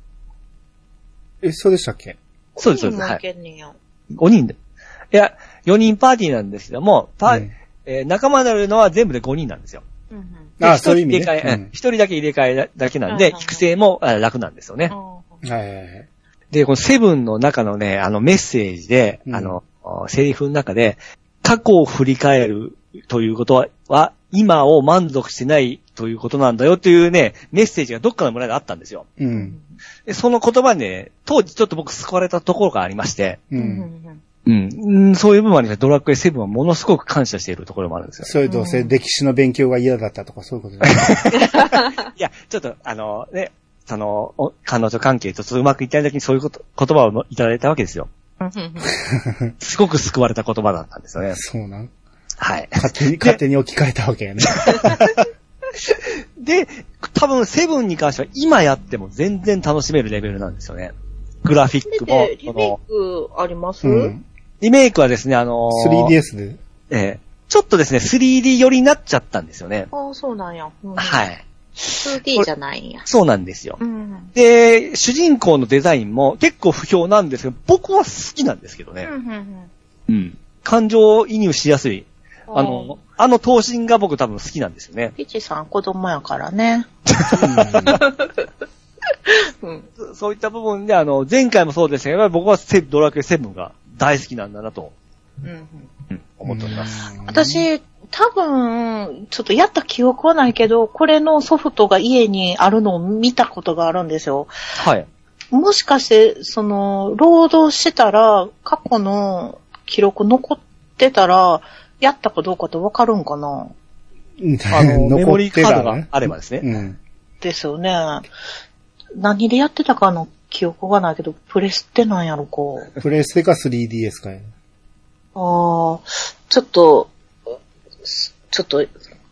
S1: え、そうでしたっけ
S2: そうです、そうです。
S3: いい
S2: は
S3: もん
S2: い。
S3: けんねや
S2: 5人で。いや、4人パーティーなんですけども、パ
S1: うん
S2: えー仲間になるのは全部で5人なんですよ。
S3: うんうん
S2: で
S1: あ
S2: 1
S1: そういう意味ね
S2: 入れ替え
S1: うん
S2: 1人だけ入れ替えだだけなん
S3: う
S2: で
S3: んうん、うん
S2: 育成もあ楽なんですよね。
S1: はいはいはい。
S2: で、このセブンの中のね、あのメッセージで、
S1: うん
S2: あの、セリフの中で、過去を振り返るということは、は今を満足してないということなんだよというね、メッセージがどっかの村であったんですよ。
S1: う。
S3: うんん
S2: でその言葉にね、当時ちょっと僕救われたところがありまして、
S1: う。
S3: うんうんん
S2: うん、うんそういう部分もありますドラクエセブンはものすごく感謝しているところもあるんですよ。
S1: それどうせ歴史の勉強が嫌だったとかそういうことじゃ
S2: いや、ちょっと、あの、ね、その、お彼女関係とちょっとうまくいったい時にそういうこと言葉をいただいたわけですよ。
S3: うん
S2: すごく救われた言葉だったんですよ
S1: ない
S2: ね。
S1: そうなん
S2: はい。
S1: 勝手に、勝手に置き換えたわけやね。
S2: で、多分セブンに関しては今やっても全然楽しめるレベルなんですよね。グラフィック
S3: これ
S2: も
S3: で、リ
S2: こ
S3: メ
S2: の
S3: イ、クあります
S1: うん。
S2: リメイクはですね、あのー
S1: 3DS で。
S2: ええちょっとですね、3D 寄りになっちゃったんですよね。
S3: ああ、そうなんや。うん
S2: はい。
S3: 2D じゃないんや。
S2: そうなんですよ
S3: う。ん。
S2: で、主人公のデザインも結構不評なんですけど、僕は好きなんですけど
S3: う
S2: ね
S3: ん。うんうん
S2: うん。感情移入しやすい。あ
S3: ー
S2: の、あの頭身が僕多分好きなんですよね。
S3: ピチさん子供やからね。うん。
S2: そそういった部分で、あの、前回もそうでしたけど、僕はセドラクエ7が大好きなんだなと
S3: うんうん
S2: うん思っております。
S1: うん。
S3: 私、多分、ちょっとやった記憶はないけど、これのソフトが家にあるのを見たことがあるんですよ。
S2: はい。
S3: もしかして、その、労働してたら、過去の記録残ってたら、やったかどうかってわかるんかな
S1: うん、
S2: あの、メ
S1: [laughs] 残
S2: モリ
S1: っ
S2: ーカ
S1: て
S2: ー
S1: た
S2: ドが
S1: ね。
S2: あればですね。
S1: うん。
S3: ですよね。何でやってたかの記憶がないけど、プレスってなんやろか。
S1: プレステか 3DS かやね。
S3: ああ、ちょっと、すちょっと、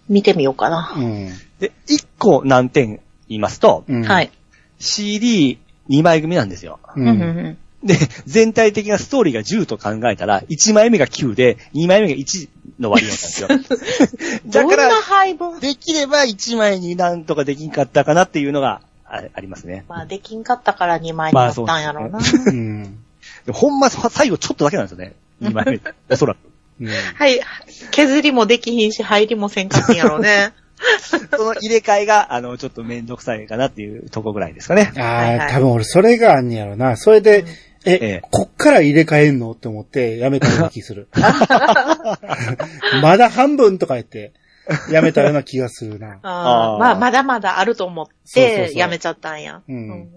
S3: 見てみようかな。
S2: で、1個難点言いますと、
S1: うん。うん
S3: はい。
S2: CD2 枚組なんですよ。
S1: うん。
S3: うん。
S2: で、全体的なストーリーが10と考えたら、1枚目が9で、2枚目が1の割
S1: [laughs]
S2: 合なんですよ
S3: ど
S2: だ
S3: ん
S2: か
S3: な
S2: ら、
S3: 配分
S2: できれば1枚になんとかできんかったかなっていうのがあありますね。
S3: まあ、できんかったから2枚になったんやろう
S2: ま
S3: な。
S2: あ
S1: うん。
S2: でほんま、そ最後ちょっとだけなんですよね。2枚
S1: [laughs]
S2: 目。おそらく。
S1: うん。
S3: はい。削りもできひんし、入りもせんかったんやろう [laughs] ね。
S2: その入れ替えが、あの、ちょっとめんどくさいかなっていうとこぐらいですかね。
S1: ああ、
S3: はいはい
S1: 多分俺それがあんねやろな。それで、え、
S2: ええ
S1: こっから入れ替えんのって思ってやめたような気
S3: [laughs]
S1: する。まだ半分とか言って、やめたような気がするな。
S2: あ
S3: あー
S2: ー
S3: まあ、まだまだあると思っ
S1: そうそう
S3: て
S1: そ、う
S3: やめちゃったんや。
S1: うん
S3: うん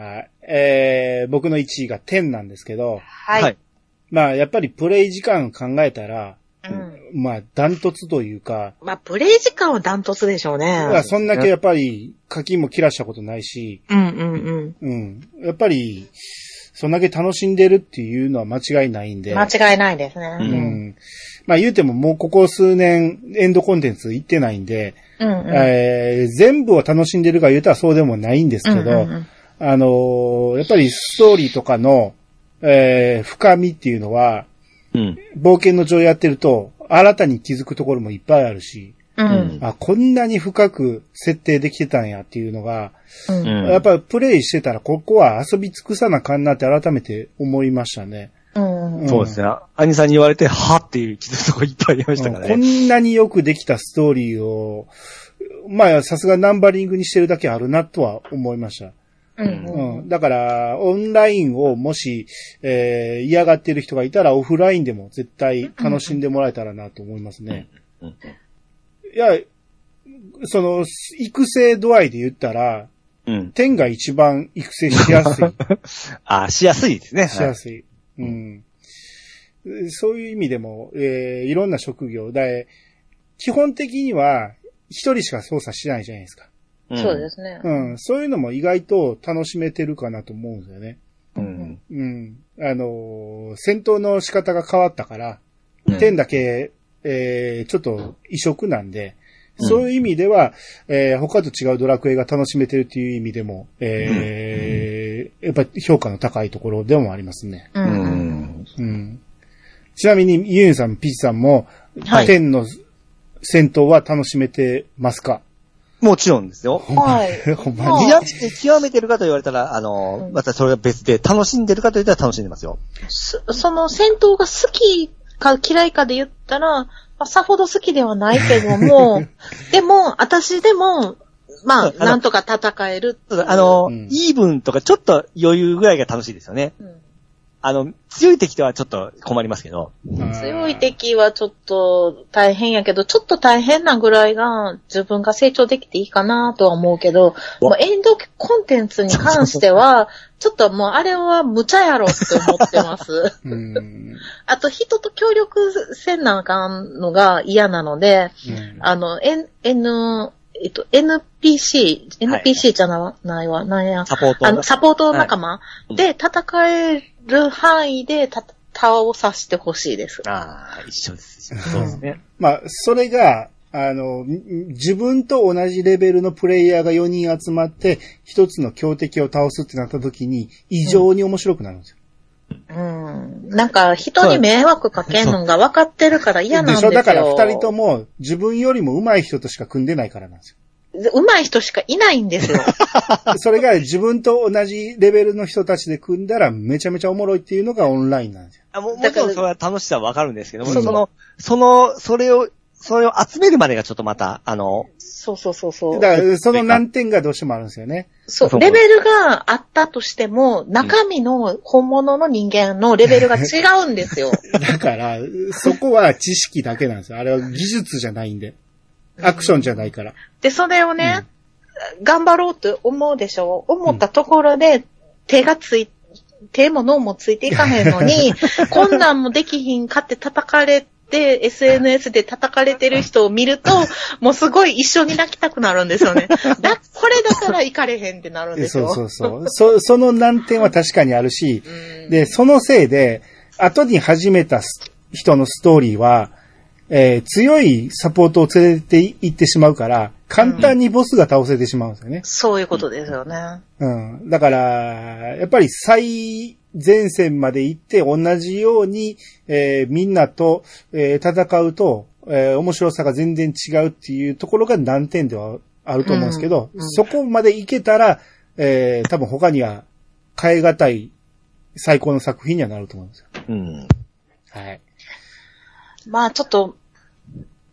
S1: はい。えー、僕の1位が10なんですけど、
S3: はい。。
S1: まあやっぱりプレイ時間考えたら、
S3: うん
S1: まあダントツというか、
S3: まあ、プレイ時間はダントツでしょう
S1: まあ
S3: ね。
S1: そんだけやっぱり課金も切らしたことないし、
S3: うんうんうん。
S1: うん。やっぱり、そんだけ楽しんでるっていうのは間違いないんで。
S3: 間違いないです
S2: う
S1: う
S3: ね。
S1: ん。まあ言うてももうここ数年エンドコンテンツ行ってないんで、
S3: うんうん。
S1: えー全部を楽しんでるか言うたらそうでもないんですけど、
S3: うんうんうん
S1: あのーやっぱりストーリーとかの、えー深みっていうのは、
S2: うん。
S1: 冒険の上やってると、新たに気づくところもいっぱいあるし、
S3: うん
S1: あ、こんなに深く設定できてたんやっていうのが、
S3: うん
S2: うん
S1: やっぱりプレイしてたらここは遊び尽くさなあかんなって改めて思いましたね。
S3: うん
S1: ん
S2: そうですね。アニさんに言われて、はっていう気づくとこいっぱいありましたから
S1: こ
S2: ね。
S1: んなによくできたストーリーを、まあ、さすがナンバリングにしてるだけあるなとは思いました。
S3: うんう
S1: うんん。だから、オンラインをもし、えー嫌がってる人がいたら、オフラインでも絶対楽しんでもらえたらなと思いますね。
S2: うん
S1: いや、その、育成度合いで言ったら、
S2: うん。
S1: 天が一番育成しや
S2: [laughs]
S1: すい。
S2: あ、しやすいですね。
S1: しやすい。うん。そういう意味でも、えーいろんな職業で、基本的には一人しか操作しないじゃないですか。
S2: はい
S3: そうで。すね。
S1: うん。そういうのも意外と楽しめてるかなと思うんですよね。
S2: うん。
S1: うん。あのー戦闘の仕方が変わったから、
S2: うん
S1: 点だけ、えーちょっと異色なんで、
S2: うん
S1: そういう意味では、えー他と違うドラクエが楽しめてるっていう意味でも、えーやっぱり評価の高いところでもありますね。
S3: う
S2: うん
S3: うん
S2: ん。
S1: うんちなみに、ユンさん、ピッチさんも、
S3: はい
S1: 天の戦闘は楽しめてますか
S2: もちろんですよ。
S3: [laughs] はい。
S1: ほんま
S3: あ
S1: に。
S2: リアクして極めてるかと言われたら、あの
S3: うん、
S2: またそれは別で、楽しんでるかと言ったら楽しんでますよ。
S3: そその戦闘が好きか嫌いかで言ったら、まあ、さほど好きではないけど
S2: [laughs]
S3: も、でも、私でも、まあ、
S2: そうあの
S3: なんとか戦えるっていう
S2: あ、の
S1: うん、
S2: イーブンとかちょっと余裕ぐらいが楽しいですよね。
S3: うん
S2: あの、強い敵とはちょっと困りますけど。
S3: 強い敵はちょっと大変やけど、ちょっと大変なぐらいが自分が成長できていいかなとは思うけど、もうエンドコンテンツに関して
S2: [laughs]
S3: は、ちょっともうあれは無茶やろって思ってます。
S1: うん。うん
S3: あと人と協力せなあかんのが嫌なので、あの、N、N、えっと、NPC、
S2: はい
S3: NPC じゃな,、ないわ、なんや。
S2: サポート
S3: あの、
S2: が。
S3: サポート仲間
S2: い
S3: で戦える範囲でた倒させてほしいです。
S2: ああ、一緒です。そうですね。
S1: まあ、それが、あの、ん自分と同じレベルのプレイヤーが4人集まって、一つの強敵を倒すってなった時に、異常に面白くなるんですよ。
S3: うん。なんか、人に迷惑かけんのが分かってるから嫌なんですよ。
S1: でしょだから二人とも自分よりも上手い人としか組んでないからなんですよ。
S3: 上手い人しかいないん
S1: [laughs]
S3: ですよ。
S1: それが自分と同じレベルの人たちで組んだらめちゃめちゃおもろいっていうのがオンラインなんですよ。
S2: あもも
S3: だ
S2: ち
S3: から
S2: ろんそれは楽しさはわかるんですけども、
S1: そう
S2: その、その、それを、それを集めるまでがちょっとまた、あの、
S3: そうそうそうそう。
S1: だから、その難点がどうしてもあるんですよね。
S3: そう、レベルがあったとしても、中身の本物の人間のレベルが違うんです
S1: [laughs]
S3: よ。
S1: だから、そこは知識だけなんですよ。あれは技術じゃないんで。アクションじゃないから。
S3: で、それをね、頑張ろうと思うでしょう。思ったところで、手がつい、手も脳もついていかへん
S1: [laughs]
S3: のに、こんなんもできひんかって叩かれて、SNS で叩かれてる人を
S1: [laughs]
S3: 見ると、もうすごい一緒に泣きたくなるんですよね。だ、これだから行かれへんってなるんです
S1: そ
S3: よ。
S1: うそうそう。そ、その難点は確かにあるし、
S3: うん
S1: で、そのせいで、後に始めたス人のストーリーは、えー強いサポートを連れて行ってしまうから、簡単にボスが倒せてしまうんですよね。
S3: そういうことですよね。
S1: うん。だから、やっぱり最前線まで行って同じように、えーみんなと、えー戦うと、えー面白さが全然違うっていうところが難点ではあると思うんですけど、
S3: うんうん
S1: そこまで行けたら、えー多分他には変え難い最高の作品にはなると思うんですよ。
S4: うん。
S1: はい。
S3: まあちょっと、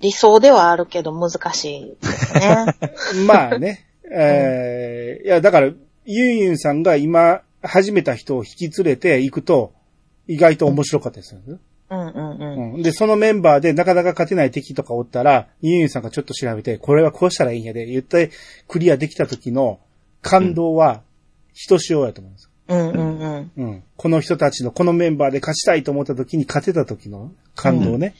S3: 理想ではあるけど難しいです
S1: [laughs]
S3: ね。
S1: まあ
S3: [laughs]
S1: ね。えーいや、だから、ユンユンさんが今始めた人を引き連れて行くと、意外と面白かったですよね。
S3: うんうんうん。
S1: うん。で、そのメンバーでなかなか勝てない敵とかおったら、ユンユンさんがちょっと調べて、これはこうしたらいいんやで、言ってクリアできた時の感動は、ひとしおやと思うんです。
S3: うんうんうん。
S1: うん。この人たちの、このメンバーで勝ちたいと思った時に勝てた時の感動ね。。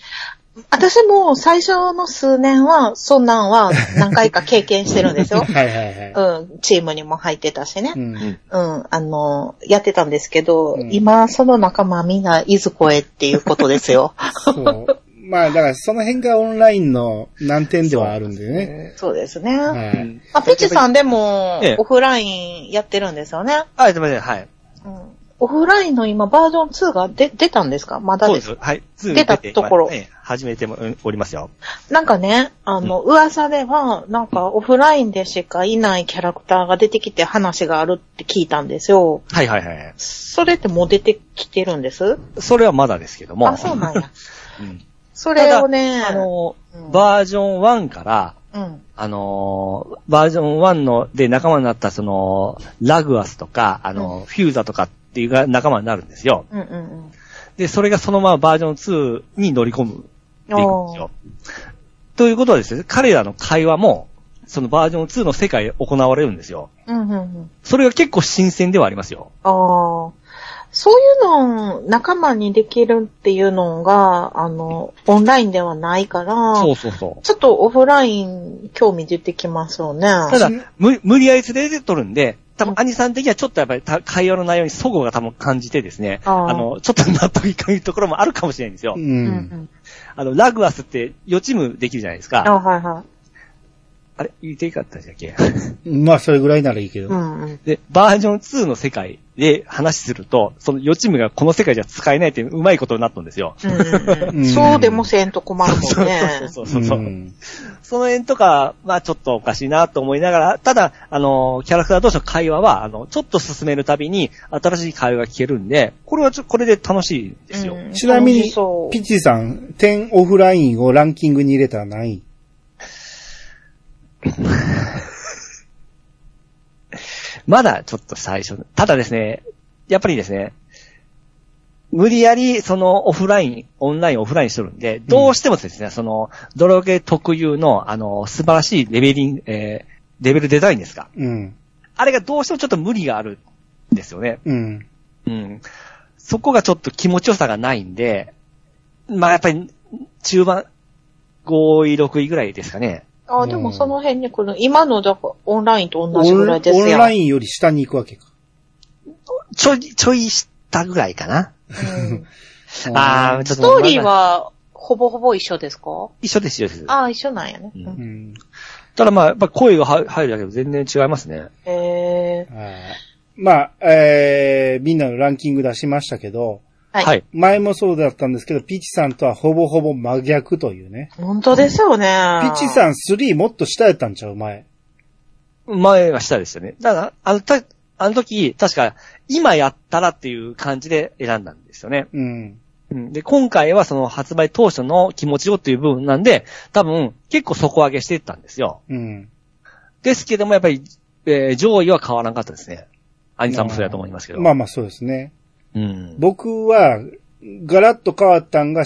S3: 私も最初の数年は、そんなんは何回か経験してるんですよ
S1: [laughs] はいはいは
S3: うん、チームにも入ってたしね
S1: い。う。ん。
S3: うん、あの、やってたんですけど、
S1: うん
S3: 今、その仲間みんな、いずこへっていうことですよ。
S1: そう。まあ、だからその辺がオンラインの難点ではあるんでね。
S3: そうですね。
S1: は
S4: う
S1: い。
S4: ん
S3: あ、ピッチさんでも
S2: ええ、
S3: オフラインやってるんですよね。
S2: あ、すみません、はい。
S3: うん、オフラインの今、バージョン2が出、出たんですかまだ
S2: そう
S3: で。
S2: ですす。はい。す
S3: 出たところ
S2: ええ始めてもうんおりますよ。
S3: なんかね、あの、噂では、なんか、オフラインでしかいないキャラクターが出てきて話があるって聞いたんですよ。
S2: はいはいはい。
S3: それってもう出てきてるんです
S2: それはまだですけども。
S3: あ、そうなんや。
S2: うん
S3: [laughs] それをね、
S2: あの、
S3: うん
S2: バージョン1から、
S3: うん。
S2: あのーバージョン1の、で仲間になった、その、ラグアスとか、あの、フューザとかっていうが仲間になるんですよ。
S3: うんうんうん。
S2: で、それがそのままバージョン2に乗り込むっていうんですよ。ということはですね、彼らの会話も、そのバージョン2の世界で行われるんですよ。
S3: うんうんうん。
S2: それが結構新鮮ではありますよ。
S3: ああ。そういうのを仲間にできるっていうのが、あの、オンラインではないから、
S2: そうそうそう。
S3: ちょっとオフライン興味出てきますよね。
S2: ただ、無無理やり連れてとるんで、多分、兄さん的にはちょっとやっぱりた会話の内容に齟齬が多分感じてですね、
S3: あ
S2: あ
S3: ー
S2: の、ちょっと納得いかないところもあるかもしれないんですよ
S1: う。。
S3: うんうんん。
S2: あの、ラグアスって予知夢できるじゃないです
S3: あ
S2: か。
S3: はいは
S2: あれ、言っていいかったじゃっけ [laughs]
S1: まあ、それぐらいならいいけ
S3: い。
S1: ど。
S3: うんうん。
S2: で、バージョン2の世界で話すると、その予知夢がこの世界じゃ使えないっていううまいことになったんですよ。
S3: うんうんうん
S1: うん
S3: そうでもせんと困るもんね。
S2: そうそうそうそう。
S1: ん
S2: その辺とか、まあちょっとおかしいなと思いながら、ただ、あの、キャラクター同士の会話は、あの、ちょっと進めるたびに新しい会話が聞けるんで、これはちょ、これで楽しいんですよ。
S3: うん
S1: ちなみ
S3: 楽
S1: に
S3: しそ、う
S1: ピッチさん、10オフラインをランキングに入れたら何位
S2: まだちょっと最初、ただですね、やっぱりですね、無理やり、その、オフライン、オンライン、オフラインしとるんで、どうしてもですね、その、ドロゲ特有の、あの、素晴らしいレベリン、えーレベルデザインですか。
S1: うん。
S2: あれがどうしてもちょっと無理があるんですよね。
S1: うん。
S2: うん。そこがちょっと気持ちよさがないんで、まあやっぱり、中盤、5位、6位ぐらいですかね。
S3: あ、でもその辺に来る。今のだからオンラインと同じぐらいです
S1: オ
S3: よ。
S1: ンラインより下に行くわけか。
S2: ちょい、ちょい下ぐらいかな。
S3: うん
S2: ああ、ちょっ
S3: [laughs] ス
S2: と。
S3: トーリーは、ほぼほぼ一緒ですか
S2: 一緒です、一緒です。
S3: ああ、一緒なんやね。
S2: う
S3: うん
S1: うんん。
S2: ただまあ、やっぱ声が入入るだけで全然違いますね。
S3: へえ。
S1: あーまあ、えー、みんなのランキング出しましたけど、
S3: はい
S2: はい。
S1: 前もそうだったんですけど、ピッチさんとはほぼほぼ真逆というね。
S3: 本当ですよね。
S1: ピッチさん3もっと下やったんちゃう前。
S2: 前は下でしたね。だから、あの、た、あの時、確か、今やったらっていう感じで選んだんですよね。
S1: うん。
S2: うんで、今回はその発売当初の気持ちをっていう部分なんで、多分結構底上げしていったんですよ。
S1: うん。
S2: ですけどもやっぱり、えー上位は変わらなかったですね。兄さんもそうだと思いますけど。
S1: まあまあそうですね。
S2: うん。
S1: 僕は、ガラッと変わったんが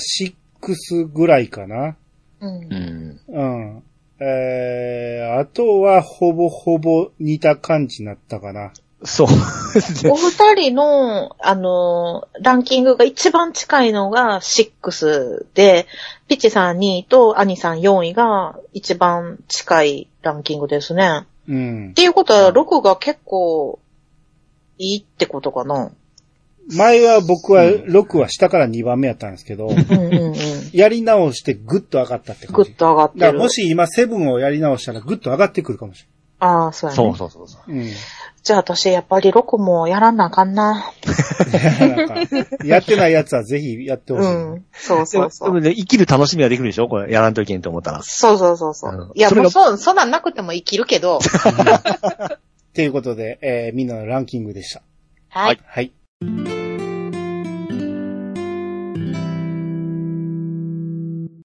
S1: 6ぐらいかな。
S3: うん
S2: う。ん。
S1: うん。えー、あとはほぼほぼ似た感じになったかな。
S2: そう [laughs] ですね。
S3: お二人の、あのーランキングが一番近いのが6で、ピッチさん2位とアニさん4位が一番近いランキングですね。
S1: うん
S3: っ。ていうことは、6が結構いいってことかな。
S1: 前は僕は6は下から2番目やったんですけど、 [laughs]
S3: うんうんうん。
S1: やり直してグッと上がったって
S3: ぐ
S1: 感
S3: っ
S1: じ。
S3: と上がっ
S1: だ
S3: て
S1: から
S3: る。
S1: もし今セブンをやり直したらグッと上がってくるかもし
S3: ああ、そうやね。
S2: そうそうそうそう。
S1: れない。うん。
S3: じゃあ私、やっぱり6もやらなあかんな。
S1: なんかやってないやつはぜひやってほ
S3: う
S1: しい。
S3: ん。そう
S2: で
S3: そ
S2: も
S3: うそう。
S2: でもね生きる楽しみはできるでしょこれ、やらんといけんと思ったら。
S3: そうそうそうそ
S2: あの
S3: う。いや、
S2: それ
S3: も
S2: が
S3: うそ、そんなんなくても生きるけ [laughs] ど。
S1: ということで、えーみんなのランキングでした。
S3: はい。
S1: はい。